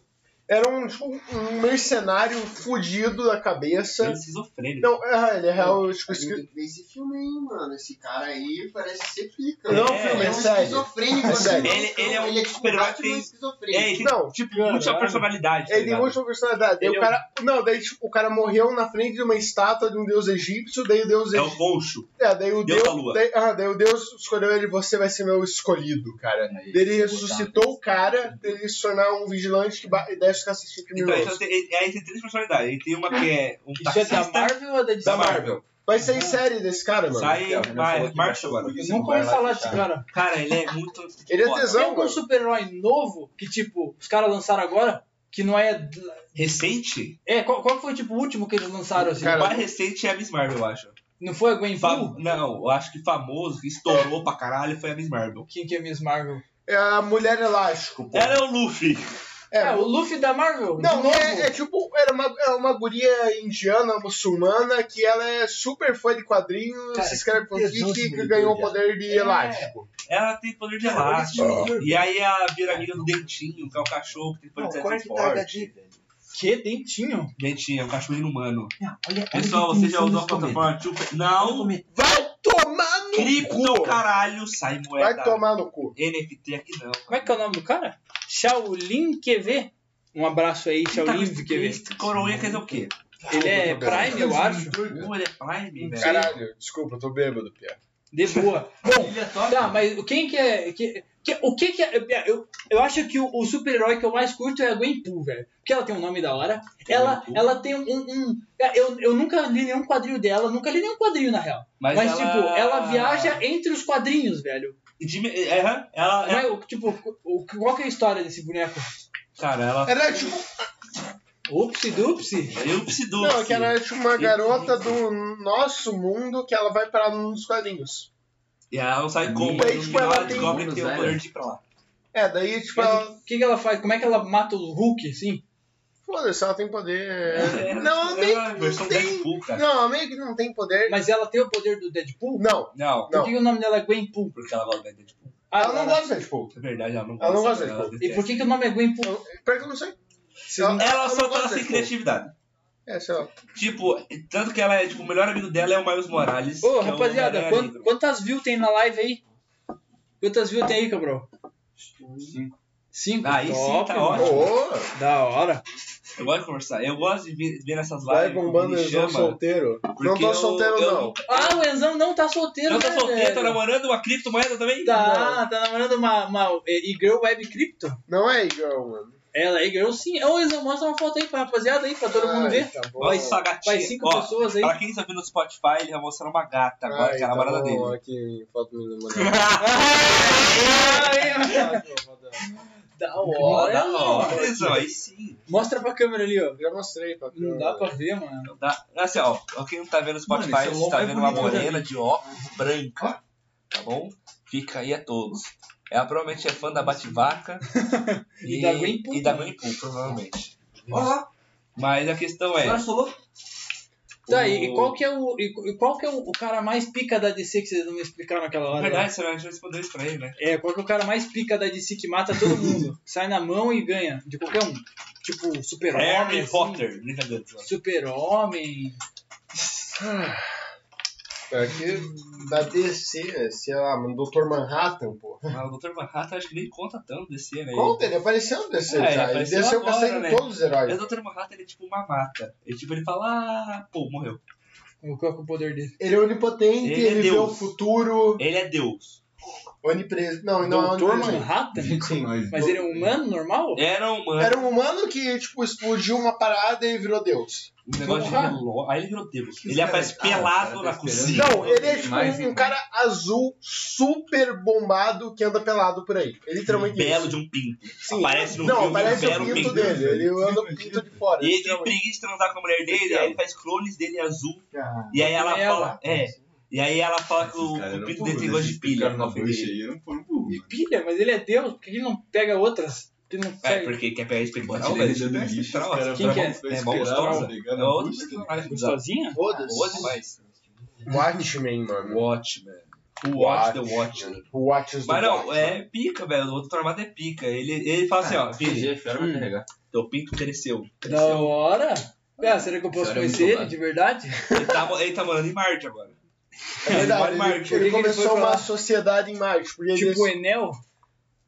Era um, tipo, um mercenário fudido da
Ele é
cabeça.
esquizofrênico.
Não, é, ele é real, tipo,
Mas
esqui-
tem que ver esse filme aí, mano. Esse cara aí parece ser pica.
Não,
filme,
ele
é
um
sério.
esquizofrênico.
É
assim,
sério.
Ele- ele é um
Ele é tipo
super-herói,
Batman
tem-
esquizofrênico.
É, ele tem, *laughs*
Não,
tipo,
caralho.
muita personalidade.
Ele tem
tá ligado?
múltipla personalidade.
Ele
Daí o
é um-
cara. Não, daí tipo, o cara morreu na frente de uma estátua de um deus egípcio, daí o deus
É
egípcio.
o Concho.
É, daí o
Deus
Deus.
da Lua.
daí, ah, daí o Deus escolheu ele, você vai ser meu escolhido, cara. Daí ele ressuscitou o cara, daí ele se tornar um vigilante que ba- e deve ficar assistindo
Então,
criminoso.
ele tem, ele- aí tem três personalidades. Ele tem uma que é um
Isso é
taxista.
da Marvel ou da
Da
DC?
Marvel.
Vai sair série desse cara, mano.
Sai
Marvel.
vai, marcha agora.
Eu nunca ouvi falar desse cara.
Cara, ele é muito.
Ele é
foda.
tesão.
Tem algum
mano.
super-herói novo que, tipo, os caras lançaram agora? Que não é.
Recente?
É, qual, qual foi, tipo, o último que eles lançaram assim?
O
Cara,
mais recente é a Miss Marvel, eu acho.
Não foi a Gwen
Fam-
Fu?
Não, eu acho que famoso, que estourou pra caralho, foi a Miss Marvel.
Quem que é Miss Marvel?
É a mulher elástico, pô.
Ela é o Luffy.
É,
É, o Luffy da Marvel. de
Não,
novo.
é, é tipo, era uma, era uma guria indiana, muçulmana, que ela é super fã de quadrinhos,
Cara,
se escreve por
que tesão
Kiki,
de
que ganhou o
brilhar.
poder de tipo,
É.
elástico.
Ela tem poder de elástico. E aí ela vira amiga do Dentinho, que é o cachorro que tem poder
Não,
de
corta
elástico
e taca
forte.
aqui, velho.
Que dentinho.
Dentinho, é um cachorro inumano. é
Não, olha- olha
Pessoal,
que
é você já
definição
usou a
desse comentário.
plataforma Chupa? Não!
Olha o
Vai tomar no
Cripto,
cu!
caralho, sai moeda.
Vai tomar no cu.
NFT aqui não.
Como é que é o nome do cara? Shaolin QV. Um abraço
tá
aí, Shaolin QV.
Coroinha é quer dizer o quê?
Ele é Prime, eu acho.
Uh, ele é Prime, velho.
Caralho, desculpa, eu tô bêbado, Pia.
De boa. Bom,
Ele é top.
tá, mas quem que é. que- que- o que que é. Eu, eu acho que o, o super-herói que eu mais curto é a Gwenpool, velho. Porque ela tem um nome da hora. Ela,
Gwenpool?
ela tem um. um- é, eu, eu nunca li nenhum quadrinho dela, nunca li nenhum quadrinho na real. Mas, tipo, ela viaja entre os quadrinhos, velho.
Jimmy- é, é, ela, é-
Mas, tipo, o- qual que é a história desse boneco?
Cara, ela. é
Era tipo.
Upsi dupsi?
Eu preciso.
Não, que era tipo uma garota do nosso mundo que ela vai parar num dos quadrinhos.
E ela não sai como. Mas
Daí,
no
tipo,
final
ela
ela
tem
descobre que tem o
Buenos
poder
Aires.
de ir pra lá.
É, daí, tipo,
Mas
ela.
O que, que ela faz? Como é que ela mata o Hulk, assim?
Foda-se, ela tem poder.
É,
não,
ela
meio
é a
que
versão
não tem.
Deadpool, cara.
Não, meio que não tem poder.
Mas ela tem o poder do Deadpool?
Não,
Não,
Não.
Por que, que o nome dela é Gwenpool?
porque ela gosta de Deadpool.
Ah,
ela não gosta de Deadpool.
É verdade, ela não gosta.
Ela não gosta tipo, de
ela
E por
detesta.
que, que o nome é Gwenpool?
Pior que eu não sei.
Ela,
não
só tá
gosta tipo?
sem
de Deadpool.
criatividade.
É, sei lá.
Tipo, tanto que ela é, tipo, o melhor amigo dela é o Miles Morales.
Ô,
que é o
rapaziada,
Homem-Aranha
quan-
Negro.
quantas views tem na live aí? Quantas views tem aí, Cabral?
Cinco.
Cinco?
Aí sim,
Top,
tá
mano.
ótimo.
Ô,
Da hora.
Eu gosto de conversar. Eu gosto de ver, ver nessas
vai
lives.
bombando
me
eles não
chama.
solteiro. Não
Porque
tô
eu-
solteiro,
eu-
não.
Ah, o Enzão não tá solteiro,
Eu tô
né,
solteiro, tô
velho?
namorando uma criptomoeda também?
Tá, tá namorando uma, uma e girl web cripto?
Não é igual, mano.
Ela é girl sim. Ô, Enzão, mostra uma foto aí pra rapaziada aí, pra todo mundo
Ai,
ver.
Tá bom.
Olha essa gatinha.
Faz cinco
Ó,
pessoas aí.
pra quem tá vendo no Spotify, ele vai mostrar uma gata agora,
Ai,
que é a
tá
namorada
bom,
dele.
Aqui, foto me mandando.
tá *laughs*
Da
Ó,
hora,
da hora,
mano.
Zão, aí sim.
Mostra pra câmera ali, ó.
Já mostrei, papi.
Não dá pra ver, mano.
Dá- Assim, ó, pra quem não tá vendo no Spotify,
Mano, esse é o
você tá
homem
vendo uma
bonito, né?
morena de óculos branca. Tá bom? Fica aí a todos. Ela provavelmente é fã da
*laughs*
Bativaca
E da Gwenpool
e da
também.
Gwenpool, provavelmente.
Olha lá,
Mas a questão é.
agora solou.
Tá, e, e qual que é, o, e, e qual que é o, o cara mais pica da DC que vocês não me explicaram naquela
Na
hora?
verdade, você vai responder isso pra ele, né?
É, qual que é o cara mais pica da DC que mata todo mundo? sai na mão e ganha, de qualquer um. Tipo, super-homem.
Harry
assim.
Potter, brincadeira. Zão.
Super-homem.
Aqui, da DC, sei lá, mano, Dr. Manhattan, pô.
Ah, o Dr. Manhattan acho que nem conta tanto DC, velho.
Conta, ele apareceu no DC
É,
já.
ele
Ele
apareceu
desceu
agora,
cacete
né?
em todos os
Mas
heróis.
o Dr. Manhattan ele é tipo uma mata. Ele, tipo, ele fala, ah, pô, morreu.
O que é o poder dele?
Ele é onipotente,
Ele é
ele, vê o
Deus.
futuro,
Ele é Deus.
onipresente. Não, ele não é
Doutor
onipresente.
Manhattan? Mas ele é um humano normal?
Era um humano.
Era um humano que, tipo, explodiu uma parada e virou Deus.
um negócio de
Porra.
relógio. Aí ele virou Deus.
Que
Ele
cara
aparece
é cara,
pelado
cara,
na
tá
cozinha.
esperando.
Não, ele é tipo
Demais,
um
hein?
cara azul super bombado que anda pelado por aí. Ele literalmente.
belo
isso.
de um pinto.
Sim.
Aparece no
Não,
filme
aparece
um belo
o pinto
pinto.
dele. Ele anda o pinto de fora.
E ele tem
literalmente.
preguiça de transar com a mulher dele, aí ele faz clones dele azul. E aí ela
É
fala. É.
tipo,
E aí ela fala que o,
Esses caras
o
eram
pinto
burros,
dele tem gosto
esses
de pilha.
caras na
não foi
bucha
dele.
aí eram foram burros.
E pilha, mas ele é Deus, por que ele não pega outras? Por que ele não
É,
pega
porque quer pegar espectral,
Bate
velho.
dele dando lixo, os caras
Quem que é?
pra- pra
É mó
esperar,
gostosa.
tá ligado?
É outro
Bucha,
personagem bizarro.
gostosinha?
Boa
Foda-se.
demais.
Watchmen, mano.
Watchmen. Who watch the Watchmen.
Watch the
Mas não,
Watchmen.
é pica, velho. O outro Tormata é pica. Ele, ele fala assim, ó, filho,
fera
Hum.
vai carregar.
teu pinto cresceu.
Da
cresceu.
hora! Ah, será que eu posso
Cara, é
conhecer
muito
ele
barato.
de verdade?
Ele tá, mo- ele tá morando em Marte agora.
É verdade,
Ele
ele,
ele foi
ele
pra lá.
começou uma sociedade em Marte. Porque ele
Tipo o
dec-
Enel?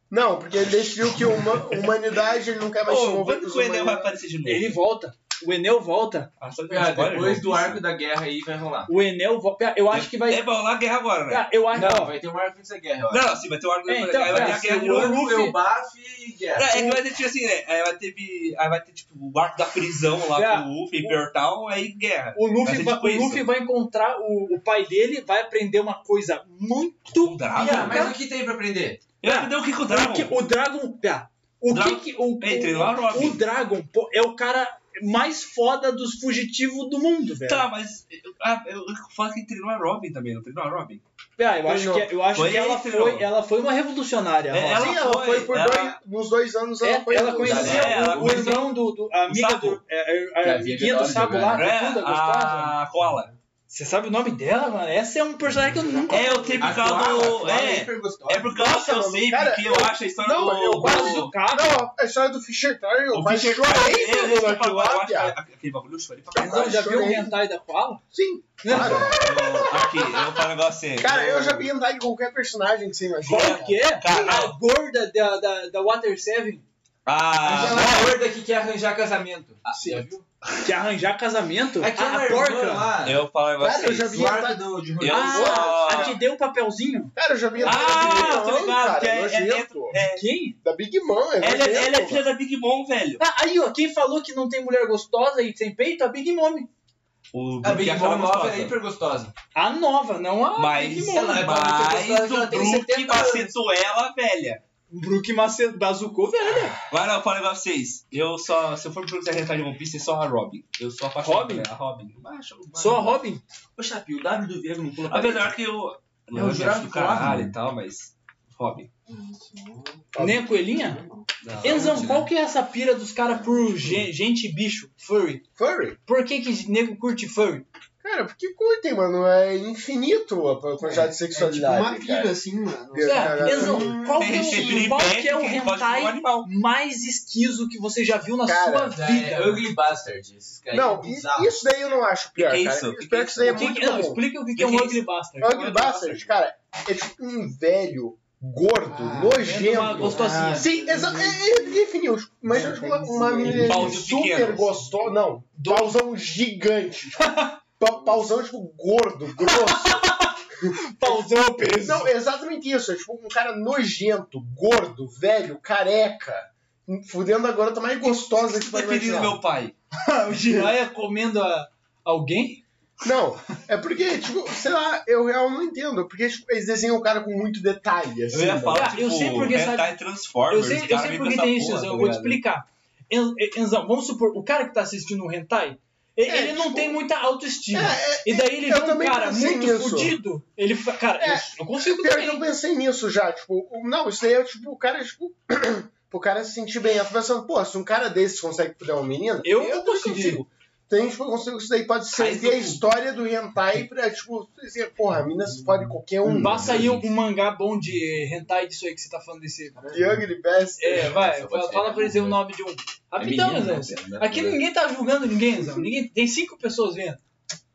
Não, porque ele decidiu que a huma- humanidade ele não quer mais se
Ô,
envolver
quando
com os
que o Enel vai
humanos.
aparecer de novo?
Ele volta. O Enel volta.
Ah, só que
Ah,
spoiler,
depois
não.
do arco da guerra aí vai rolar.
O Enel volta. Eu acho que vai.
É, vai rolar a guerra agora, né?
Ah, eu acho.
Não,
ó,
vai ter um arco dessa guerra, ó.
Não, não, sim, vai ter o arco da
É, então,
tá.
Aí vai ter
cara,
a guerra de
o
Eu,
novo.
Luffy-
eu, baf e
Não,
guerra.
É que vai ter tipo assim, né? Aí vai ter, bi- aí vai ter tipo o arco da prisão lá
É.
com o Luffy, Imperial Town, aí guerra.
O
Vai
Luffy,
ser
vai,
tipo
o
isso.
Luffy vai encontrar o, o pai dele, vai aprender uma coisa muito.
O Dragon.
pica.
Mas o que tem pra aprender?
Ele aprendeu o que com o Dragon.
Porque o Dragon. ah, O
Dragon-
que que. O,
Entre lá,
o,
Robin.
o Dragon pô, é o cara mais foda dos fugitivos do mundo, velho.
Tá, mas eu- ah, eu, eu falo que treinou a Robin também, não treinou a Robin?
Ah, eu acho que, eu acho
Foi
que
aí
ela,
que virou.
foi, ela foi uma revolucionária.
É,
Rosa.
ela
Sim, ela
foi,
foi, por
ela-
dois, uns dois anos. Ela,
É,
foi
ela conhecia
É, ela
o, o
conhecia
irmão do, do a amiga
sapo.
do, é, a,
Que
a,
a
amiguinha
amiga
do
da
sapo
Olivia,
lá,
É,
a Duda, gostosa.
a Koala.
Você sabe o nome dela, mano? Essa é um personagem que eu nunca.
É, eu sei por causa do. É, é por causa
Nossa,
que eu
mano,
sei,
cara,
porque eu acho a história
não,
do.
eu
do-
quase
do-
Não, a história do Fischer Tire, eu
do
quase
Fisher
chorei
Price. É,
vendo
eu acho que
aquilo
eu acho
lá,
que
viado.
aquele bagulho eu chorei pra caralho.
Mas eu já vi o hentai da Koala? Né?
Sim, claro.
Eu- Aqui, eu vou falar um negócio assim.
Cara, eu já vi entrar de qualquer personagem que você imagina.
Qual que é?
Caralho.
A gorda da, da, da Water Seven
Ah,
Aquela gorda que quer arranjar casamento.
Sim.
Já viu?
que arranjar casamento? Ah,
Aquela
a, a
irmã
porca.
lá.
eu vou falar um negócio
Cara, eu já
assim.
vi
Guarda
entrar.
do, de
Eu
Ah,
só-
a que deu um papelzinho?
Cara, eu já vi entrar
Ah,
da Big
tô
Mom,
ligado,
cara,
que é- é
nojento.
dentro- é,
Quem?
Da Big Mom, é
Ela
nojento,
é- ela é
mano.
filha da Big Mom, velho.
Ah, aí, ó, quem falou que não tem mulher gostosa e sem peito? A Big Mom.
O
A
Brook
Big
é
Mom
aquela
nova
gostosa.
é hiper gostosa.
A nova, não a
Mas,
Big Mom.
ela é pra muito gostosa,
mas
ela
o
tem
Brook
70 anos.
macetou tá ela, velha.
um Brook Mace- bazucou, velho.
Vai lá, eu falo um pra vocês. Eu só, se eu for pro Brook arretar de One Piece, é só a Robin. Eu sou apaixonado
Robin?
por ela, a Robin. Macho,
Só a
mano.
Robin.
Ô, Chapi, o W do Viego não pula
Apesar que eu... Eu,
o
eu
Geraldo
do
Flávio.
caralho e tal, mas... Robin.
Nem a coelhinha? Enzão, qual que é essa pira dos caras por gen- gente e bicho? Furry.
Furry?
Por que que nego curte furry?
Cara, porque curtem, mano. É infinito a quantidade de
É tipo uma
sexualidade. cara.
pira, assim, mano.
Eu-
Cara, Enzão, Tá qual que é
Sempre
o, qual que é o
pede que pode ser um
hentai
animal.
mais esquiso que você já viu na
Cara, é,
sua
Vida.
vida?
É, Ugly Bastard. Esses caras é
Não,
são
i-
bizarros.
isso daí eu não acho pior,
É Que que é
cara.
isso? Que
Eu espero
que
que isso daí é
O que
muito
que- não,
bom.
explica o que, que
Que
é um
que é
ugly bastard.
Ugly Bastard, cara, é tipo um velho, gordo,
Ah,
É uma
nojento.
gostosinha.
Ah,
Sim, exa- é- é- ele definiu. Mas
É,
tipo, uma,
tem que
uma
ser.
menina
Pauzinho
super
pequeno.
gostosa. Não, pauzão gigante. tipo, pa- pauzão, tipo, gordo, grosso.
Pauzão peso.
Não, é exatamente isso. É tipo um cara nojento, gordo, velho, careca. Fudendo a garota mais gostosa que você pode
Definindo
imaginar.
meu pai.
Ah, o Jiraiya comendo a- alguém?
Não, é porque, tipo, sei lá, eu realmente não entendo. Porque tipo, eles desenham o cara com muito detalhe, assim.
Eu ia
né?
falar,
Cara,
tipo,
eu sei porque
hentai
sabe- Eu
Transformers.
sei,
os
eu
caras
sei
vêm
porque
com essa
tem isso,
porra,
Zé, eu
tá
vou te
ligado?
explicar. En- Enzão, vamos supor, o cara que tá assistindo um hentai, ele,
É,
ele não
tipo-
tem muita autoestima.
É,
e daí ele
eu
vê um
também
cara
pensei
muito
nisso.
fudido, ele fala, cara,
É,
eu, eu consigo
Pior que eu
também.
pensei nisso já, tipo, o- não, isso daí é tipo, o cara, tipo, *clears throat* pro cara se sentir bem. Eu tô pensando, pô, se um cara desse consegue fuder uma menina,
Eu não
também
consegui.
Então, tipo, eu consigo, isso daí pode
Sai
servir a
do-
história do hentai pra, tipo, dizer, porra, a mina se fode qualquer um.
Passa aí
Hum.
um mangá bom de hentai disso aí que você tá falando desse...
Young the Best.
É, vai,
Só pode
fala,
ser.
fala pra eles aí o nome de um. Rapidão,
menino,
Zé.
né?
Aqui ninguém tá julgando ninguém, Zé. Ninguém, tem cinco pessoas vendo.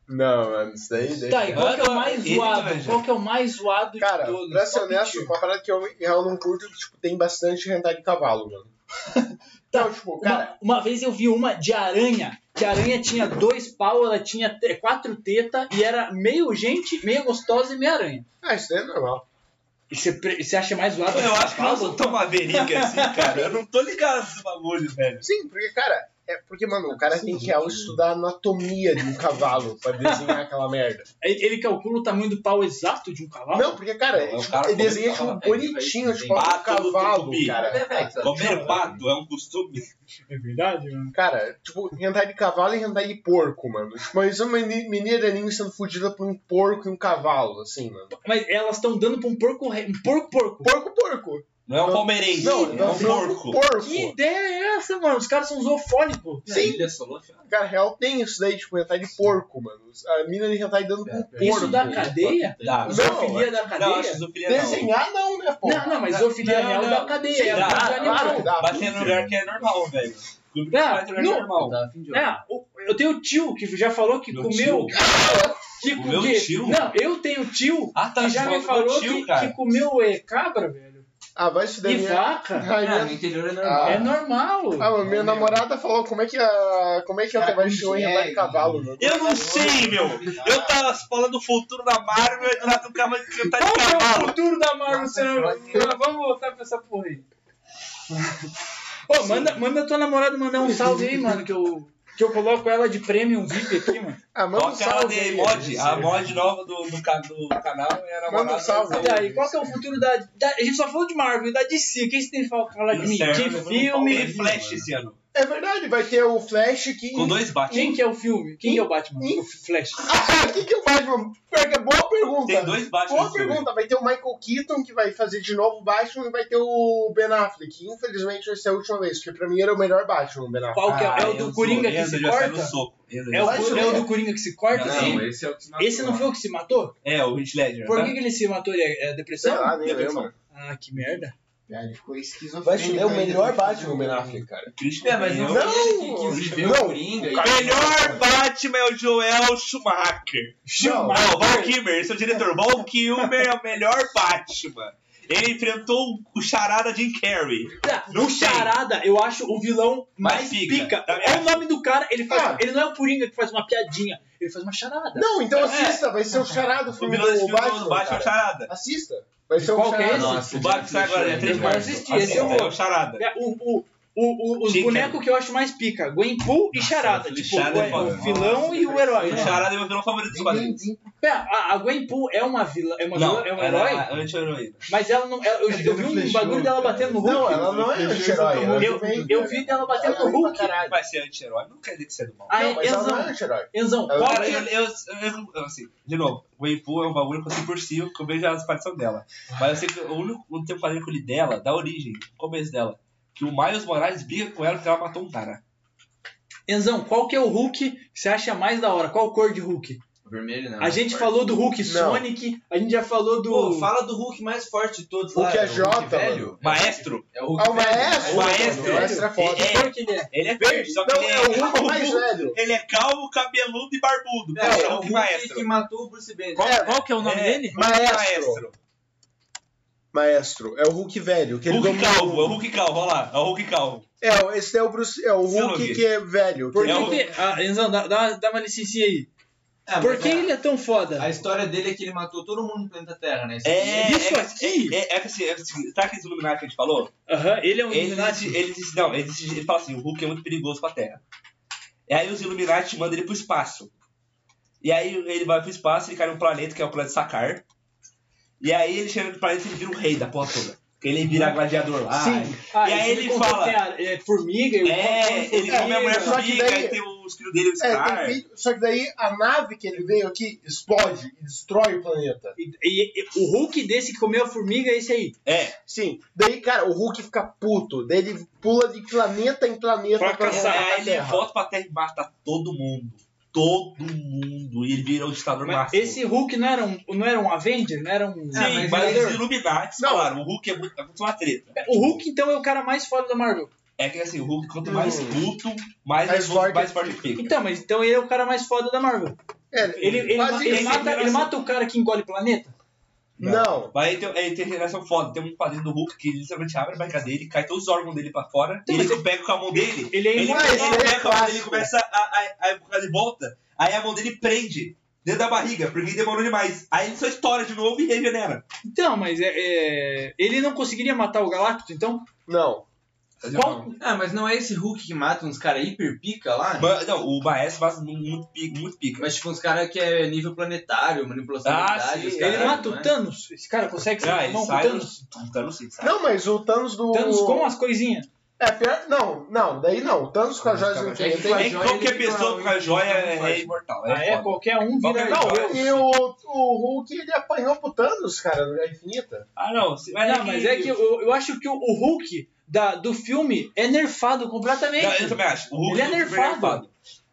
Não, mano, isso daí... daí-
Tá, e qual que é o mais
Ele também,
né,
zoado?
Zé.
Qual que é o mais zoado de
Cara,
todos?
pra ser
Top
honesto,
tier.
uma parada que eu, eu não curto, tipo, tem bastante hentai de cavalo, mano.
Tá,
Então, tipo, cara,
Uma, uma vez eu vi uma de aranha, que a aranha tinha dois pau, ela tinha te- quatro tetas e era meio gente, meio gostosa e meio aranha.
ah, isso daí é normal.
E você pre- e você acha mais zoado?
Eu acho que eu sou tão maverick assim, cara. Eu não tô ligado nesse bagulho, velho.
Sim, porque, cara, é porque, mano, o cara tem que real estudar a anatomia de um cavalo pra desenhar aquela merda.
Ele, ele calcula o tamanho do pau exato de um cavalo?
Não, porque, cara,
Não, é o
tipo,
cara
ele desenha,
come
tipo,
cavalo.
bonitinho,
Aí,
tipo,
aí,
um
pato,
cavalo,
tucupi.
É,
cara.
Tá
Comer pato é um costume.
É verdade, mano.
Cara, tipo, hentai de cavalo e hentai de porco, mano. Tipo, isso é uma meni- menina anime sendo fudida por um porco e um cavalo, assim, mano.
Mas elas estão dando pra um porco re- um porco porco.
Porco, porco.
Não é um palmeirense,
Não,
é
não,
um porco.
porco.
Que ideia é essa, mano? Os caras são zoofónicos.
Sim.
É, Ilha Solofia.
Cara, real tem isso daí, tipo, hentai de porco, mano. A mina de hentai
É.
dando com um porco.
Isso da cadeia?
Dá.
Zoofilia da
é Não, acho
cadeia?
zoofilia não.
Desenhar não, né, pô?
Não, não, mas zoofilia
Não,
real
não.
da cadeia.
Sim,
é
dá,
abuso animal.
claro, dá.
Bater no lugar que é normal, velho. Clube que
Não,
faz lugar que
Ah, não.
é normal.
Tá a fim de olhar.
É, o- eu tenho tio que já falou que
Meu
comeu.
tio?
*laughs* Que,
O meu
que-
tio?
Não, eu tenho tio
Ah, tá.
que já me
do
falou
tio,
que,
cara.
que comeu é, cabra, velho.
Ah, vai estudar
E
minha...
vaca.
Ai,
Ah,
minha
no interior é normal.
É normal.
Ah, mano, minha namorada falou como é que a. Como é que ela
Cara,
vai show em
é,
andar de cavalo, mano?
Eu
é
não sei, meu. Eu tava falando do futuro da Marvel e nada do cara que tá de
Qual é o
cavalo.
futuro da Marvel? senão- Vamos voltar pra essa porra aí. *laughs* Ô, manda, manda tua namorada mandar um salve aí, mano, que eu, que eu coloco ela de premium VIP aqui, mano.
Ah, manda um
Toca ela
salve.
de
aí, *laughs*
mod.
mano.
A mod nova do, do, ca- do canal é a namorada.
Manda um salve.
do-
E aí, qual que é o futuro da, da- A gente só falou de Marvel, da DC. O que você tem pra falar de mim?
Inferno,
De
eu não
filme,
falei Flash esse ano.
É verdade, vai ter o Flash que.
Com dois Batman.
Quem que é o filme? Quem é o Batman?
Ih.
O Flash.
Ah, quem que é o Batman? Perga- Boa pergunta.
Tem dois Batman.
Boa
nesse filme.
pergunta. Vai ter o Michael Keaton que vai fazer de novo o Batman e vai ter o Ben Affleck. que Infelizmente vai ser a última vez, porque pra mim era o melhor Batman, o Ben Affleck.
Qual que é?
Ah,
É o do
eu
Coringa
sou-
que
Enzo
se
já sai no
corta?
soco. Enzo
É
já
o,
sai no
é o do Coringa que se corta,
Não,
assim?
esse é o que se matou.
Esse não foi o que se matou?
soco. É, o Heath Ledger.
Por
né?
que, que ele se matou? Ele é é depressão?
Sei lá, nem
Depressão.
lembro.
Ah, que merda.
Ah, Ele ficou esquizofrênico.
Vai ser o
ainda,
melhor
porque-
Batman, o Ben Affleck, cara.
Christian
É, mas não,
Bale.
foi ele que quis viver
Não.
o Coringa.
O melhor Batman é o Joel Schumacher.
Não,
Ah, o Val Kilmer, esse é o diretor. O Val Kilmer é o melhor Batman. Ele enfrentou o charada Jim Carrey.
Tá,
Não
o
sei.
Charada, eu acho o vilão mais
Mas
pica.
pica.
É o nome do cara, ele faz.
Ah.
Ele não é o Coringa que faz uma piadinha, ele faz uma charada.
Não, então assista, vai ser o
É.
charado
O
filme
vilão desse
do
filme do
Batman.
Batman é o
cara.
charada.
Assista. Vai ser o
Qual que é
charado.
esse?
O Batman sai agora, é três
Eu quero
partes.
assistir, esse eu
Assista,
vou.
é o charada.
É, o- o- o- o- os
Sim,
bonecos
cara.
que eu acho mais pica, Gwenpool e Charada.
aquele
Tipo,
Charada
o,
é foda.
o vilão e o herói.
O charada é meu vilão favorito dos quadrinhos.
Ninguém-
É, a, a Gwenpool é uma vilã, é uma, vilã, é uma herói,
ela é anti-heroína.
mas ela não.
É
ela- eu, eu vi um
Flechou,
bagulho dela
cara.
batendo no Hulk.
Não, ela não é
Eu-
anti-herói. ela
eu,
também,
eu
cara.
vi dela batendo
Ela
no
é ruim pra
Hulk.
caralho.
Vai ser anti-herói, não quer dizer que você é do mal.
Ah,
Não, mas
é,
ela não
Enzão,
é anti-herói.
Enzão,
Ela- é
qual
Cara,
que
eu, eu, eu- eu- assim, de novo, o Weipu é um bagulho que eu sei por si, que eu vejo as aparição dela. Mas eu sei que o único o tempo que eu falei dela, da origem, no começo dela, que o Miles Morales briga com ela porque ela matou um cara.
Enzão, qual que é o Hulk que você acha mais da hora? Qual cor de Hulk?
Vermelho não.
a gente falou do Hulk
Não.
Sonic, a gente já falou do.
Pô, fala do Hulk mais forte de todos
O
lá.
que é
o
Jota,
Hulk
mano?
velho.
Maestro,
É o Hulk
Ah, o
velho.
maestro?
O maestro.
O maestro é foda.
É,
Cor que ele é?
ele é verde, só que
Não,
ele
é o Hulk
calmo,
mais velho.
Ele é calmo, cabeludo e barbudo.
É,
Cara,
é o
Hulk
Hulk
maestro.
que matou o Bruce Banner. Ah,
Qual-
É,
Qual que é o nome
É.
dele?
Maestro.
Maestro.
Maestro, é o Hulk velho. Que ele
Hulk
domina o
calvo, é o
mundo.
Hulk calvo, olha lá, é o Hulk calvo.
É, esse é o Bruce. É o Hulk
Hulk.
que é velho.
Por
Que
que,
É o-
que- Ah, Enzão, dá, dá, dá uma licencinha aí.
Ah, mas
Por que
a-
ele é tão foda?
A história dele é que ele matou todo mundo no planeta Terra, né? Isso
É,
Isso
é,
aqui?
É, é, que assim, é, que assim, sabe aqueles Illuminati que a gente falou?
Aham, ele é um
Ele,
Illuminati.
ele diz, não, ele, diz- ele fala assim, o Hulk é muito perigoso pra Terra. E aí os Illuminati mandam ele pro espaço. E aí ele vai pro espaço, ele cai num planeta que é o planeta Sakar. E aí ele chega no planeta e ele vira o rei da porra toda. Porque ele vira gladiador lá.
Sim.
Ah,
e aí
isso me
ele
contou
fala-
que tem a- é, formiga, ele
É, ele come a mulher
Só que
formiga,
daí-
aí tem os filhos dele, o
É,
Scar.
tem vídeo- só que daí a nave que ele veio aqui explode e destrói o planeta.
E, e- e o Hulk desse que comeu a formiga é esse aí.
É,
Sim. Daí, cara, o Hulk fica puto. Daí ele pula de planeta em planeta
Pra
pra
caçar.
voltar
aí
pra
ele
Terra.
volta pra Terra e mata todo mundo. Todo mundo. E ele vira o ditador
Mas
máximo.
esse Hulk não era, um, não era um Avenger? Não era um.
Sim,
Ah, mas
mas
ele-
os Illuminati
Não.
falaram, o Hulk é muito, é muito uma treta.
O Hulk, então, é o cara mais foda da Marvel.
É que assim, o Hulk, quanto mais
Hum.
puto, mais,
Mais
mais,
forte
forte, mais forte fica.
Então, mas então ele é o cara mais foda da Marvel.
É,
Ele, ele, ma-
quase
ele
isso.
mata, ele mata o cara que engole o planeta?
Não.
Mas aí tem, aí tem relação foda. Tem um quadrinho do Hulk que literalmente abre a barriga dele, cai todos os órgãos dele pra fora,
Então,
e ele
mas
pega com a mão dele.
Ele é
Ele,
imortal.
Mas
ele
ele é
pega com a mão dele
clássico.
e começa a, a, a empurrar de volta. Aí a mão dele prende dentro da barriga, porque demorou demais. Aí ele só estoura de novo e regenera.
Então, mas é, é- ele não conseguiria matar o Galactus, então?
Não.
Qual?
Ah, mas não é esse Hulk que mata uns caras hiperpica lá?
Ma- Não, o Maestro faz muito pica. Muito pica.
Mas tipo, uns caras que é nível planetário, manipulação
Ah,
de idade,
sim,
os
ele
caralho,
ele mata
não
o
é?
Thanos? Esse cara consegue
Ah,
sair
ele
com o
sai
Thanos?
no... Thanos sim, sai.
Não, mas o Thanos do.
Thanos assim? com as coisinhas.
É, pior. Não, não, daí não. O Thanos com a joia do
É
que-
infinito.
com a
É que
joia,
qualquer
ele fica
pessoa com a
um-
joia
um-
é imortal.
Ah,
É,
é?
foda.
Qualquer um vira.
Qualquer
igual.
um.
E o, o Hulk ele apanhou pro Thanos, cara, na infinita.
Ah, não. se-
Não, mas é que eu, eu acho que o, o Hulk da- do filme é nerfado completamente.
Não, eu também acho. O Hulk
Ele é
super
nerfado.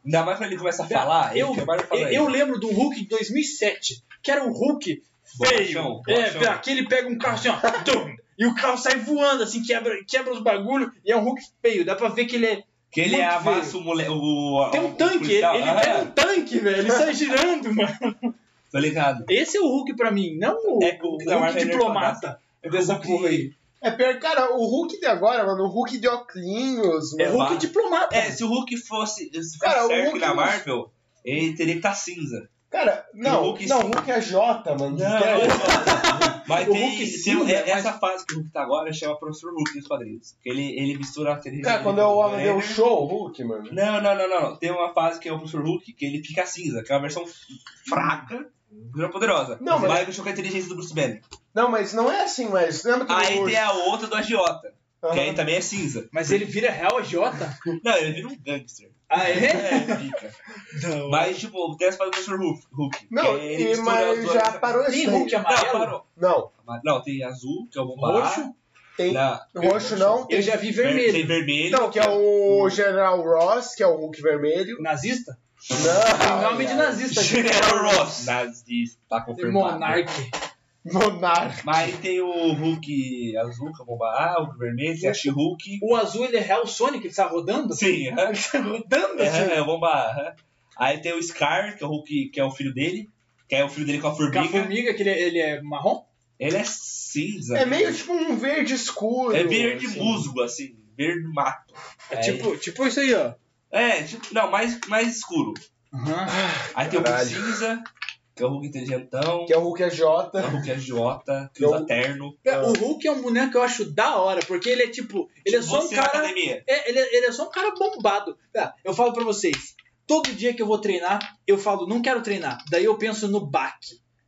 Ainda mais quando ele começa a falar,
Tá? eu,
ele fica mais
eu,
falando.
eu lembro do Hulk de 2007, que era um Hulk feio.
Borrachão, borrachão.
É, aqui ele pega um carro assim, ó, tum, e o carro sai voando, assim, quebra, quebra os bagulhos, e é um Hulk feio. Dá pra ver que ele é.
que ele
muito
amassa o moleque. O,
Tem um
o
tanque, ele,
policial.
ele
Ah,
tem um tanque, velho. Ele sai girando, *laughs* mano.
Tô ligado.
Esse é o Hulk pra mim, não o,
É, o
o
Hulk da
Hulk
Marvel é
diplomata.
Dessa porra aí.
É pior, cara, o Hulk de agora, mano, o Hulk de Oclinhos,
É o
É,
mano.
Hulk
vai.
diplomata.
É, se o Hulk fosse, se fosse
Cara, o
certo
Hulk
na
não-
Marvel, ele teria que estar cinza.
Cara, não,
O Hulk
não,
sim.
o Hulk é Jota,
Não,
mano. Que é-
Mas *laughs*
O
tem,
Hulk
tem-
cinza,
né?
é-
mas-
essa fase que o Hulk tá agora chama Professor Hulk nos quadrinhos. Que ele, ele mistura a
é
Cara, É, quando eu
eu
homem deu show, o Hulk, mano.
Não, não, não, não. Tem uma fase que é o Professor Hulk, que ele fica cinza, que é uma versão fraca, não poderosa.
Não, mas-
Vai mexer com a inteligência do Bruce Banner.
Ah,
Não, mas não é assim, mas lembra que
Aí
o...
tem a outra do agiota. Que aí também é cinza.
Mas ele vira real agiota?
Não, ele vira um gangster.
Ah, é?
É, pica.
Não.
Mas, tipo, o teste faz o professor Hulk. Hulk
Não,
que ele
e,
mistura as
mas
duas-
já parou
Tem
isso daí.
Hulk
Não,
amarelo?
parou.
Não,
Não, tem azul, que é o bombará.
roxo?
tem
Na-
roxo não.
Eu já vi
Tem
vermelho.
vermelho.
Não, que um é o General Ross, que é o Hulk vermelho.
Nazista? Tem
Não,
nome de nazista.
*laughs* General É Ross. Nazis, tá confirmado.
Monarque.
Monarca.
Mas tem o Hulk azul, que é o bombará, o Hulk vermelho, tem a She-Hulk.
O azul ele é real Sonic, ele tá rodando?
Sim, *laughs* aham.
Ele tá rodando?
É, é o bombará. aham. Aí tem o Scar, que é o Hulk, que é o filho dele. Que é o filho dele com a
Com a
formiga.
formiga, que ele é, ele é marrom?
Ele é cinza. né?
É meio tipo um verde escuro.
É verde
assim.
musgo, assim. Verde mato.
É,
É.
tipo, tipo isso aí, ó.
É, tipo, não, mais, mais escuro.
Aham.
Aí tem o Hulk
Caralho.
cinza, que é o Hulk inteligentão.
Que é o Hulk AJ.
é o Hulk agiota, que
Eu-
usa terno.
É, O Hulk é um boneco que eu acho da hora, porque ele é tipo. Ele é
Tipo,
só um
você na
cara.
academia.
É, ele, é- ele é só um cara bombado. Tá, eu falo pra vocês, todo dia que eu vou treinar, eu falo, não quero treinar. Daí eu penso no Bach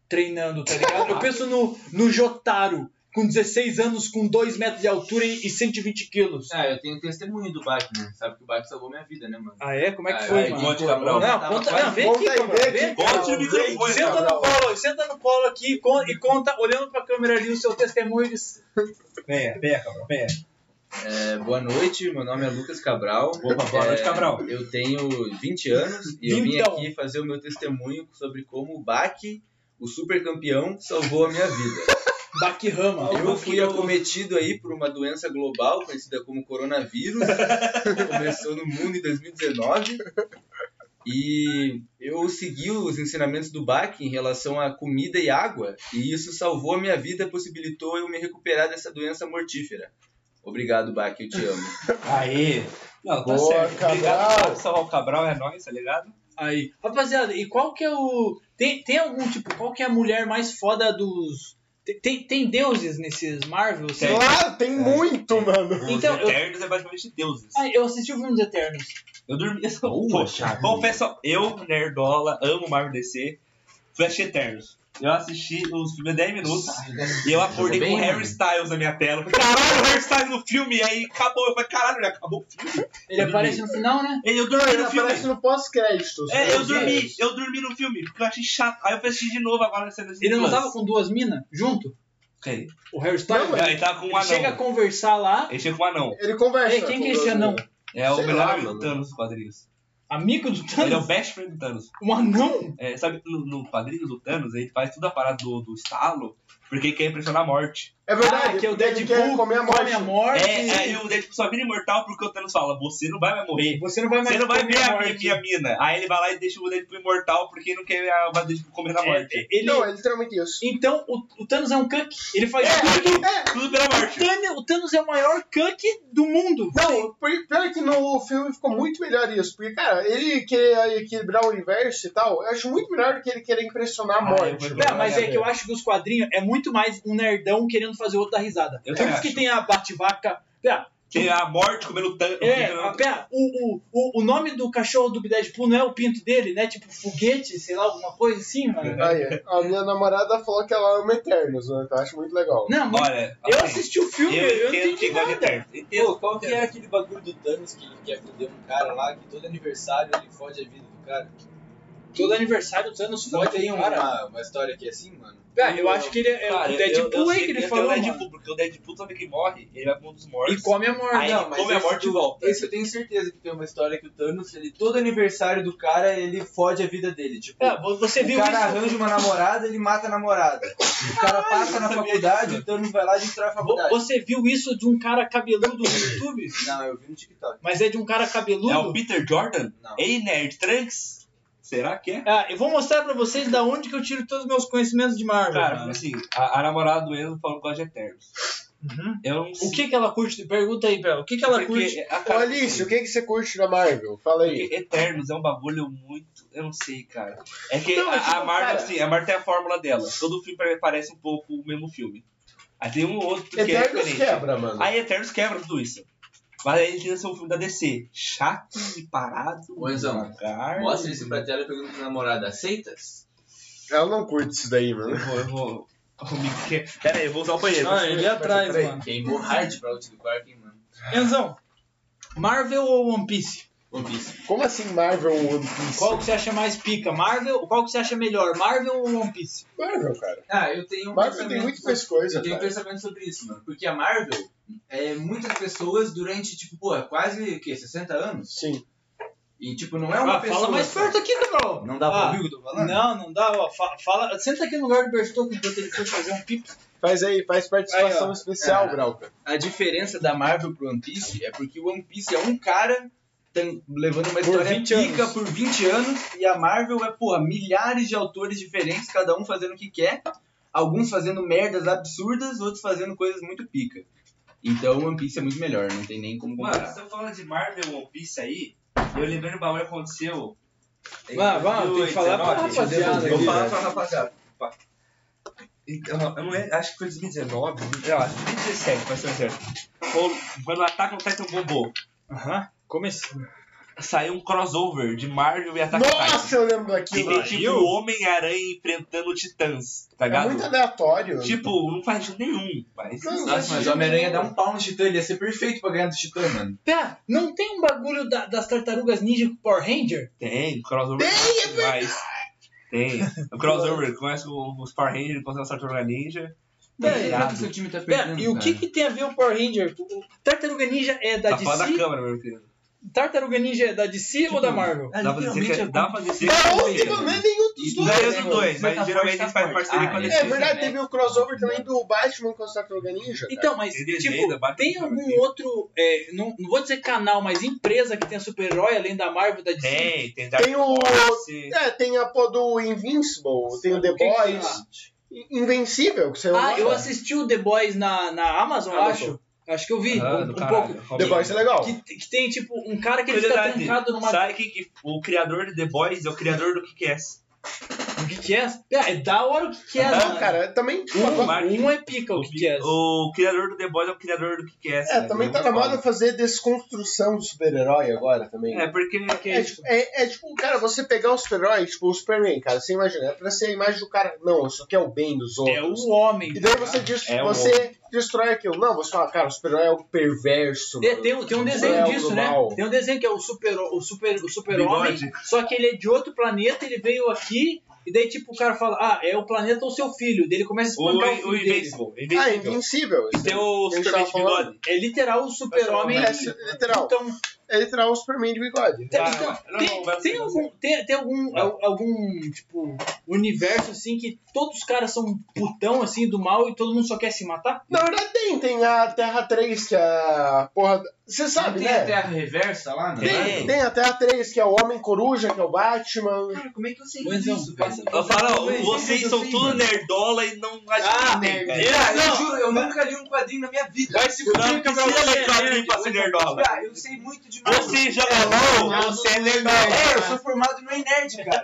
treinando, tá ligado? Eu penso no, no Jotaro, com 16 anos, com 2 metros de altura e, e 120 quilos.
Ah, eu tenho testemunho do Batman. Sabe que o Batman salvou minha vida, né, mano?
Ah, é? Como é que
Ah,
foi,
aí,
mano?
Monte Cabral.
Não,
Não,
tava
conta,
quase-
não, vem
Conta
aqui,
aí,
mano.
vem
Vem
aqui,
cá.
Conte no microfone.
Senta no
Cabral.
colo, senta no colo aqui con- e conta, olhando pra câmera ali, o seu testemunho. de-
Venha, venha, Cabral, venha.
É, boa noite, meu nome é Lucas Cabral.
Opa, boa noite,
É,
Cabral.
Eu tenho 20 anos e eu vim
Vintão.
aqui fazer o meu testemunho sobre como o Bach, o super campeão, salvou a minha vida.
Bach Rama.
Eu fui acometido aí por uma doença global conhecida como coronavírus. Começou no mundo em 2019. E eu segui os ensinamentos do Bach em relação à comida e água, e isso salvou a minha vida, possibilitou eu me recuperar dessa doença mortífera. Obrigado, Bach, eu te amo.
Aê. Não, tá
Boa,
certo. Obrigado,
Cabral.
Fábio, salvar o Cabral é nóis, tá ligado?
Aí. Rapaziada, e qual que é o. Tem, tem algum tipo, qual que é a mulher mais foda dos. Tem- Tem, tem deuses nesses Marvel?
É.
Tem.
Sei lá.
Claro, tem muito, mano.
Os
Então, eu-
Eternos é basicamente deuses.
Ah, eu assisti o filme dos Eternos.
Eu dormi *laughs* essa
Boa,
Poxa,
Charlie.
confesso, eu, nerdola, amo Marvel DC, Flash Eternos. Eu assisti os primeiros 10 minutos né? e eu acordei
Jogou
com o
bem,
Harry
mano.
Styles na minha tela. Eu falei, Caralho, o Harry Styles no filme! E aí acabou. Eu falei, caralho, já acabou o filme.
Ele
Eu
aparece no final, né?
E eu
Não,
dormi
ele
no filme.
aparece no pós-créditos.
É, eu
Né?
dormi, eu dormi no filme, porque eu achei chato. Aí eu fui assistir de novo agora nessa nesse
Ele não
plus.
tava com duas minas junto?
Quem?
O Harry Styles?
Não, ele tava com um
Ele
anão.
chega a conversar lá.
Ele chega com um anão.
Ele conversa.
Ei, quem
com
que é
o
esse anão?
É o
Sei
melhor
lá,
amigo do
mano.
Thanos dos quadrinhos.
Amigo do
Ele é o
Thanos?
best friend do Thanos.
Um anão?
É, sabe, no, no quadrinho do Thanos, ele faz tudo a parada do, do estalo, porque ele quer impressionar a morte.
É verdade,
ah, que é o
ele quer
Deadpool.
comer a
Come a
morte.
morte.
É, é, e o Deadpool só vira imortal porque o Thanos fala, você não vai mais morrer.
Você não vai mais
Você não vai
comer
ver
a
a minha,
morte.
minha mina. Aí ele vai lá e deixa o Deadpool imortal porque não quer a- o Deadpool comer a morte.
Ele...
Não, é literalmente isso.
Então, o, o Thanos é um cuck. Ele faz tudo.
É, é.
Tudo pela
O
morte.
Thanos- o Thanos é o maior cuck do mundo.
Não, por- pior que no filme ficou muito melhor isso. Porque, cara, ele querer equilibrar o universo e tal, eu acho muito melhor do que ele querer impressionar a
Ah, eu
morte.
vou-
Não, mas é que eu acho que os quadrinhos é muito mais um nerdão querendo fazer o outro dar risada.
Eu
Por isso
também
que
acho.
tem a Bativaca. Pera,
Tem a morte comendo o Thanos.
é, a- pera, o, o, o, o nome do cachorro do Deadpool não é o pinto dele, né? Tipo foguete, sei lá, alguma coisa assim, mano.
Aí, a minha namorada falou que ela ama Eternos, né? Então eu acho muito legal.
Não, mas
Olha,
eu
assim,
assisti o filme, eu, não
entendo que
entendi
gosta de
nada.
Eternos. Entendo.
qual que é aquele bagulho do Thanos que ele quer foder um cara lá, que todo aniversário ele fode a vida do cara? um
Todo aniversário do Thanos pode aí, cara.
uma história que é assim, mano?
Pera, eu acho que ele é
Cara,
o
eu- eu
Deadpool
sei
aí que ele
é
falou, né? Tipo,
o
mano.
Deadpool, porque o Deadpool toda vez que morre, ele vai pra um dos
E
mortos.
come a morte.
Aí
Não, mas
come a
esse
morte e
do-
volta.
Esse eu tenho certeza que tem uma história que o Thanos, ele, todo aniversário do cara, ele fode a vida dele. Tipo,
Ah, você
o
viu
cara
isso?
arranja uma namorada, ele mata a namorada. *laughs* O cara passa na faculdade, o Thanos vai lá e destrói a
Vo-
faculdade.
Você viu isso de um cara cabeludo no YouTube?
Não, eu vi no TikTok.
Mas é de um cara cabeludo?
É o Peter Jordan?
Não.
Ei, Nerd Trunks? Será que é?
Ah, eu vou mostrar pra vocês da onde que eu tiro todos os meus conhecimentos de Marvel.
Cara,
mano.
assim, a, a namorada do Enzo falou que gosta de Eternos.
Uhum.
Eu não é,
O que que ela curte? Pergunta aí pra ela. O que que ela curte?
a
Ô,
cara-
Alice, o que, que você curte da Marvel? Fala aí.
porque Eternos é um bagulho muito. Eu não sei, cara. É que
Não,
a,
mas,
a
tipo,
Marvel,
cara-
assim, a Marvel tem a fórmula dela. Todo filme pare- parece um pouco o mesmo filme. Aí tem um outro que é
Eternos
diferente.
quebra, mano.
Aí Eternos quebra tudo isso. Mas aí tem esse filme da DC. Chato e parado.
Ô, Enzão,
devagar.
Mostra isso pra tela pergunta pra namorada, aceitas?
Ela não curte isso daí,
Eu
mano.
vou, *laughs* eu vou. Ô, Miguel, Pera aí, eu vou usar o banheiro.
Ah, ele é atrás,
Peraí.
mano.
Queimou hard pra ult do quark, hein, mano.
Enzão, Marvel ou One Piece?
One Piece.
Como assim Marvel ou One Piece?
Qual que você acha mais pica? Marvel? Qual que você acha melhor? Marvel ou One Piece?
Marvel, cara.
Ah, eu tenho um
Marvel tem
pensamento
muito
sobre-
mais coisa,
Eu tenho um
cara.
pensamento sobre isso, mano. Porque a Marvel, é, muitas pessoas durante, tipo, pô, quase, o quê? 60 anos?
Sim.
E, tipo, não é uma
Ah,
pessoa...
fala mais
só.
perto aqui, Carol.
Não dá pra
Ah,
ouvir o que eu tô falando?
Não, não dá. Ó, Fa- fala, senta aqui no lugar do Bertoldo enquanto ele for fazer um pipo.
Faz aí, faz participação
Aí, ó.
especial,
É.
Brauca.
A diferença da Marvel pro One Piece é porque o One Piece é um cara tan- levando uma
Por
história
20
pica
anos.
por 20 anos e a Marvel é, porra, milhares de autores diferentes, cada um fazendo o que quer, alguns fazendo merdas absurdas, outros fazendo coisas muito pica. Então o One Piece é muito melhor, não tem nem como
Mano,
comparar.
você falando de Marvel One Piece aí, eu lembrei do bagulho que aconteceu. em
Vá, vá, tem que falar pra
2019.
rapaziada
Vou
aqui,
falar
velho.
pra rapaziada. Pá. Então, eu não lembro, acho que foi 2019, eu acho, 2017, pra ser certo. Foi- um, Foi no Ataque on Titan Bobo.
Aham, começou.
Saiu um crossover de Marvel e Attack on Titan.
Nossa, eu lembro
Que
daquilo.
tem tipo o Homem-Aranha enfrentando titãs, tá
É
ligado?
muito aleatório.
Tipo, não faz sentido nenhum, mas.
Então, Não,
Nossa, mas o Homem-Aranha dá um pau no Titã, ele ia ser perfeito pra ganhar do Titã, mano.
Pera, não tem um bagulho da- das tartarugas ninja com Power Ranger?
Tem, crossover.
é
Tem, mas... Tem. O crossover começa com os Power Rangers contra a Saturna Ninja.
Pera,
ligado.
Tanto seu time tá
Pera,
É
perdendo,
É, e o que,
cara.
que tem a ver o Power Ranger? O Tartaruga Ninja é da
Tá fora da
DC?
câmera, meu querido.
Tartaruga Ninja é da DC ou da Marvel?
Dá pra dizer que é. Dá pra dizer que
Não,
é.
não é nenhum dos
Não
dois.
é os dois, mas
Mas
geralmente
tá
eles fazem
forte.
parceria
Ah,
com a
é.
DC.
É verdade,
né?
teve o crossover também do Batman com o Tartaruga Ninja. cara.
Então, mas
Ele
tipo,
desenha, bate
tem
no
algum
Power
outro, é, não, não vou dizer canal, mas empresa que tenha super-herói além da Marvel, da DC?
Tem, tem Dark
Tem o.
Force.
É, tem a pô do Invincible, tem o The
O que que tem
Boys.
lá?
Invencível, que saiu
Ah,
agora.
eu assisti o The Boys na, na Amazon,
Ah,
acho. Acho que eu vi
Ah,
um,
do
um
caralho.
pouco.
Robin.
The Boys é legal.
Que, que tem, tipo, um cara que ele
tá
fica
Curiosidade,
trancado numa...
sabe quem que o criador de The Boys é o criador do Kick-Ass?
O que que é? Pera, é da hora o que que é,
Não,
mano.
cara, também.
Uma marca.
Um é pica o
O,
que que é.
o criador do The Boys é o criador do Kick-Ass.
É,
né?
também tá
Muito
na
foda.
moda fazer desconstrução do super-herói agora também.
É, porque. porque
É tipo, é, é tipo, cara, você pegar o super-herói, tipo o Superman, cara, você imagina, é pra ser a imagem do cara, não, isso aqui é o bem dos
É o
outros.
homem.
E daí você, diz,
É o
você destrói aquilo. Não, você fala, cara, o super-herói é o perverso.
Tem,
mano.
tem um- tem um
Não
desenho
é o
disso,
do
né?
mal.
Tem um desenho que é o super o super o super homem,
Bigode.
só que ele é de outro planeta, ele veio aqui e daí tipo o cara fala: "Ah, é o planeta ou seu filho?" Daí ele começa a
o,
espancar o, filho
o,
dele.
Invincible.
Ah,
Invincible.
invencível.
E tem o
Ele
Superman
tava
de
falando.
bigode.
É literal o super-homem.
É, literal.
Então,
É literal o Superman de bigode.
Tem-
Ah,
então,
não,
tem,
não, vai
tem
ser
algum, tem, tem algum, al- algum, tipo, universo, assim, que todos os caras são putão, assim, do mal e todo mundo só quer se matar?
Na verdade tem, tem a Terra 3, que é a porra. Você sabe,
Tem
né?
a Terra Reversa lá, né?
Tem.
Tem a Terra 3, que é o Homem Coruja, que é o Batman.
Cara, como é que eu sei
Pois
disso,
é,
cara?
passa-
Eu falo, é
Como é que
vocês
eu
são
sei,
tudo
mano?
nerdola e não
Ah,
nem,
merda.
cara.
Cara, eu
Não.
juro, eu nunca li um quadrinho na minha vida.
Vai se
Não precisa ler é quadrinho pra ser nerdola.
Cara, Ah, eu sei muito demais.
Você
É,
joga LOL, você é nerdola.
É, eu sou formado no E-Nerd, cara.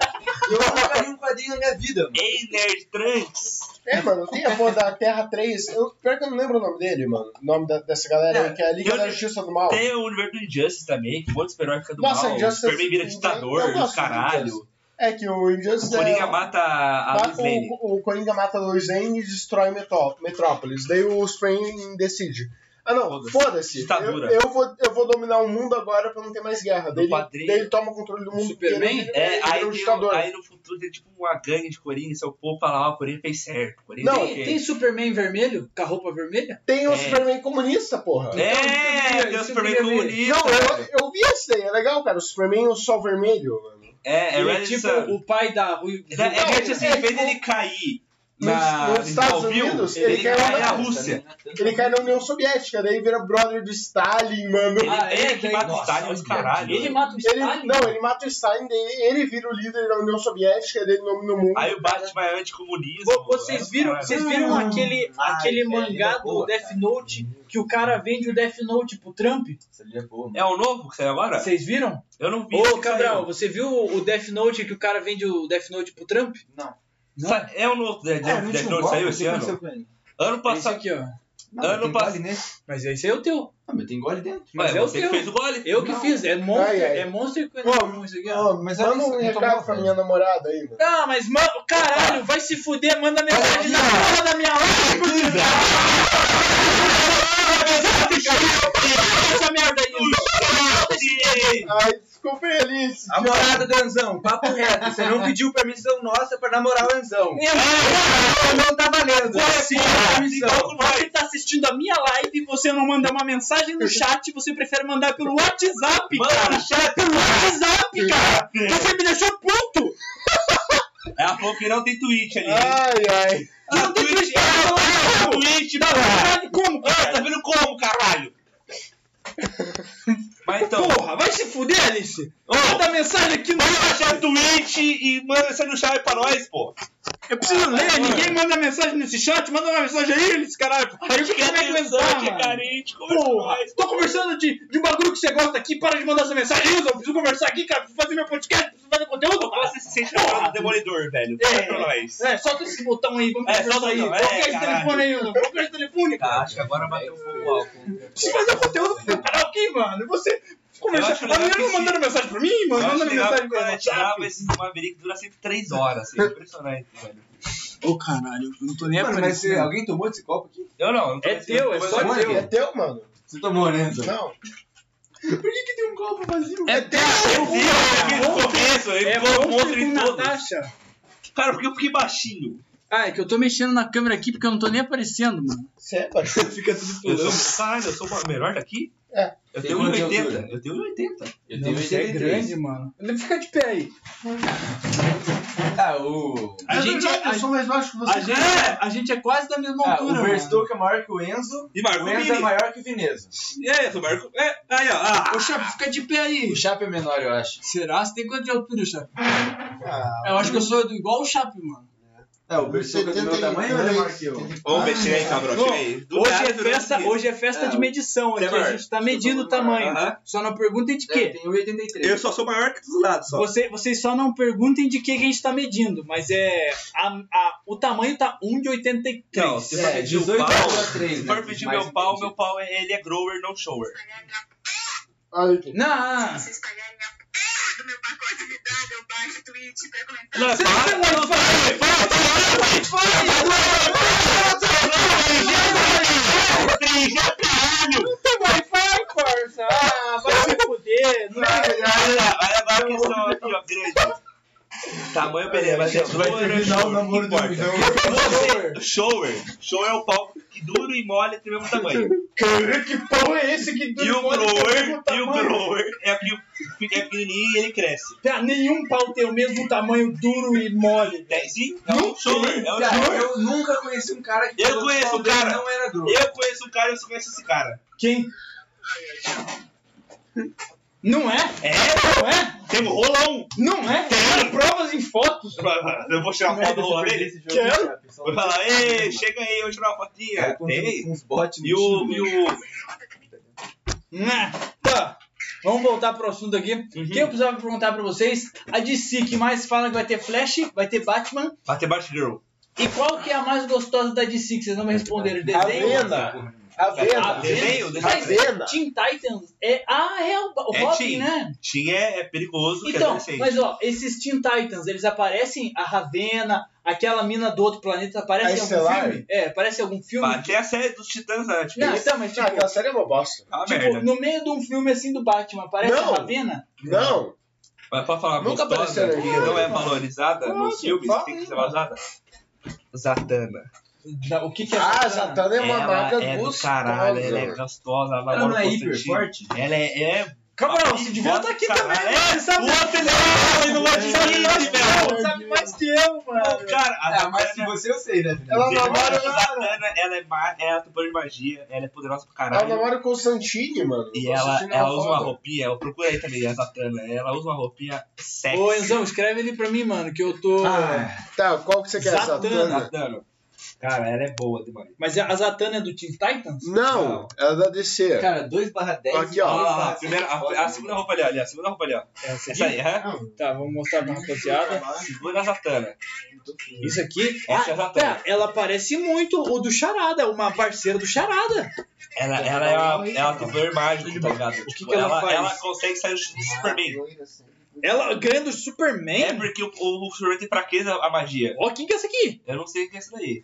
Eu nunca li um quadrinho na minha vida, mano.
Ei, nerd trunks.
É, mano, tem a porra da Terra 3. Eu, pior que eu não lembro o nome dele, mano. O nome da- dessa galera aí, que é a Liga
eu-
da Justiça do Mal.
Tem o universo do Injustice também, que um monte de super-herói fica do
Nossa,
mal. O
Injustice- né?
Superman vira ditador,
Eu gosto
os
do
caralho.
Injustice. É que o
O
Injustice
Coringa
é-
mata a Lois
mata
Lane.
o, o Coringa mata a Lois Lane e destrói Metó- Metrópolis. Daí o Superman decide. Ah não,
Foda-se.
foda-se. eu,
Ditadura.
eu vou, eu vou dominar o mundo agora pra não ter mais guerra. Daí ele,
quadrinho.
daí ele toma o controle do mundo.
Superman?
inteiro,
É,
ele vira
aí,
um
tem,
ditador.
um- aí no futuro tem tipo uma gangue de Coringa, seu povo fala, ó, o Coringa fez certo. Coringa
Não,
fez
Tem, tem Superman vermelho, com a roupa vermelha?
Tem o
É.
Superman comunista, porra.
É, tem o
Isso
Superman
eu queria ver.
comunista.
Não, eu, eu vi esse daí, é legal, cara. O Superman e o Sol Vermelho, mano.
É, é
Ele
Red
tipo
Sun.
o pai da Rui...
Ele- É
Não,
que tipo assim,
é
em vez
tipo-
dele cair
Nos-
na,
nos
em
Estados
Smallville,
Unidos,
ele,
ele
cai
caiu na
é
na
Rússia.
é Rússia.
Ele cai na União Soviética, daí vira brother do Stalin, mano.
Ele
Ah,
é
ele
que
tem-
mata o
Nossa,
Stalin, os
olha,
caralho.
Ele mata o
Ele,
Stalin?
não, ele mata o Stalin, daí ele vira o líder da União Soviética, dele domina o mundo.
Aí o Batman é anticomunista.
Vo- Vocês viram, vocês viram
Hum,
aquele,
ai,
aquele
velho,
mangá
é
do
boa,
Death Note que o cara vende o Death Note pro Trump?
Essa ali é boa, mano.
É o novo que saiu agora?
Vocês viram?
Eu não vi.
Ô,
isso
Cabral,
aí. é
você viu o Death Note que o cara vende o Death Note pro Trump?
Não.
Sa- É o novo Death
É, no
Death
último
Note
bloco,
saiu
o que
esse
aconteceu
ano?
com ele?
Ano
Esse
passado.
aqui, ó.
Não,
Ano
tem
pass-
gole nesse.
Mas esse aí é o teu.
Ah, mas tem gole dentro.
Mas
Ué,
é o
você
teu.
que fez o gole.
Eu que
Não.
fiz. É monstro.
Ai, ai.
É monstro que
Ô,
não isso aqui, ó.
Não, mas olha
Manda
isso,
um
eu tô
recado
mal,
pra
velho.
minha namorada aí, mano.
Ah, mas mano, caralho, vai se fuder, manda mensagem na porra da minha live, por essa merda aí.
Ai, desculpa aí, Alice.
Ah,
A morada do Anzão, papo reto. Você não pediu permissão nossa pra namorar o Anzão. Então não tá valendo. Sim, permissão.
Então, você tá assistindo a minha live e você não manda uma mensagem no chat, você prefere mandar pelo WhatsApp, cara. Pelo WhatsApp, cara. Você me deixou puto.
Ela falou que É, não tem Twitch ali. hein?
Ai, ai.
Não tem
Twitch,
Twitch,
ah,
não.
Twitch,
Tá
porra.
ligado? Como,
Ah,
cara?
tá vendo como, caralho? Mas então,
Porra, vai se fuder, Alice.
Ô.
Manda mensagem aqui no
vai
chat.
baixar Twitch e manda essa no chave pra nós, pô.
Eu preciso ler, ninguém manda mensagem nesse chat, manda uma mensagem aí, eles, caralho. Aí o é que você vai aguentar, mano?
carente,
Porra, tô conversando de, de um bagulho que você gosta aqui, para de mandar essa mensagem, aí, eu preciso conversar aqui, cara, preciso fazer meu podcast, preciso fazer conteúdo, cara.
Você se sente na hora do Ah, Demolidor, velho. Fala pra nós.
É, solta esse botão aí, vamos
É,
conversar
solta
aí.
o botão,
Qual
é,
que é esse
caralho.
telefone aí, Ana? Qual que é esse telefone, cara?
acho que agora bateu um pouco o álcool.
Preciso fazer conteúdo pro meu canal aqui, mano. E você
Eu
conversar,
acho
a
legal
menina
que
não mandando mensagem pra mim,
Eu
mano,
acho
mandando
legal que
mensagem
quando
pra
a gente grava
mim.
esses Maverick dura sempre 3 horas, assim, é impressionante, velho.
Ô, caralho, não tô nem
Mano, mas você- alguém tomou desse copo aqui?
Eu não, eu não tô
É
pensando
teu, é
coisa
só
boa.
teu.
É teu, mano?
Você tomou, né, Anzão?
Não.
Por que, que tem um copo vazio?
É teu, é
Sim, eu vi no começo, ele
É
ficou
monstro
monstro
com
em todos.
Natasha.
Cara, por que eu fiquei baixinho?
Ah, é que eu tô mexendo na câmera aqui porque eu não tô nem aparecendo, mano.
Você é baixo.
*laughs* Fica tudo
Eu
pulando.
sou, caralho, eu sou o melhor daqui?
É.
Eu
Tem
tenho
quanto de
1,80.
altura?
Eu tenho 1,80.
Eu tenho
você é
83.
grande, mano. Fica de pé aí.
Ah, o.
A gente,
é-
eu sou mais baixo que você.
A gente, é, a gente é quase da mesma
Ah,
altura,
o
mano.
Verstoke é maior que o Enzo.
E
O
Marco
Enzo é
Mini?
maior que o Vinezo.
É, eu sou Marco. É, aí, ó. Ah,
Ô, Chapa, fica de pé aí.
O Chapa é menor, eu acho.
Será? Você tem quanto de altura, Chapa?
Ah,
Eu acho que eu sou do- igual o Chapa, mano.
É, o Bersuco é do meu tamanho ou ele é maior que eu?
vamos mexer aí, cabrão.
Não,
Tira aí. Do né?
hoje,
nada,
é
do nada,
festa,
do nada.
hoje é festa
É,
de medição
você é
aqui. A
maior.
gente tá medindo o
Eu sou maior.
tamanho.
Aham.
Só não perguntem de
É, eu
quê.
tenho 83.
Eu só sou maior que dos lados, tá só.
Você- vocês só não perguntem de que que a gente tá medindo, mas é. a- a- o tamanho tá 1,83.
Não, se for
É,
pedir o
18
pau,
a 3,
se
né,
for pedir
mais
meu pau,
entendido.
meu pau é- ele é grower, não shower.
olha aqui.
Não!
vocês pagarem a p É, do meu pacote de dados, eu baixo o tweet pra comentar.
Não,
Você não tem
para, não,
Wi-Fi!
para, para, para, para.
Ah, vai se fuder! Não é
Olha lá, olha agora a questão aqui, ó, grande. Tamanho, beleza, mas é
Vai
grower, não
terminar o
shower, não
namoro do
importa.
Anzão.
Você, shower, shower é o pau que duro e mole tem o mesmo tamanho.
Cara, que
Então
pau é esse que
E o grower, e o grower é o que fica é pequenininho e ele cresce.
Cara, nenhum pau tem o mesmo tamanho duro e mole.
É, Sim, é o shower, é o
Cara,
shower.
eu nunca conheci um cara que
Eu
falou que
conheço
o pau
um cara.
dele não é era grosso.
Eu conheço um cara e você conhece esse cara.
Quem? Não é?
É?
Não é?
Tem um rolão.
Não é? Cara, provas em fotos.
Eu vou tirar uma foto do rolão dele.
Quero.
Vou falar, ei, chega aí, eu vou tirar uma fotinha.
Cara, com
Tem.
uns bots no
E o.
time.
E o.
Né? Tá. Vamos voltar pro assunto aqui. O
Uhum.
que eu precisava perguntar pra vocês? A DC que mais fala que vai ter Flash, vai ter Batman.
Bater Batgirl.
E qual que é a mais gostosa da DC que vocês não me responderam? Desenho?
Avena. Avena.
Tá
A
Desenho?
Venda.
Desenho.
Mas
Venda.
Teen Titans é. Ah, é o, o
É
Robin,
Teen.
né?
Tim é, é perigoso, que é
Então,
adolescente.
mas ó, esses Teen Titans, eles aparecem, a Ravena, aquela mina do outro planeta, aparece
A
em algum
Estelar?
filme? É, aparece em algum filme?
Até a série dos Titãs né? antes.
Não, então, mas
Ah,
tipo,
aquela série é uma bosta.
Ah,
tipo,
merda.
no meio de um filme assim do Batman, aparece
Não.
a Ravena?
Não.
Mas pra falar
Nunca
gostosa,
apareceu
que
aqui.
não é valorizada nos filmes,
fala
tem
aí,
que ser valorizada. Zatanna.
Da- O que que é
Ah,
Satana?
Satana é uma
ela
marca
é do
gostosa.
caralho, ela é gostosa, ela
Ela não
namora
é
com
hiper
Constantino.
forte?
Ela é... é...
Cabrão, se devia
Bota
estar aqui
caralho.
também, né? Você sabe,
Bota ele aí, ele não vai te
sabe mais
dizer,
que eu,
é velho.
sabe mais que eu, mano. É,
Cara, a
Ah, mas se
Zatanna...
você eu sei, né? Vinícius?
Ela
Ela,
namora,
ela é ma... ela é tutora de magia, ela é poderosa pra
ela
caralho.
namora com o Santini, mano.
E
O
ela,
Santini é
ela usa uma
foda.
roupinha, eu procurei também a Zatanna, ela usa uma roupinha sexy.
Ô, Enzão, escreve ele pra mim, mano, que eu tô...
Ah,
Tá, qual que você quer?
Satana.
Satana.
Zatanna. Cara, ela é boa demais.
Mas a a Zatanna é do Teen Titans?
Não, ela é da DC.
cara, 2 barra 10.
Aqui, ó.
Olha
Ah,
lá, a, tá primeira, a, a segunda roupa ali, ó, ali, a segunda roupa ali, ó. Essa, aí, aham.
É, Tá, vamos mostrar pra rapaziada.
Segunda Zatanna.
Isso aqui.
Essa é a
Ah,
Zatanna.
pera, ela parece muito o do Charada, uma parceira do Charada.
Ela, ela é uma, ela tem poder mágico, tá ligado? O
que ela faz?
Ela consegue sair do Superman.
assim.
Ela ganha do Superman?
É porque o, o, Superman tem fraqueza à magia.
Ó, quem que é essa aqui?
Eu não sei o que é isso daí.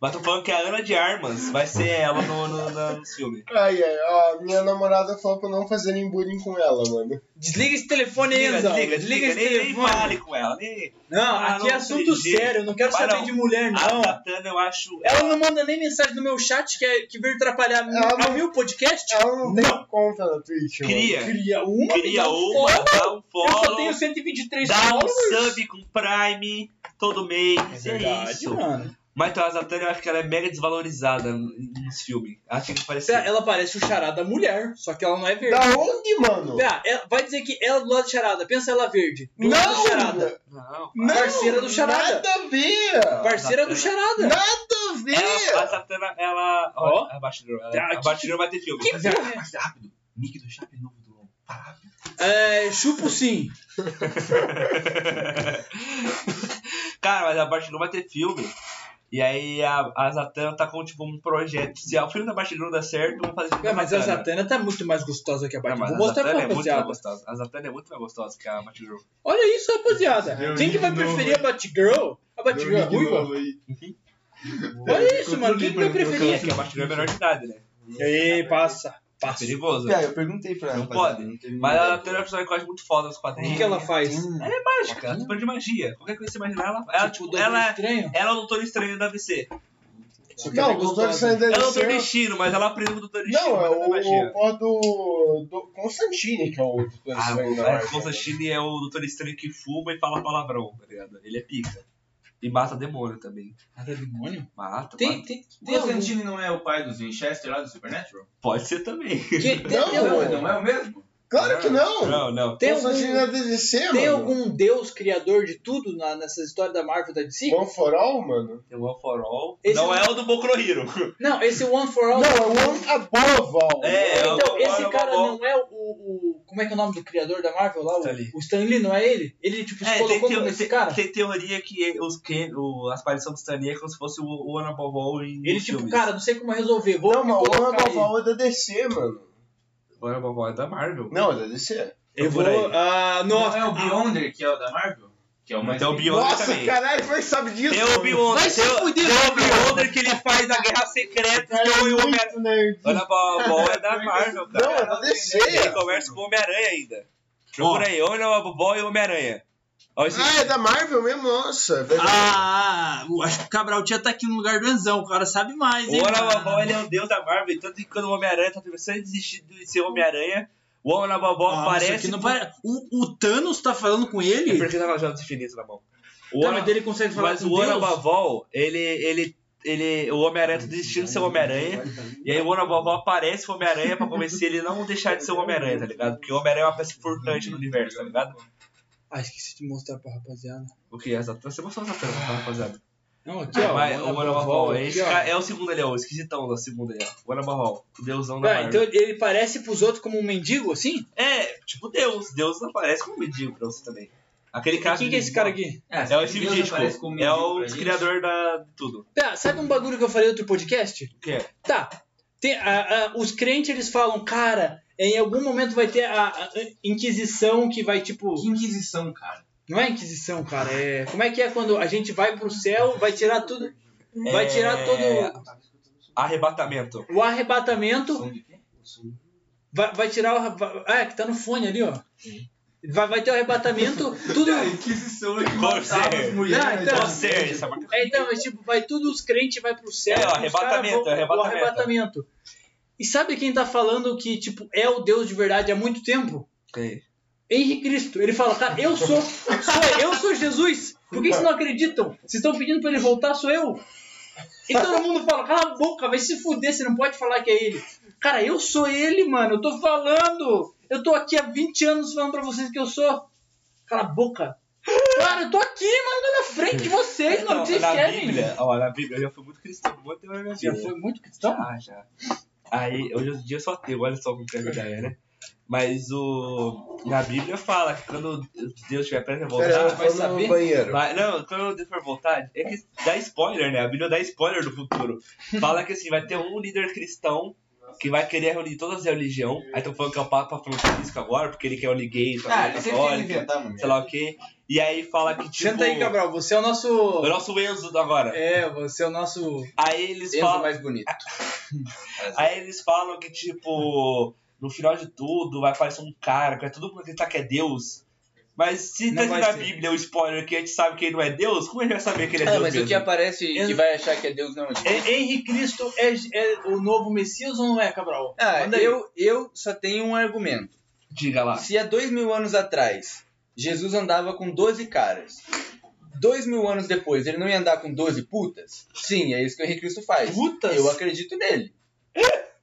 Mas tô falando que a Ana de Armas vai ser ela no, no, no, no filme.
Ai, ai, ó, minha namorada falou pra não fazerem bullying com ela, mano.
Desliga esse telefone aí, Enzo.
desliga, desliga,
esse
nem, nem
telefone.
fale com ela. Nem...
Não,
Ah,
aqui é
não,
assunto
tem jeito.
sério. Eu não quero
Para
saber
um-
de mulher,
A
não.
Tatana, eu acho.
Ela não manda nem mensagem no meu chat que, é, que veio atrapalhar
Ela
a
não-
meu podcast.
Ela não tem
Não.
conta na Twitch, mano.
Cria.
Cria uma. me
Cria
dá um
uma,
follow.
dá um
Eu só
follow,
tenho 123
dá um
followers.
sub com Prime todo mês. É, isso.
mano.
Mas então, a Zatanna, eu acho que ela é mega desvalorizada nos filmes. Ela tinha que aparecer.
Ela parece o charada mulher, só que ela não é verde.
Da onde, mano?
Pera, ela- vai dizer que ela é do lado de charada. Pensa ela verde. Do lado do charada.
Não!
Não,
Não!
Parceira do Charada.
Nada a ver!
Parceira do charada.
Nada a ver!
Ela, a Satana, ela.
Ó.
Ó, a Bastidor. Ela,
Ah,
a
que-
Bastidor vai ter filme.
que
Mas é-
porra é?
mas é rápido. Nick do Chape novo do Lombo.
É, chupo sim.
*laughs* Cara, mas a Bastidor vai ter filme. E aí a, a Zatanna tá com tipo um projeto. Se o filme da Bastidor dá certo, vamos fazer filme
Não,
da
mas a
Zatanna.
Zatanna tá muito mais gostosa que a
Não,
Batman.
mas
Vou
a
mostrar pra
Zatanna é muito mais
rapaziada.
gostosa. A Zatanna é muito mais gostosa que a Batgirl.
Olha isso, rapaziada.
Eu
Quem que vai
de novo,
preferir a Batgirl? A Batgirl é
Deu um
ruiva?
novo aí.
Olha isso, mano. Quem que vai preferir
Porque a Batgirl é menor de idade, né?
Ei, passa.
É
Passa.
perigoso.
Pera, eu perguntei pra ela.
Não pode. Mas a Zatanna é uma personagem muito foda nos
O
quadrinhos.
que, que ela faz? Tipo,
Ela é mágica, ela tem poder de magia. Qualquer coisa que você imaginar, ela. Ela, tipo,
Doutor
ela,
Estranho?
ela é o doutor estranho da DC.
Só que ela é
Não, o doutor
gostosa.
Sanders.
Ela é o doutor destino, mas ela aprende com o doutor destino.
Não, é
mas magia.
o, o pó do, do Constantine, que é o doutor
Ah,
Estranho
o
da
é,
Marvel.
Constantine é o doutor estranho que fuma e fala palavrão, tá ligado? Ele é pica. E mata demônio também.
Ah, tá demônio?
Mata.
Tem,
mata.
tem, tem algum-
Constantine não é o pai dos Winchester lá do Supernatural?
Pode ser também.
Quem- tem-
Não,
tem algum-
Não, não é o mesmo?
Claro que não!
*laughs* Não, não.
tem
Constantine
algum-
é da DDC,
Tem
mano.
algum deus criador de tudo na, nessa história da Marvel da DC?
One for All, mano?
Tem o One for All.
Esse um
não
não-
é o do Boku no Hero.
Não, esse One for All. um
Não, é One Above All.
É, é o
Então,
é
esse
o
cara
One
não é o, o- Como é que é o nome do criador da Marvel lá? O,
Stan Lee.
o Stan Lee, não é ele? Ele, tipo, se
É, tem,
colocou
teo-
como esse
tem-
cara?
tem teoria que, é os, que o, as aparições do Stanley é como se fosse o, o One Above All em
Ele,
um
nos
tipo,
filmes.
cara, não sei como resolver. Vou
Não,
me
mas o One
colocar aí.
Above All é da DC, mano.
O One Above All é da Marvel. Então,
Não, é da DC.
Eu vou.
Por aí.
Ah,
Não
nossa.
é o Beyonder, que é o da Marvel? Que é o mais.
Tem o Beyonder
Nossa,
também.
caralho, como é que sabe disso?
Tem o Beyonder.
Vai se
tem o-
fuder,
Tem o
mano.
Beyonder que ele faz da Guerra Secreta.
Cara,
que é
é
o Homem
muito nerd.
Olha a bola é da Marvel, cara.
Não, é da
Ele
DC.
conversa com o Homem-Aranha ainda. Procura aí, Homem na Bobó e Homem-Aranha. Olha esse-
Ah, é da Marvel mesmo? Nossa, é velho.
Ah, o- acho que o Cabral tinha tá aqui no lugar do Enzão. O cara sabe mais,
O
hein?
Homem
mano?
na Bobó, ele é o deus da Marvel. Tanto que quando o Homem-Aranha tá pensando em desistir de ser Homem-Aranha, o Homem na Bobó
Nossa,
aparece.
que não pare- o, o Thanos tá falando com ele?
É porque tá com a joia do infinito na mão. O
Tá,
Ora-
mas ele consegue falar
Mas
com
o Ana
Deus?
Bavol, ele, ele, ele, o Homem-Aranha tá desistindo de ser o Homem-Aranha. E aí o Ana Bavol aparece com o Homem-Aranha pra convencer ele a não deixar de ser o Homem-Aranha, tá ligado? Porque o Homem-Aranha é uma peça importante no universo, tá ligado?
Ah, esqueci de mostrar pra rapaziada.
O que é essa? Você mostrou essa tela, tá, rapaziada?
Não, aqui, ó.
Mas o Ana Bavol,
aqui,
esse
ó.
cara- é o segundo ali, ó, o esquisitão do segundo ali, ó. é O Ana Bavol, o deusão da
É,
Ah, então
Marvel.
ele parece pros outros como um mendigo, assim?
É, tipo Deus, Deus aparece como mendigo pra você também. Aquele cara.
E quem que é esse cara aqui?
É o Steve
Deus aparece
Ditko,
como
é
mendigo
o
pra gente.
criador da de tudo.
Tá, sabe um bagulho que eu falei no outro podcast?
O que é?
Tá. Tem, a- a- os crentes eles falam, cara, em algum momento vai ter a, a Inquisição que vai tipo.
Que Inquisição, cara.
Não é Inquisição, cara. É, como é que é quando a gente vai pro céu, vai tirar tudo. Vai tirar todo
Arrebatamento.
o arrebatamento. *laughs* Vai, vai tirar o. vai- Ah, que tá no fone ali, ó. Vai, vai ter o arrebatamento, tudo.
Inquisição é que
Qual
matava
é?
as mulheres.
Ah, então-
Nossa,
Você, essa marca.
É, então, é tipo, vai tudo, os crentes vai pro céu.
É, ó,
os
arrebatamento,
caras vão-
arrebatamento.
o arrebatamento. E sabe quem tá falando que, tipo, é o Deus de verdade há muito tempo? Henri Cristo. Ele fala, cara, eu sou, sou eu sou Jesus. Por que vocês não acreditam? Vocês estão pedindo pra ele voltar, sou eu. E todo mundo fala, cala a boca, vai se fuder, você não pode falar que é ele. Cara, eu sou ele, mano, eu tô falando. Eu tô aqui há 20 anos falando pra vocês que eu sou. Cala a boca. Cara, eu tô aqui, mano, tô na frente de vocês, mano, o que vocês
na
querem?
É Bíblia, ó, na Bíblia, eu já fui muito cristão, muito na minha
Já
vida.
foi muito cristão?
Já, já. Aí, hoje em dia eu só tenho, olha só como que é a ideia, né? Mas o. Na Bíblia fala que quando Deus estiver prestes a
Pera,
voltar.
ela
vai
foi no
saber?
banheiro.
vai- não, então quando Deus for voltar, é que dá spoiler, né? A Bíblia dá spoiler do futuro. Fala que assim, vai ter um líder cristão que vai querer reunir todas as religiões. Aí estão falando que é o Papa Francisco agora, porque ele quer unir gays,
Ah,
ah,
ele sempre tem que
católica,
inventar, mano.
sei lá o quê. E aí fala que, tipo...
Senta aí, Cabral. Você é o
É o
nosso.
nosso Enzo agora.
É, você é o nosso.
Aí eles
Pensa
falam...
mais bonito.
Aí eles falam que, tipo, no final de tudo vai aparecer um cara que vai todo mundo acreditar que é Deus. Mas se
Não
tá
vai
na
ser.
Bíblia o spoiler que a gente sabe que ele não é Deus, como ele vai saber que ele é
É,
Deus
mas o
mesmo?
que aparece
Enzo-
que vai achar que é Deus não é
É, Henri Cristo é, é o novo Messias ou não é, Cabral?
Ah,
Manda aí.
eu, eu só tenho um argumento.
Diga lá.
Se há dois mil anos atrás Jesus andava com 12 caras, dois mil anos depois ele não ia andar com 12 putas? Sim, é isso que o Henrique Cristo faz.
Putas?
Eu acredito nele.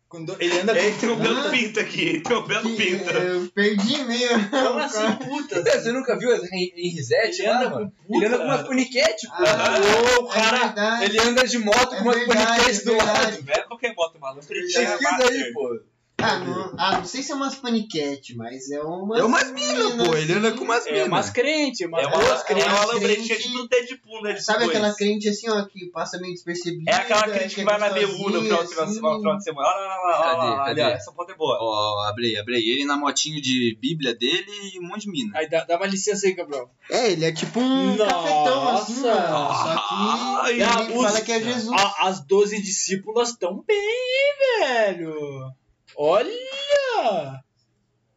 Quando ele anda
Ele tem um belo
Ah.
pinta aqui, tem um belo
Que,
pinta.
é.
É,
eu perdi meio.
Como assim, puta?
*laughs* Você nunca viu as Hen- Henrisete
Ele
lá,
anda
mano?
com puta?
Ele anda com umas puniquete, pô.
Ah,
o
é
cara,
verdade.
ele anda de moto com
É
umas
verdade,
puniquete do
é
lado. é
verdade.
Não é qualquer moto é maluco.
Pesquisa
Pesquisa aí, pô.
Ah, não, ah, não sei se é umas paniquete, mas é uma. assim.
É umas minas, pô. Ele anda com umas
É
minas.
umas crente,
É
mas
uma,
Duas
é uma
crianças
lambretinha
crente.
de tudo Deadpool, né? eles
Sabe
dois.
aquela crente assim, ó, que passa meio despercebida?
É aquela crente que vai na
gostosinha,
BU no final de semana.
assim.
no final de semana. Olha lá, olha lá, olha lá, olha lá,
Cadê,
ali, ó,
cadê?
Essa ponta é boa.
Ó, abre aí, abre aí. Ele na motinho de Bíblia dele e um monte de mina.
Aí dá, dá uma licença aí, Cabral.
É, ele é tipo um
Nossa.
cafetão assim, mano. Só que
Ai,
ele
ah,
fala
os-
que é Jesus.
A- as 12 discípulas estão bem, velho. Olha!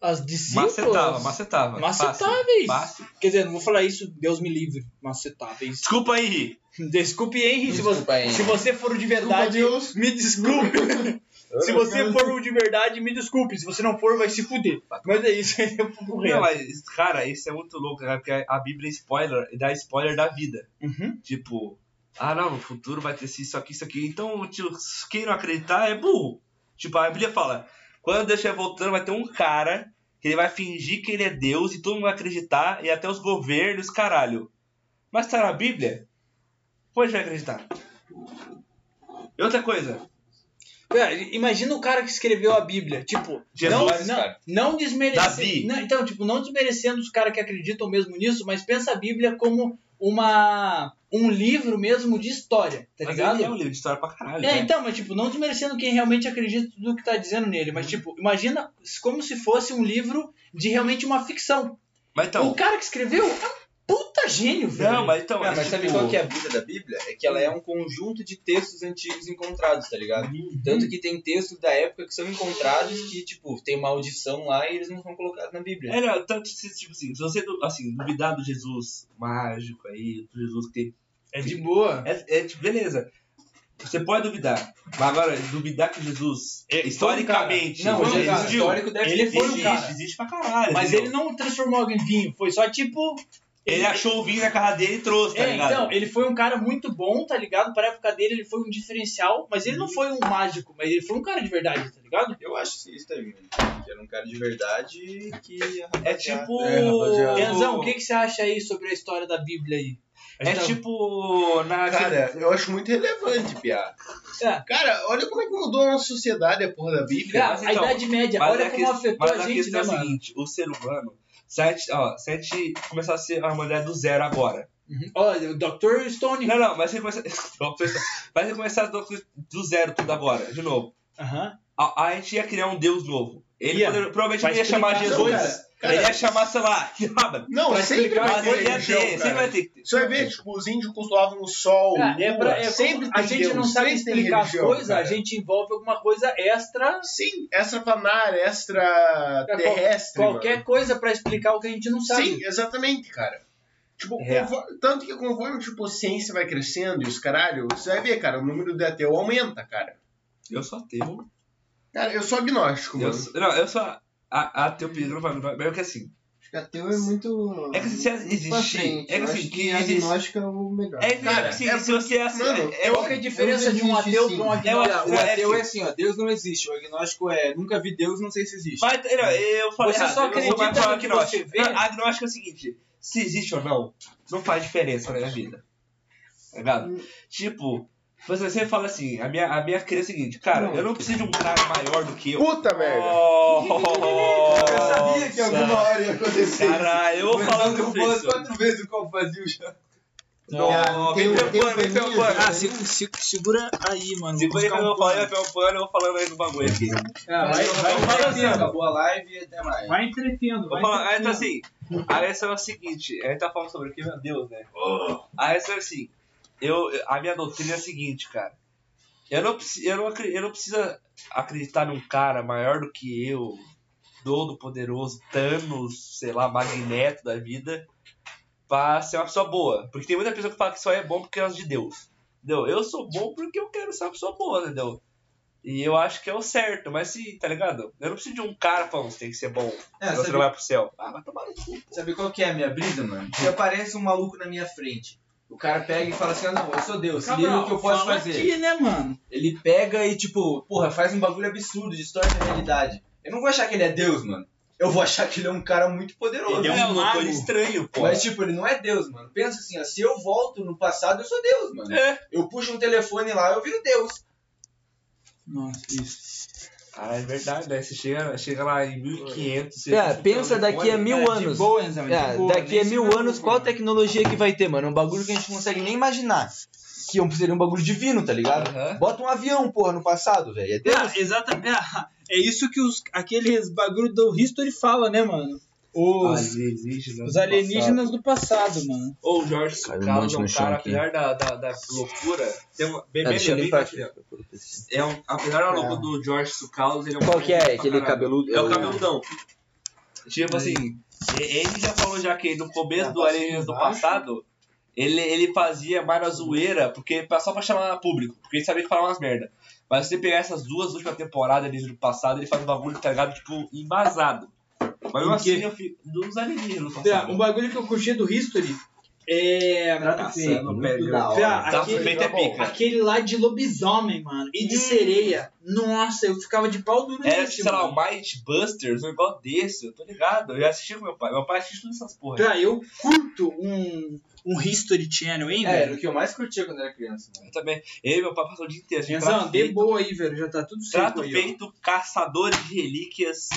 As discípulas.
Macetava, macetava.
Macetáveis.
Fácil, fácil.
Quer dizer, não vou falar isso, Deus me livre. Macetáveis.
Desculpa aí, Henri.
Desculpe, Henry, se
Desculpa,
você,
Henry.
se você for o de verdade,
Desculpa, Deus.
me *laughs* desculpe. se você for o de verdade, me desculpe. Se você não for, vai se fuder. Mas é isso, *laughs* aí eu vou
Não,
correr.
mas, cara, isso é muito louco, cara, porque a Bíblia é spoiler, dá spoiler da vida.
Uhum.
Tipo, ah, não, no futuro vai ter isso, isso aqui, isso aqui. Então, tio, quem não acreditar é burro. Tipo, a Bíblia fala, quando Deus estiver voltando, vai ter um cara que ele vai fingir que ele é Deus e todo mundo vai acreditar, e até os governos, caralho. Mas tá na Bíblia? Pois vai acreditar. E outra coisa,
Cara, imagina o cara que escreveu a Bíblia. Tipo,
Jesus,
não,
cara.
não, não
Davi.
desmerecendo. não, então, tipo, não desmerecendo os caras que acreditam mesmo nisso, mas pensa a Bíblia como uma, um livro mesmo de história, tá
mas
ligado?
ele é um livro de história pra caralho,
É,
né?
então, mas tipo, não desmerecendo quem realmente acredita no que tá dizendo nele, mas tipo, imagina como se fosse um livro de realmente uma ficção.
Mas então...
o cara que escreveu é um puta gênio, velho.
Não, mas então...
Ah, mas sabe
tipo,
qual que é a Bíblia da Bíblia? É que ela é um conjunto de textos antigos encontrados, tá ligado?
Uhum.
Tanto que tem textos da época que são encontrados que, tipo, tem uma audição lá e eles não são colocados na Bíblia.
É, não, tanto se, tipo assim, se você du- assim, duvidar do Jesus mágico aí, do Jesus que. É de
boa.
é, é, tipo, beleza. Você pode duvidar. Mas agora, duvidar que Jesus,
É, foi um
historicamente,
cara. Não,
ele
foi um cara.
existiu.
Histórico deve
Ele
ter
foi um
existe,
existido.
cara.
existe pra caralho.
Mas
entendeu?
ele não transformou alguém em vinho, foi só tipo.
Ele achou o vinho na casa dele e trouxe, tá
É,
ligado?
então, ele foi um cara muito bom, tá ligado? Para a época dele, ele foi um diferencial, mas ele não foi um mágico, mas ele foi um cara de verdade, tá ligado?
Uhum. Eu acho isso também, mano. Que era um cara de verdade que...
é tipo.
É, rapaziada.
Enzão, o que, que você acha aí sobre a história da Bíblia aí?
É
Então-
tipo. Na...
Cara,
Eu acho muito relevante, Piá.
É.
cara, olha como é que mudou a nossa sociedade, a porra da Bíblia.
Cara,
mas
a
então,
Idade Média,
Mas
olha
a
como
que-
afetou
mas
a gente,
questão
né,
é o
mano?
seguinte: o ser humano, se a gente, ó, se a gente começar a ser a mulher do zero agora.
Olha, o Dr. Stone.
Não, *laughs* não, mas você começa. Mas você começar do, do zero tudo agora, de novo.
Aham.
A, a gente ia criar um deus novo. Ele
Ia.
poder- provavelmente
Vai
não ia chamar
explicar,
Jesus.
não, cara. Cara.
Ele ia chamar, sei lá, Yaba.
Não,
Pra
sempre
explicar
vai
Mas
foi
ter
ele ia ter,
religião,
sempre
cara.
vai ter. que ter.
Você vai ver, tipo, os índios cultuavam o sol,
Cara, é
lua,
pra- é como
sempre
a
tem
gente
Deus,
não sabe
sempre tem
explicar as
religião,
coisas, a
né?
cara.
gente envolve alguma coisa extra,
Sim, extraplanar, extraterrestre.
qualquer coisa pra explicar o que a gente não
mano.
sabe.
Sim, exatamente, cara. Tipo,
É.
conforme- tanto que conforme tipo, a ciência vai crescendo e os caralho, você vai ver, cara, o número de ateu aumenta, cara.
Eu sou ateu.
Cara, eu sou agnóstico,
Eu
mano.
sou, não, eu sou a- a- ateu pedro, mas mas é que assim.
Acho que ateu é muito.
É que se
muito pra
existir.
frente.
É que
Eu
assim,
acho
que
que
existe.
agnóstico é o melhor.
É que
Cara,
assim,
é
se você é assim.
mano,
é,
Qual que é a diferença de um
existe,
ateu
sim.
pra um
é,
agnóstico?
uma-
O
é
ateu é
que-
assim, ó, Deus não existe. O agnóstico é nunca vi Deus, não sei se existe.
Mas, não, eu falei
Hum. Você
errado,
só
eu vou
acredita
mais falar
no que você
agnóstico.
vê?
Não, agnóstico é o seguinte: se existe ou não, não faz diferença na minha vida. Tá ligado? Tipo, você sempre fala assim: a minha, a minha crença é a seguinte, cara, eu não preciso de um cara maior do
*laughs*
que eu.
Puta merda.
Oh,
Eu
sabia que alguma
hora ia acontecer. Caralho, eu vou falar
um
Fernando
com
Ruas
você.
quatro vezes o copo vazio já.
Não,
Não,
tem,
vem
um- tem um
tampando, vem
paninho,
tampando.
tem um
Ah, se, se- segura aí, mano.
Segura aí
Vou
que
buscar
eu vou
um
falar
pano.
papel pano, eu vou falando aí do bagulho aqui.
É,
vai, vai balançando.
Acabou a live e até mais.
Vai entretendo.
Vou
Vai
falar, aí tá
entretendo.
assim, a questão é o seguinte, a gente tá falando sobre o que, meu Deus, né? A questão é assim, eu, a minha doutrina é a seguinte, cara. Eu não, preci- eu, não, acre- eu não preciso acreditar num cara maior do que eu, dono poderoso, Thanos, sei lá, magneto da vida, pra ser uma pessoa boa. Porque tem muita pessoa que fala que só é bom por causa de Deus. Entendeu? Eu sou bom porque eu quero ser uma pessoa boa, entendeu? E eu acho que é o certo, mas se, tá ligado? Eu não preciso de um cara falando, você tem que ser bom.
É,
Você não
sabe,
vai pro céu. Ah, vai tomar no cu.
sabe qual que é a minha brisa, mano? Se aparece um maluco na minha frente, o cara pega e fala assim, ah, não, eu sou Deus, se liga
Cabral,
o que eu posso
fala
fazer.
aqui, né, mano?
Ele pega e, tipo, porra, faz um bagulho absurdo, distorce a realidade. Eu não vou achar que ele é Deus, mano. Eu vou achar que ele é um cara muito poderoso.
Ele é
É,
um
o
doutor
mago.
estranho, pô.
Mas, tipo, ele não é Deus, mano. Pensa assim, ó, se eu volto no passado, eu sou Deus, mano.
É.
Eu puxo um telefone lá, eu viro Deus.
Nossa, isso.
Ah, é verdade, né? Você chega, chega lá em 1500. você
É,
puxa o
pensa
telefone.
daqui a mil
É,
anos.
De boa, Enzo,
É,
de
Tipo,
boa.
daqui
nem
a
se
mil
preocupa,
um
anos, qual
mano.
tecnologia que vai ter, mano? É um bagulho que a gente não consegue nem imaginar. Que é um- seria um bagulho divino, tá ligado?
Aham.
Bota um avião, porra, no passado, velho. É Deus.
É, exatamente. *laughs* É, é isso que os, aqueles bagulho do History fala, né, mano? Os,
Alienígenas
os alienígenas do passado, mano.
Ou o Jorge
Caiu um
Carlos
monte
é um
no chão
cara,
aqui.
apesar da, da, da loucura, tem uma, bem,
Ah,
bem,
deixa eu
bem,
limpar
bem-
aqui.
é um, apesar da loucura do Jorge Carlos, ele é um
Qual
cara
que é?
pra
Aquele
caralho.
cabeludo?
É o cabeludão. Tipo assim, e- ele já falou já que no
Tá
começo do Alienígenas do passado, ele, ele fazia mais na zoeira, porque, pra- só pra chamar público, porque ele sabia que falava umas merda. Mas se você pegar essas duas últimas temporadas Alienígenas do passado, ele faz um bagulho, tá ligado? Tipo, embasado. Mas mesmo
Em quê?
assim, eu fico dos alienígenas do
Fia,
passado.
um bagulho que eu curti do History é.
feio,
Nossa,
muito
né?
pega.
da hora.
Fia,
Tá
aquele,
feito é pica.
aquele lá de lobisomem, mano. E de sereia. Nossa, eu ficava de pau duro
Era,
nesse,
É, sei lá,
mano.
o Might Busters, um negócio desse, eu tô ligado. Eu já assisti com meu pai. Meu pai assiste todas essas porra.
Fia, eu curto um, um History Channel, hein,
É, era
velho?
o que eu mais curtia quando era criança, mano.
Eu também. Ele e meu pai passou o dia inteiro. assistindo
Genzão,
prato
de
feito.
boa aí, velho. Já tá tudo certo
Trato
aí, ó.
feito, caçadores de relíquias.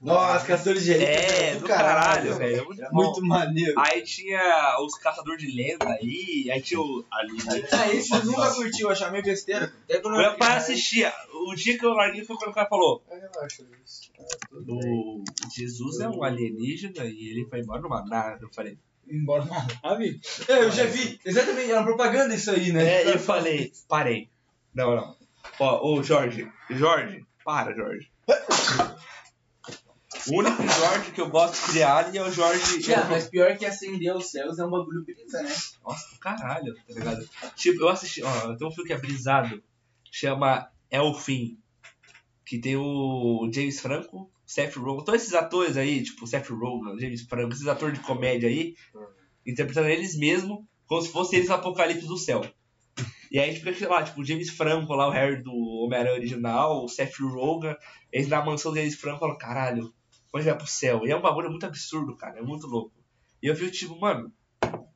Nossa, Castor de
É, do caralho, velho. é Muito bom.
Muito maneiro.
Aí tinha os caçadores de lenda aí, aí tinha o. Ali,
Ah, esse eu nunca curti, eu achava meio besteira. Até quando eu era
Meu pai
criança.
assistia. O dia que eu larguei foi quando o cara falou:
Ah, relaxa, isso.
o Jesus é um alienígena e ele foi embora numa nave. Eu falei:
Embora uma nave.
É, eu já vi. Exatamente, era uma propaganda isso aí, né?
É, eu falei, parei. Não, não. Ó, ô Jorge, Jorge, para, Jorge. O único Jorge que eu gosto de criar é o Jorge.
Tia, mas pior que acender os céus é um bagulho brisa, né?
Nossa, do caralho, tá ligado? Tipo, eu assisti, ó, tem um filme que é brisado, chama É o Fim, que tem o James Franco, Seth Rogen, todos esses atores aí, tipo, Seth Rogen, James Franco, esses atores de comédia aí, interpretando eles mesmos, como se fossem eles no Apocalipse do Céu. E aí, tipo, sei lá, tipo, o James Franco lá, o Harry do Homem-Aranha original, o Seth Rogen, eles na mansão do James Franco falam, caralho, hoje vai pro céu. E é um bagulho muito absurdo, cara, é muito louco. E eu fico tipo, mano,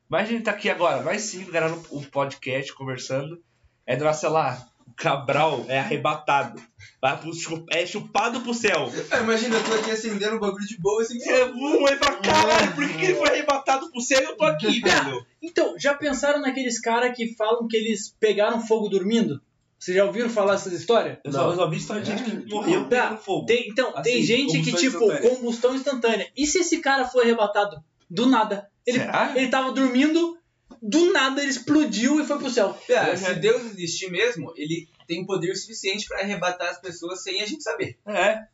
Imagina tá aqui agora, nós cinco gravando um podcast, conversando. É do nosso, sei lá, o Cabral é arrebatado. Vai pro, chu- é chupado pro céu.
Ah, imagina, eu tô aqui acendendo um bagulho de boa assim.
É, um, ele fala, caralho, por que, que ele foi arrebatado pro céu e eu tô
*laughs*
aqui, velho?
Então, já pensaram naqueles caras que falam que eles pegaram fogo dormindo? Vocês já ouviram falar essas histórias?
Eu só, eu só vi história de gente que morreu
Tá,
pegando fogo.
Tem- então,
Assim,
tem gente que,
combustão
tipo,
instantânea.
combustão instantânea. E se esse cara foi arrebatado do nada? Ele,
Será?
ele tava dormindo, do nada ele explodiu e foi pro céu.
Pia, se Deus existir mesmo, ele tem poder suficiente pra arrebatar as pessoas sem a gente saber.
É.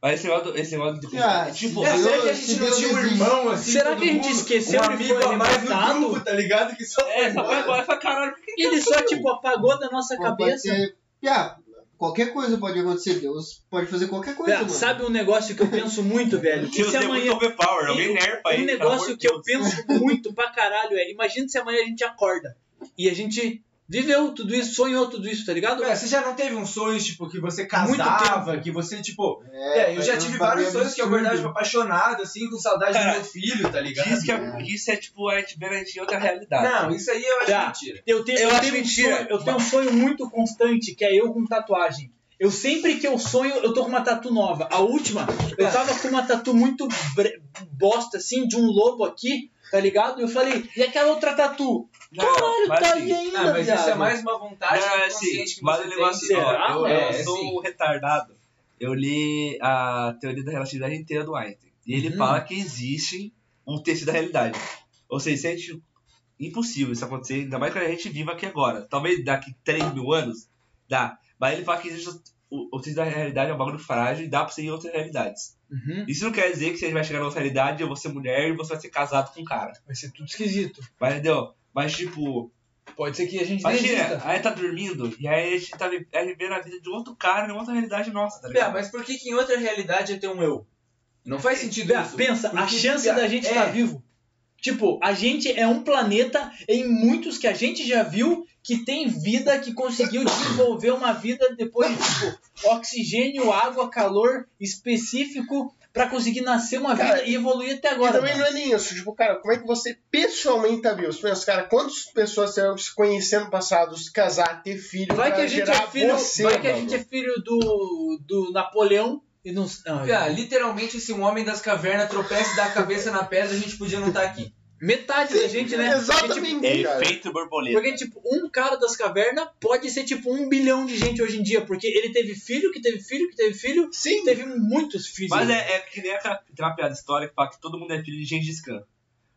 Mas esse negócio, do- esse negócio de.
Ah,
tipo,
é,
será
eu-
que a gente
se
não
Deus
tinha um
existe.
irmão assim?
Será
todo
que a gente
mundo?
esqueceu
um
que ele
amigo
foi
a mais no
arrebatado?
grupo, tá ligado? Que só
é, só foi
embora.
embora e fala, caralho, por que que
Ele só,
aconteceu?
tipo, apagou da nossa
Pô, pode
cabeça.
ser- Piá, qualquer coisa pode acontecer. Deus pode fazer qualquer coisa,
Cara,
mano.
sabe um negócio que eu penso muito, velho?
Que
Que se
você é muito
amanhã.
overpower, alguém nerfa aí.
Um
pelo amor
negócio
de
que eu
Deus.
penso muito pra caralho é: imagina se amanhã a gente acorda e a gente viveu tudo isso, sonhou tudo isso, tá ligado?
Pia, você já não teve um sonho, tipo, que você
Muito
casava, que você, tipo...
É,
Pia, eu já
mas é um
tive vários
bagulho
sonhos que eu
absurdo.
acordava tipo, apaixonado, assim, com saudade
Cara,
do meu filho, tá ligado?
Diz que, é, que isso é tipo a gente vê a gente em outra realidade.
Não, isso aí eu acho
Tá.
mentira.
Eu tenho,
Eu
eu
acho
tenho um
mentira.
sonho, eu tenho um sonho muito constante, que é eu com tatuagem. Eu sempre que eu sonho, eu tô com uma tatu nova. A última, eu tava com uma tatu muito bre- bosta, assim, de um lobo aqui, tá ligado? E eu falei, e aquela outra tatu?
Não,
Caralho,
mas
tá
assim,
aí ainda,
Ah, mas
viado.
isso é mais uma vontade
Não, é assim,
inconsciente que
vale o
você
negócio
tem.
assim, ó,
será,
eu,
mano?
eu
É,
sou
sim.
um retardado. Eu li a teoria da relatividade inteira do Einstein. E ele
Uhum.
Hum.
fala que existe um terço da realidade. Ou seja, se a gente- impossível isso acontecer, ainda mais quando a gente viva aqui agora. Talvez daqui 3 mil anos, dá. Mas ele fala que existe o, o terço da realidade, é um bagulho frágil e dá pra você ir em outras realidades.
Uhum.
Isso não quer dizer que você vai chegar na outra realidade, eu vou ser mulher e você vai ser casado com um cara.
Vai ser tudo esquisito.
Mas, entendeu? Mas, tipo,
Pode ser que a gente nem
Imagina,
exista.
aí tá dormindo e aí a gente tá vi- é vivendo a vida de outro cara, em outra realidade nossa, tá
Pia,
ligado?
mas por que, que em outra realidade eu tenho um eu? Não faz sentido
Pia,
isso.
Pensa, a
Porque,
chance
Pia,
da gente
é.
estar vivo. Tipo, a gente é um planeta em muitos que a gente já viu que tem vida que conseguiu desenvolver uma vida depois de tipo, oxigênio, água, calor específico pra conseguir nascer uma
Cara,
vida e evoluir até
E
agora. né?
também
mano.
não é nem isso. Tipo, cara, como é que você pessoalmente tá vivo? Você pensa, cara, quantas pessoas terão que se conhecer no passado, se casar, ter filho,
Vai
pra
que a gente
gerar
é filho,
você,
vai que a
mano?
gente é filho do, do Napoleão e não, não
Pia, literalmente, se um homem das cavernas tropeça e dá a cabeça na pedra, a gente podia não estar aqui.
metade da gente, né? Porque, tipo,
Exatamente, cara.
borboleta.
Porque, tipo, um cara das cavernas pode ser, tipo, um bilhão de gente hoje em dia. Porque ele teve filho, que teve filho, que teve filho,
Sim,
teve muitos filhos.
Mas é, é que nem aquela, tem uma piada histórica que fala que todo mundo é filho de Gengis Khan.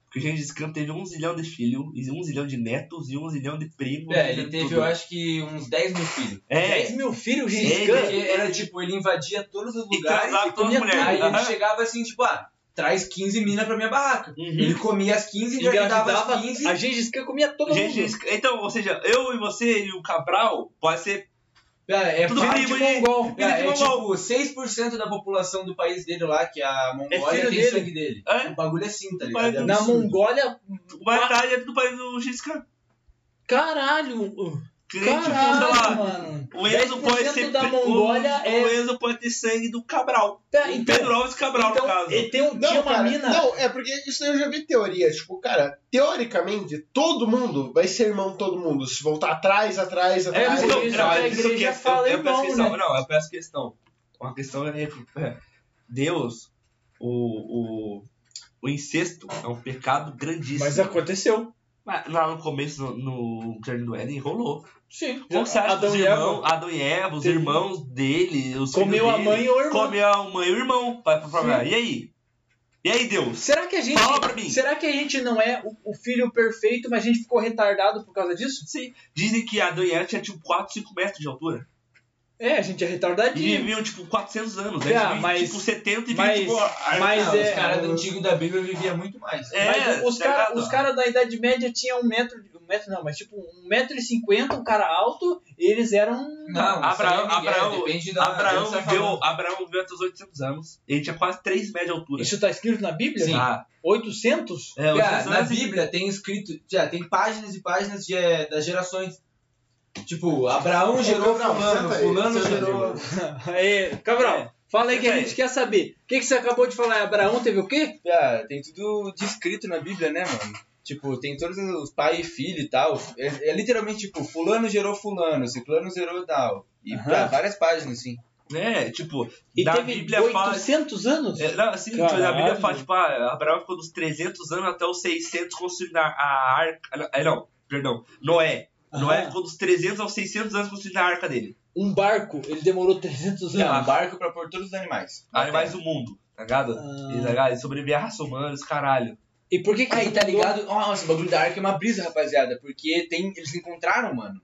Porque Gengis Khan teve um zilhão de filhos, e um zilhão de netos, e um zilhão de primos.
É,
e
ele teve,
tudo.
eu acho que uns 10 mil filhos.
É,
10 mil filhos,
Sim,
Gengis Khan.
Porque era tipo, ele invadia todos os
e
lugares.
casava com as
comia tudo.
Aí
mulheres.
ele
aham.
chegava assim, tipo, ah, traz 15 minas pra minha barraca.
Uhum.
Ele comia as 15, engravidava
Engravidava,
as 15.
a Gengis Khan comia todo mundo.
Gengis Khan- Então, ou seja, eu e você e o Cabral pode ser
Ah,
É, é
tudo
filho
primo
de
de-
mongol.
filho
É,
de
é tipo,
mongol.
6% da população do país dele lá, que é a Mongólia,
filho
tem
dele.
sangue dele.
É.
O bagulho é assim, tá
Mas
ligado? É
Na
absurdo.
Mongólia,
metade é do país do Gengis Khan.
caralho.
Que nem, tipo, sei lá,
Caralho, mano.
O Enzo pode ser.
da
pe-
Mongólia
o,
é-
o Enzo pode ter sangue do Cabral.
Tá,
O
então,
Pedro Alves Cabral,
então,
no caso.
e tem um, tinha
Não,
uma
cara,
mina...
não, é porque isso daí eu já vi teoria. Tipo, cara, teoricamente, todo mundo vai ser irmão de todo mundo. Se voltar atrás, atrás,
É,
atrás.
mas
a
não,
igreja-
não,
a
isso
igreja
que é-
fala
eu, eu peço
irmão,
questão.
né?
Não, eu peço questão. Uma questão é, é, Deus, o, o, o incesto é um pecado grandíssimo.
Mas aconteceu.
Mas lá no começo, no, no Jardim do Éden, rolou.
Sim.
Como você acha que os irmãos, Adão e Eva, os
Teve-
irmãos dele, os
Comeu
filhos
a
dele,
mãe ou o irmão.
Comeu a mãe e o irmão. Vai pra falar, E aí? E aí, Deus?
Será que a gente...
Fala pra mim.
Será que a gente não é o, o filho perfeito, mas a gente ficou retardado por causa disso?
Sim. Dizem que Adão e Eva tinha tipo 4, 5 metros de altura.
É, a gente é
E
retardadinho.
viviam, tipo, 400 anos.
É,
Né? Eles viviam,
mas-
tipo, 70 e 20
mas-
tipo, a-
Mas
Ah,
é.
Os caras do antigo da Bíblia viviam muito mais.
É,
mas os
tá ligado?
caras cara da Idade Média tinham um metro, um metro não, mas tipo um metro e cinquenta, um cara alto, e eles eram...
Não, isso aí é
Abraão-
Miguel,
Abraão-
depende da
Abraão
Deus tá
viveu,
falando.
Abraão viveu até os 800 anos. Ele tinha quase 3 metros de altura.
Isso tá escrito na Bíblia?
Ah,
800?
é, os
Cara,
800
na
anos, assim,
Bíblia tem escrito, já tem páginas e páginas de, eh, das gerações. Tipo, Abraão gerou
Abraão,
fulano,
senta aí,
fulano
senta aí.
gerou.
Aê, Cabral,
É.
fala aí que a gente quer saber. O que, que você acabou de falar? Abraão teve o quê?
Ah, tem tudo descrito na Bíblia, né, mano? Tipo, tem todos os pai e filho e tal. É, é literalmente tipo, fulano gerou fulano, ciclano gerou tal. E
Aham.
pra várias páginas, assim.
Né? Tipo,
E
da
teve
Bíblia fala...
800 anos?
É, não, assim, tipo, da Bíblia
Caralho.
fala, tipo, ah, Abraão ficou dos 300 anos até os 600 construindo a, a arca... Ah, não, perdão, Noé. Noé
Aham.
ficou dos 300 aos 600 anos construindo a arca dele.
Um barco, ele demorou 300
É
anos.
um barco pra pôr todos os animais.
Animais do mundo, tá ligado? E, tá
Ah.
ligado? E sobreviver a raça humana, os caralho.
E por que que...
Aí, tá ligado? Nossa, o bagulho da arca é uma brisa, rapaziada. Porque tem, eles encontraram, mano.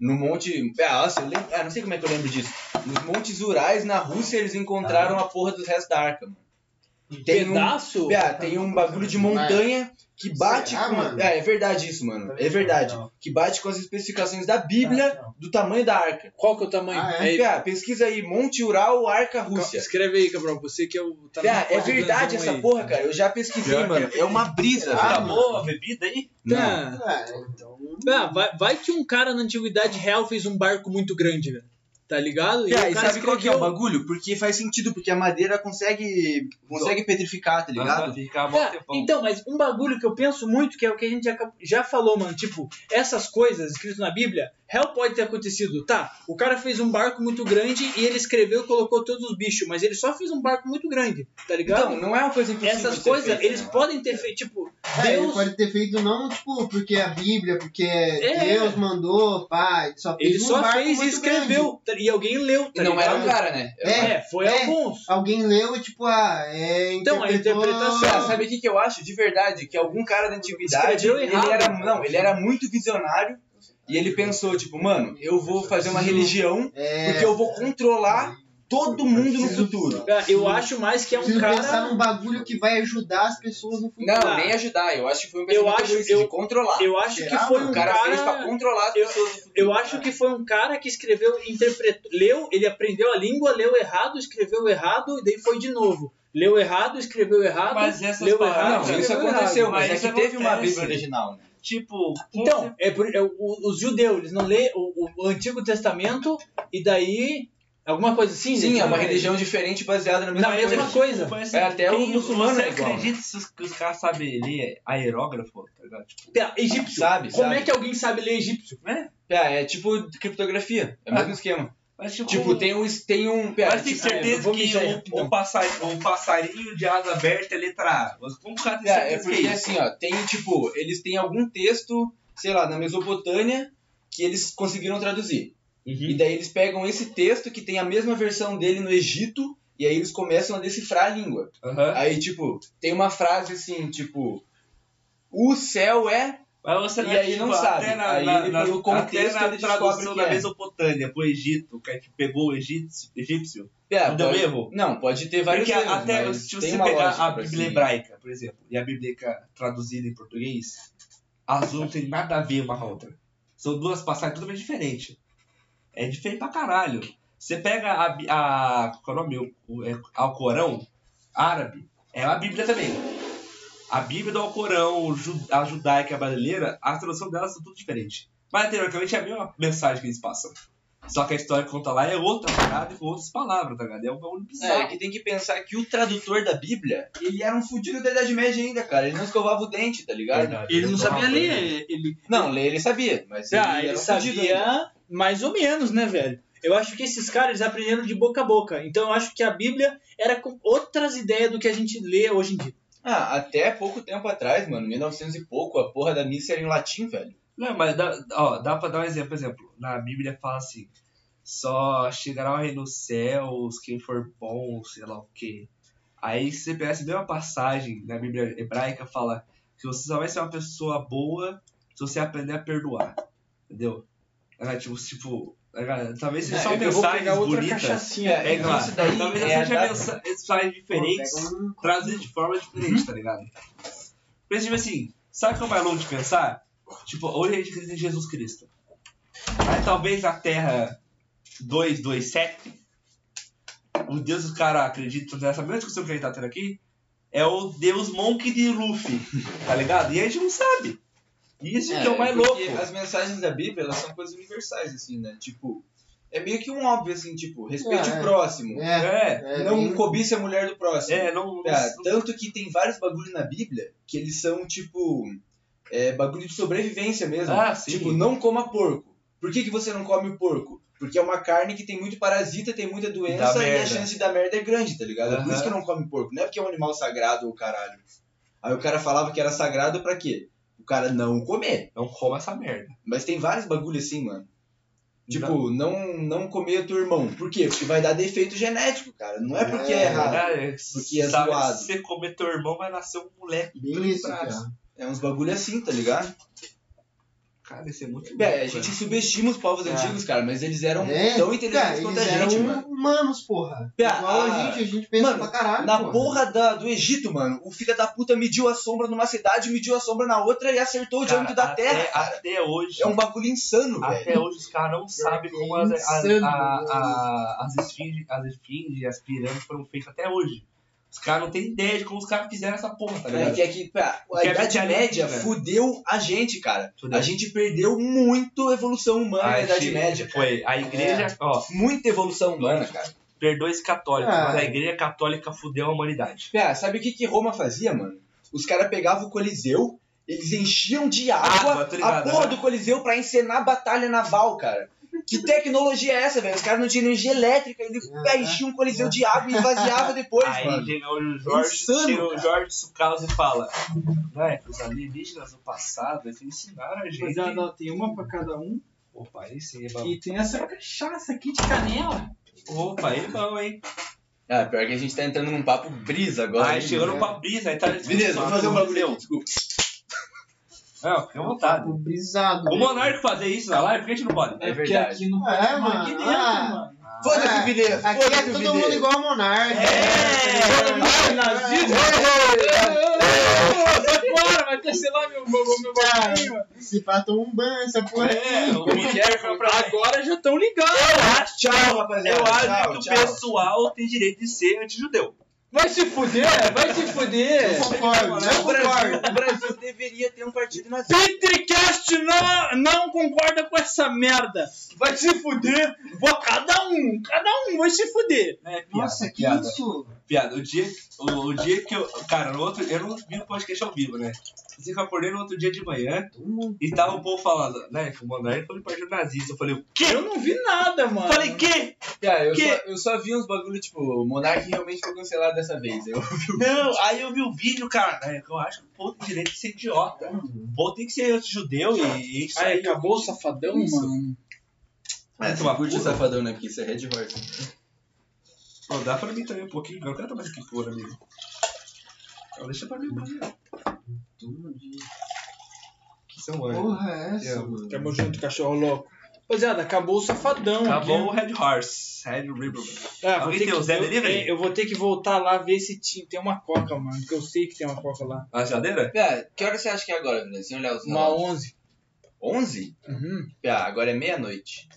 No monte. Ah, nossa, eu lembro. Ah, não sei como é que eu lembro disso. Nos montes rurais, na Rússia, eles encontraram a porra dos restos da arca, mano. Tem um,
Pedaço?
Piá, tem um bagulho de montanha que bate
Será,
com.
mano?
É, é verdade isso, mano. É verdade. Que bate com as especificações da Bíblia do tamanho da arca.
Qual que é o tamanho?
Ah,
É-
Piá, pesquisa aí, Monte Ural, Arca Rússia.
Escreve aí, Cabral, você que é o. Tá
Piá,
no
é
podcast
verdade
grandão
essa
aí.
porra, cara. Eu já pesquisei,
Pior que
mano.
é.
É uma brisa,
Tá
velho.
boa a bebida aí?
Não.
Tá.
Ah, então.
Ah, vai, vai que um cara na antiguidade real fez um barco muito grande, velho.
tá ligado?
Tá,
o
e
cara
sabe qual que é o
escreveu-
bagulho? Porque faz sentido, porque a madeira consegue, consegue petrificar, tá ligado?
Aham, Ficar mó
Cara,
tempão.
então, mas um bagulho que eu penso muito, que é o que a gente já, já falou, mano, tipo, essas coisas escritas na Bíblia, real pode ter acontecido, tá? O cara fez um barco muito grande e ele escreveu e colocou todos os bichos, mas ele só fez um barco muito grande, tá ligado?
Então, não é uma coisa impossível. de
Essas
ser
coisas,
feita,
eles
né?
podem ter feito, tipo,
É, ele
Deus...
pode ter feito não, tipo, porque a Bíblia, porque Deus mandou, pai, só fez
Ele
um
só
barco
fez e
muito grande.
escreveu, tá- e alguém leu,
E
tá
não era
ligado?
um cara, né?
É,
É, foi
é.
alguns.
alguém leu e tipo, ah, é,
Então, a
Cara,
interpretação.
sabe o que, que eu acho? De verdade, que algum cara da antiguidade.
Escreveu
Ele
errado.
era, não, ele era muito visionário e ele pensou, tipo, mano, eu vou fazer uma religião
É,
porque eu vou controlar todo mundo no futuro.
Cara, Eu acho mais que é um
preciso pensar
cara...
num bagulho que vai ajudar as pessoas no futuro.
Não, nem ajudar, eu acho que foi um pensamento
Eu acho-
egoísta,
eu-
de controlar.
Eu acho que
Será,
foi
mano?
um
o
cara...
cara, fez pra controlar as
eu-
pessoas.
Eu acho que foi um cara que escreveu, interpretou, leu, ele aprendeu a língua, leu errado, escreveu errado e daí foi de novo. Leu errado, escreveu errado,
Mas essas
leu
paradas-
errado,
Não,
Não,
isso
escreveu
aconteceu,
errado.
mas é
Mas
que
isso
teve uma
acontece.
Bíblia original, né?
Tipo,
Então, é, por- é o- o- os judeus, eles não lêem o, o Antigo Testamento e daí alguma coisa assim,
Sim,
né?
é uma religião diferente baseada na mesma
Na mesma
coisa.
coisa.
Assim,
É, até o
quem-
muçulmano
Você
é igual,
acredita se os- que os caras sabem ler aerógrafo? Tá ligado? Tipo,
Pera, egípcio.
Sabe,
Como
sabe.
é que alguém sabe ler egípcio?
né?
É, é tipo criptografia, é o mesmo esquema.
Mas, tipo,
Tipo, tem um. Tem um pera,
Mas tem
tipo,
eu
certeza
vou mijar aí
que o,
rapidão.
o, passar- o um passarinho de asa aberta é letra A. Mas Como o cara tem
É, é
certeza que
porque
é isso?
assim, ó, tem tipo, eles têm algum texto, sei lá, na Mesopotâmia, que eles conseguiram traduzir.
Uhum.
E daí eles pegam esse texto que tem a mesma versão dele no Egito, e aí eles começam a decifrar a língua.
Aham.
Aí, tipo, tem uma frase assim, tipo, o céu é.
Mas você tipo,
E aí não sabe.
Até na,
Aí
na,
ele
na,
tem o contexto,
até na
ele descobre
tradução
que
da
é.
Mesopotâmia pro Egito, que é que pegou o egípcio, egípcio
É,
não deu
pode-
erro?
Não, pode ter vários
Porque a-
erros,
até
mas
se
tem
você
uma
pegar
lógica
a
pra
Bíblia
seguir.
hebraica, por exemplo, e a Bíblia traduzida em português, as duas não tem nada a ver uma com a outra. São duas passagens totalmente diferentes. É diferente pra caralho. Você pega a. Bí- a qual é o nome? O- o- é Alcorão árabe. É a Bíblia também. A Bíblia do Alcorão, ju- a judaica brasileira, a tradução delas são tudo diferente. Mas teoricamente é a mesma mensagem que eles passam. Só que a história que conta lá é outra parada e com outras palavras, tá ligado? É um bagulho bizarro.
É, que tem que pensar que o tradutor da Bíblia, ele era um fudido da Idade Média ainda, cara. Ele não escovava o dente, tá ligado?
Ele não sabia
né?
ler. Ele,
Não, ler ele sabia, mas ele,
ah,
era
ele
um fudido ainda.
sabia mais ou menos, né, velho? Eu acho que esses caras eles aprenderam de boca a boca. Então eu acho que a Bíblia era com outras ideias do que a gente lê hoje em dia.
Ah, até pouco tempo atrás, mano, 1900 e pouco, a porra da missa era em latim, velho.
Não, mas dá, ó, dá pra dar um exemplo. Por exemplo, na Bíblia fala assim: só chegará ao reino dos céus quem for bom, sei lá o quê. Aí se você pega essa mesma passagem na Bíblia hebraica, fala que você só vai ser uma pessoa boa se você aprender a perdoar. Entendeu? É, tipo, tipo, é, talvez seja
É,
só
eu vou
mensagens bonitas.
cachaçinha. É,
É,
então
claro.
isso daí
Talvez
é a
seja
da- um
mensa- mensagens diferentes trazido de forma diferente, tá ligado? Porque, tipo assim, sabe o que é o mais louco de pensar? Tipo, hoje a gente acredita em Jesus Cristo. Aí talvez na Terra 227, o Deus que os caras acreditam nessa mesma discussão que a gente tá tendo aqui, é o Deus Monk de Luffy, tá ligado? E a gente não sabe. Isso que é o mais
porque
louco.
As mensagens da Bíblia, elas são coisas universais, assim, né? Tipo, é meio que um óbvio, assim, tipo, respeite
É.
o próximo.
É,
É,
é,
não
bem-
cobice a mulher do próximo.
é, não. não-
Cara, tanto que tem vários bagulhos na Bíblia que eles são, tipo, é, bagulho de sobrevivência mesmo.
Ah, sim.
Tipo, não coma porco. Por que, que você não come o porco? Porque é uma carne que tem muito parasita, tem muita doença
Dá
e a
merda.
chance de dar merda é grande, tá ligado? É Por
Aham.
isso que não come porco. Não é porque é um animal sagrado ou caralho. Aí o cara falava que era sagrado pra quê? O cara não comer.
Não coma essa merda.
Mas tem vários bagulhos assim, mano. Tipo, não, não comer teu irmão. Por quê? Porque vai dar defeito genético, cara. Não é porque é,
É,
errado.
porque
porque é zoado.
Se você comer teu irmão, vai nascer um moleque.
bem isso, cara.
É uns bagulho assim, tá ligado?
Cara, isso é muito
É, a
louco,
gente subestima os povos
É.
antigos, cara, mas eles eram
É,
Então,
tão inteligentes
cara,
quanto
eles
a gente,
eram
mano.
humanos, porra.
Pera,
Igual a,
ah,
gente, a gente pensa
mano,
pra caralho.
Na porra da- do Egito, mano, o filho da puta mediu a sombra numa cidade, mediu a sombra na outra e acertou o
Cara,
diâmetro da
até-
Terra, cara.
Até, hoje.
É um É bagulho insano, velho.
Até hoje os caras não sabem como as, as,
insano,
a- a- as esfinges as esfinges e as pirâmides foram feitas até hoje. Os caras não têm ideia de como os caras fizeram essa porra, tá
É
ligado?
que, é que pá, a
Que é
Idade
vitalício,
Média
velho.
fudeu a gente, cara.
Fudeu. Ah,
A gente perdeu muito evolução humana na
Ai,
Idade
gente,
Média. É.
Foi. tipo, A igreja, ó,
Muita evolução humana, cara.
perdoe esse católico,
Ah.
mas a igreja católica fudeu a humanidade.
Pera, sabe o que, que Roma fazia, mano? Os caras pegavam o Coliseu, eles enchiam de água
Água, Ah, tô ligado,
Ah, a porra
né?
do Coliseu pra encenar a batalha naval, cara. Que tecnologia é essa, velho? Os caras não tinham energia elétrica, eles pá, enchiam o Coliseu de água e esvaziava depois,
*laughs* Aí
mano.
chega o Jorge,
Insano,
chega o
cara.
Jorge Sucalos e fala: Ué, os alienígenas do passado, eles ensinaram a gente.
Rapaziada, ó, é, tem uma pra cada um.
Opa, aí sim, é bom.
E tem essa cachaça aqui de canela.
Opa, aí é bom, hein?
Ah, pior que a gente tá entrando num papo brisa agora.
Aí
hein,
chegou no
mano?
papo brisa, aí tá.
Beleza, vamos fazer um bagulho aqui, desculpa.
Não, fica à vontade.
Um brisado.
O Monarco fazer isso na live, por que a gente não pode?
É verdade.
aqui não
É,
Mas
mano.
aqui dentro,
ah,
mano.
Foda-se, Videira.
Aqui é todo mundo igual o Monark.
É!
Vai, é nazismo. é Bora, vai cancelar meu meu- meu
Tá,
bagulho. mano.
Se patam um ban, essa porra.
É, o
Agora já estão ligados.
Tchau, rapaziada.
Eu acho
tchau,
que o
tchau.
pessoal tem direito de ser anti-judeu.
Vai se fuder, vai se fuder.
Concordo, eu
O Brasil,
concordo.
o Brasil deveria ter um partido nazista.
Petricast não, não concorda com essa merda. Vai se fuder. Vou, cada um, cada um vai se fuder.
Nossa, que
piada.
isso?
Piada, o dia, o, o dia que eu. Cara, no outro. Eu não vi o podcast ao vivo, né? Assim que eu acordei no outro dia de manhã e tava o povo falando, né? Que o Monarco foi partido nazista. Eu falei, o quê?
Eu não vi nada, mano.
Eu falei, quê?
Cara, eu,
Que-
só, eu só vi uns bagulho, tipo, o Monark realmente foi cancelado dessa vez. Eu...
Não, aí eu vi o vídeo, cara. né, que Eu acho que o povo tem direito de ser idiota. O povo tem que ser judeu e e isso
Ai,
Uhum. aí.
acabou o safadão,
Isso.
mano.
É, tomar
curte
puta.
o safadão, né? Porque isso é Red Horse.
Pô, dá pra mim também um pouquinho, eu não quero tomar esse que for, amigo. Então, deixa pra mim, mano. Que são anjos.
Porra, é essa,
um
Eu-
mano?
Tamo junto, cachorro louco. Rapaziada, acabou o safadão.
Acabou o
aqui.
Tá Red Horse, Red Riverman.
É, vou
Alguém
ter
tem
que,
o Zé
eu-
Delivery?
é, Eu vou ter que voltar lá ver se ti- tem uma coca, mano. Porque eu sei que tem uma coca lá.
A geladeira?
Pera, que hora você acha que é agora, né? Sem olhar os
Uma
relógios.
11.
11?
Uhum.
Ah,
Pera, agora é meia-noite.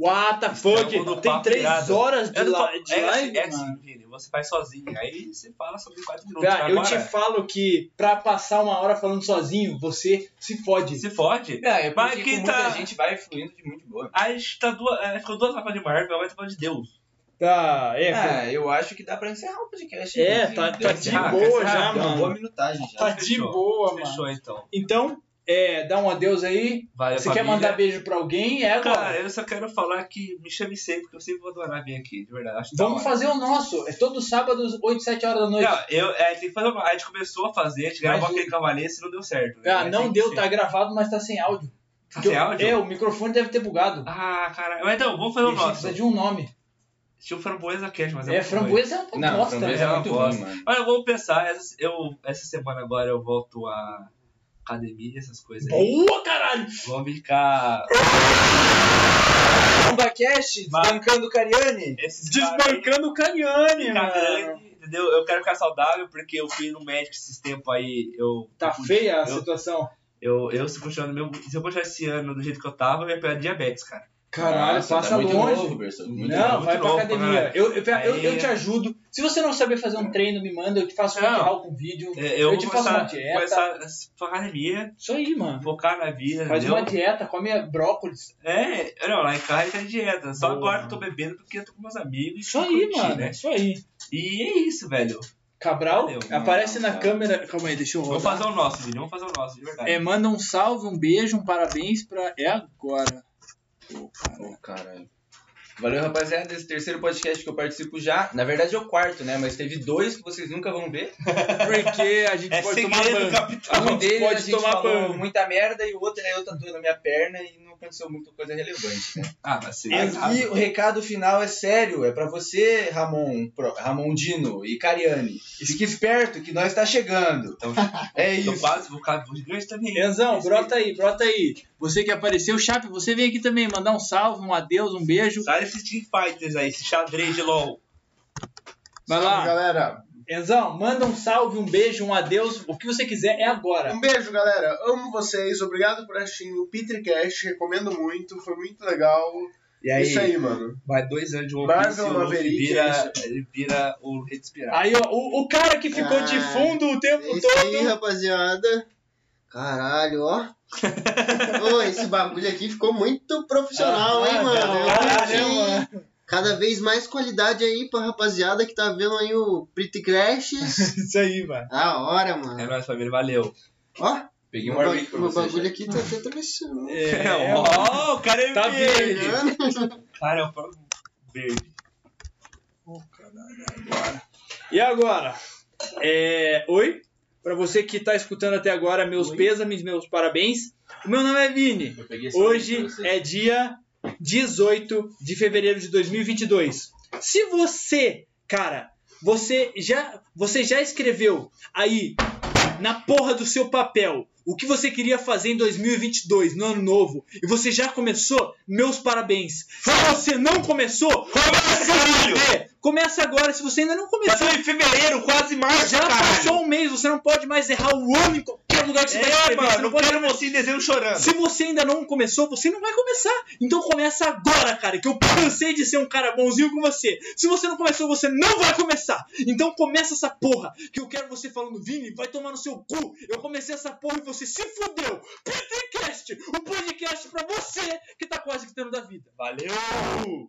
What the
Estamos no
fuck? Tem
papo
três
irado.
horas de,
Eu não
la-
falo-
de
é,
live,
é,
mano.
sim, Vini, você faz sozinho. Aí você fala sobre 4 minutos.
Cara, eu
Agora,
te falo que pra passar uma hora falando sozinho, você se fode.
se fode.
É, é
Mas
porque
que
com
tá-
muita gente vai fluindo de muito boa.
Aí tá duas, é, ficou duas papas de Marvel, agora tá falando de Deus.
Tá, é.
Ah,
pô.
É, eu acho que dá pra encerrar o podcast.
É,
inclusive.
tá-
Deu
tá
uma-
de
ah,
boa
tá-
já,
deu uma
mano.
boa minutagem já.
Tá de
fechou.
boa, mano.
Fechou então.
Então, é, dá um adeus aí.
Valeu,
Você quer
É, família.
mandar beijo pra alguém? É agora.
Cara, eu só quero falar que me chame sempre, porque eu sempre vou adorar vir aqui, de verdade. Acho
Vamos
da hora.
fazer o nosso. É todo sábado, 8, 7 horas da noite.
Não, eu, é, tem que fazer uma- A gente começou a fazer, a gente gravou
Mas o-
aquele cavalheiro e não deu certo. né?
Ah,
Mas
não
tem que
deu,
ser.
tá gravado, mas tá sem áudio.
Tá sem
Eu-
áudio?
É, o microfone deve ter bugado.
Ah, caralho. Mas então, vamos
A
fazer o
gente
nosso.
precisa de um nome.
Tinha o framboesa quente, mas
É,
muito ruim.
framboesa é uma
Não,
bosta.
framboesa
é
é
uma
muito ruim,
bosta.
mano.
Olha, eu vou pensar, essa, eu, essa semana agora eu volto à academia, essas coisas aí.
Boa, caralho!
Vamos ficar.
Bombacast, desbancando o Cariani.
Esses
Desbancando o Cariani,
caras aí, ficar
mano.
grande, entendeu? Eu quero ficar saudável porque eu fui no médico esses tempos aí. Eu,
Tá
eu,
feia a
Eu,
situação.
eu, eu, se continuar no meu. Se eu continuar esse ano do jeito que eu tava, eu ia pegar diabetes, cara.
Caralho,
Nossa,
passa
tá muito
longe.
Novo, Berson, muito
não,
novo,
vai
muito
pra
novo,
academia.
né?
Eu, eu, eu-
Aí-
eu te ajudo. Se você não saber fazer um treino, me manda. Eu te faço
Não.
tutorial com vídeo.
É, Eu,
Eu
vou
te faço
começar,
uma dieta.
começar É, a s- pra academia,
Isso aí, mano.
focar na vida.
Faz
entendeu?
uma dieta, come brócolis.
É, não, lá em casa tá de dieta. Só
Boa.
agora que eu tô bebendo porque eu tô com meus amigos.
Isso aí,
curtir,
mano.
né?
Isso aí.
E é isso, velho.
Cabral,
Valeu, mano.
aparece na
Tá.
câmera. Calma aí, deixa eu
Vamos
rodar.
fazer um o nosso, Vini. Vamos fazer o nosso, de verdade.
É, manda um salve, um beijo, um parabéns pra. É
*laughs*
agora.
Ô, caralho. Valeu, rapaziada. Esse terceiro podcast que eu participo já. Na verdade é o quarto, né? Mas teve dois que vocês nunca vão ver.
Porque a gente
É
pode tomar
segredo,
banho.
capitão.
Um deles
pode
a gente
tomar
falou
banho.
muita merda e o outro é eu tatuando na minha perna e não aconteceu muita coisa relevante. Né?
Ah, mas se
Aqui o recado final é sério. É pra você, Ramon, Pro- Ramon Dino e Cariani. Fique esperto que nós tá chegando.
Então,
É
Tô
isso.
quase, vou ficar gigante também.
Enzão,
Esse-
brota aí, brota aí. Você que apareceu, Chape, você vem aqui também mandar um salve, um adeus, um beijo.
Sai desses Street Fighters aí, esse xadrez de LOL.
Vai lá.
Galera,
Enzão, manda um salve, um beijo, um adeus, o que você quiser é agora.
um beijo, galera. Amo vocês. Obrigado por assistir o Petercast. Recomendo muito. Foi muito legal.
E aí,
Isso aí, mano.
vai dois anos de One
Marvel,
Piece e o Luffy
Maverick,
vira, ele vira o Rei dos Piratas.
Aí, ó, o, o cara que ficou de
Ah,
fundo o tempo
É isso
todo.
aí, rapaziada. Caralho,
*laughs*
ó. Ô, esse bagulho aqui ficou muito profissional, hein, mano? Eu
Ah, caralho,
curti.
mano.
Cada vez mais qualidade aí pra rapaziada que tá vendo aí o Pretty Crashes.
*laughs* Isso aí, mano.
Da hora,
É
mano.
nóis, família, valeu.
Ó,
Peguei um
meu,
arbique
ba-
pra
meu
vocês.
bagulho aqui tá até atravessando.
É,
Ó, o cara é
Tá
verde.
verde.
O cara é o próprio verde.
E agora? É, Oi? Pra você que tá escutando até agora, meus pêsames, meus parabéns. O meu nome é Vini.
Eu
né?
peguei esse
Hoje
Então,
arbique pra vocês.
é dia 18 de fevereiro de 2022. Se você, cara, você já, você já escreveu aí na porra do seu papel o que você queria fazer em 2022, no ano novo, e você já começou, meus parabéns. Se você não começou, começa, caralho! Começa agora, se você ainda não começou.
Passou em fevereiro, quase março,
Já
caralho.
passou um mês, você não pode mais errar o ano em qualquer lugar que você vai
É,
escrever. você
mano,
não
eu
pode
quero você em dezembro chorando.
se você ainda não começou, você não vai começar. Então começa agora, cara, que eu cansei de ser um cara bonzinho com você. Se você não começou, você não vai começar. Então começa essa porra, que eu quero você falando, Vini, vai tomar no seu cu. Eu comecei essa porra e você se fudeu. Petercast, o podcast pra você que tá quase que tendo da vida. Valeu!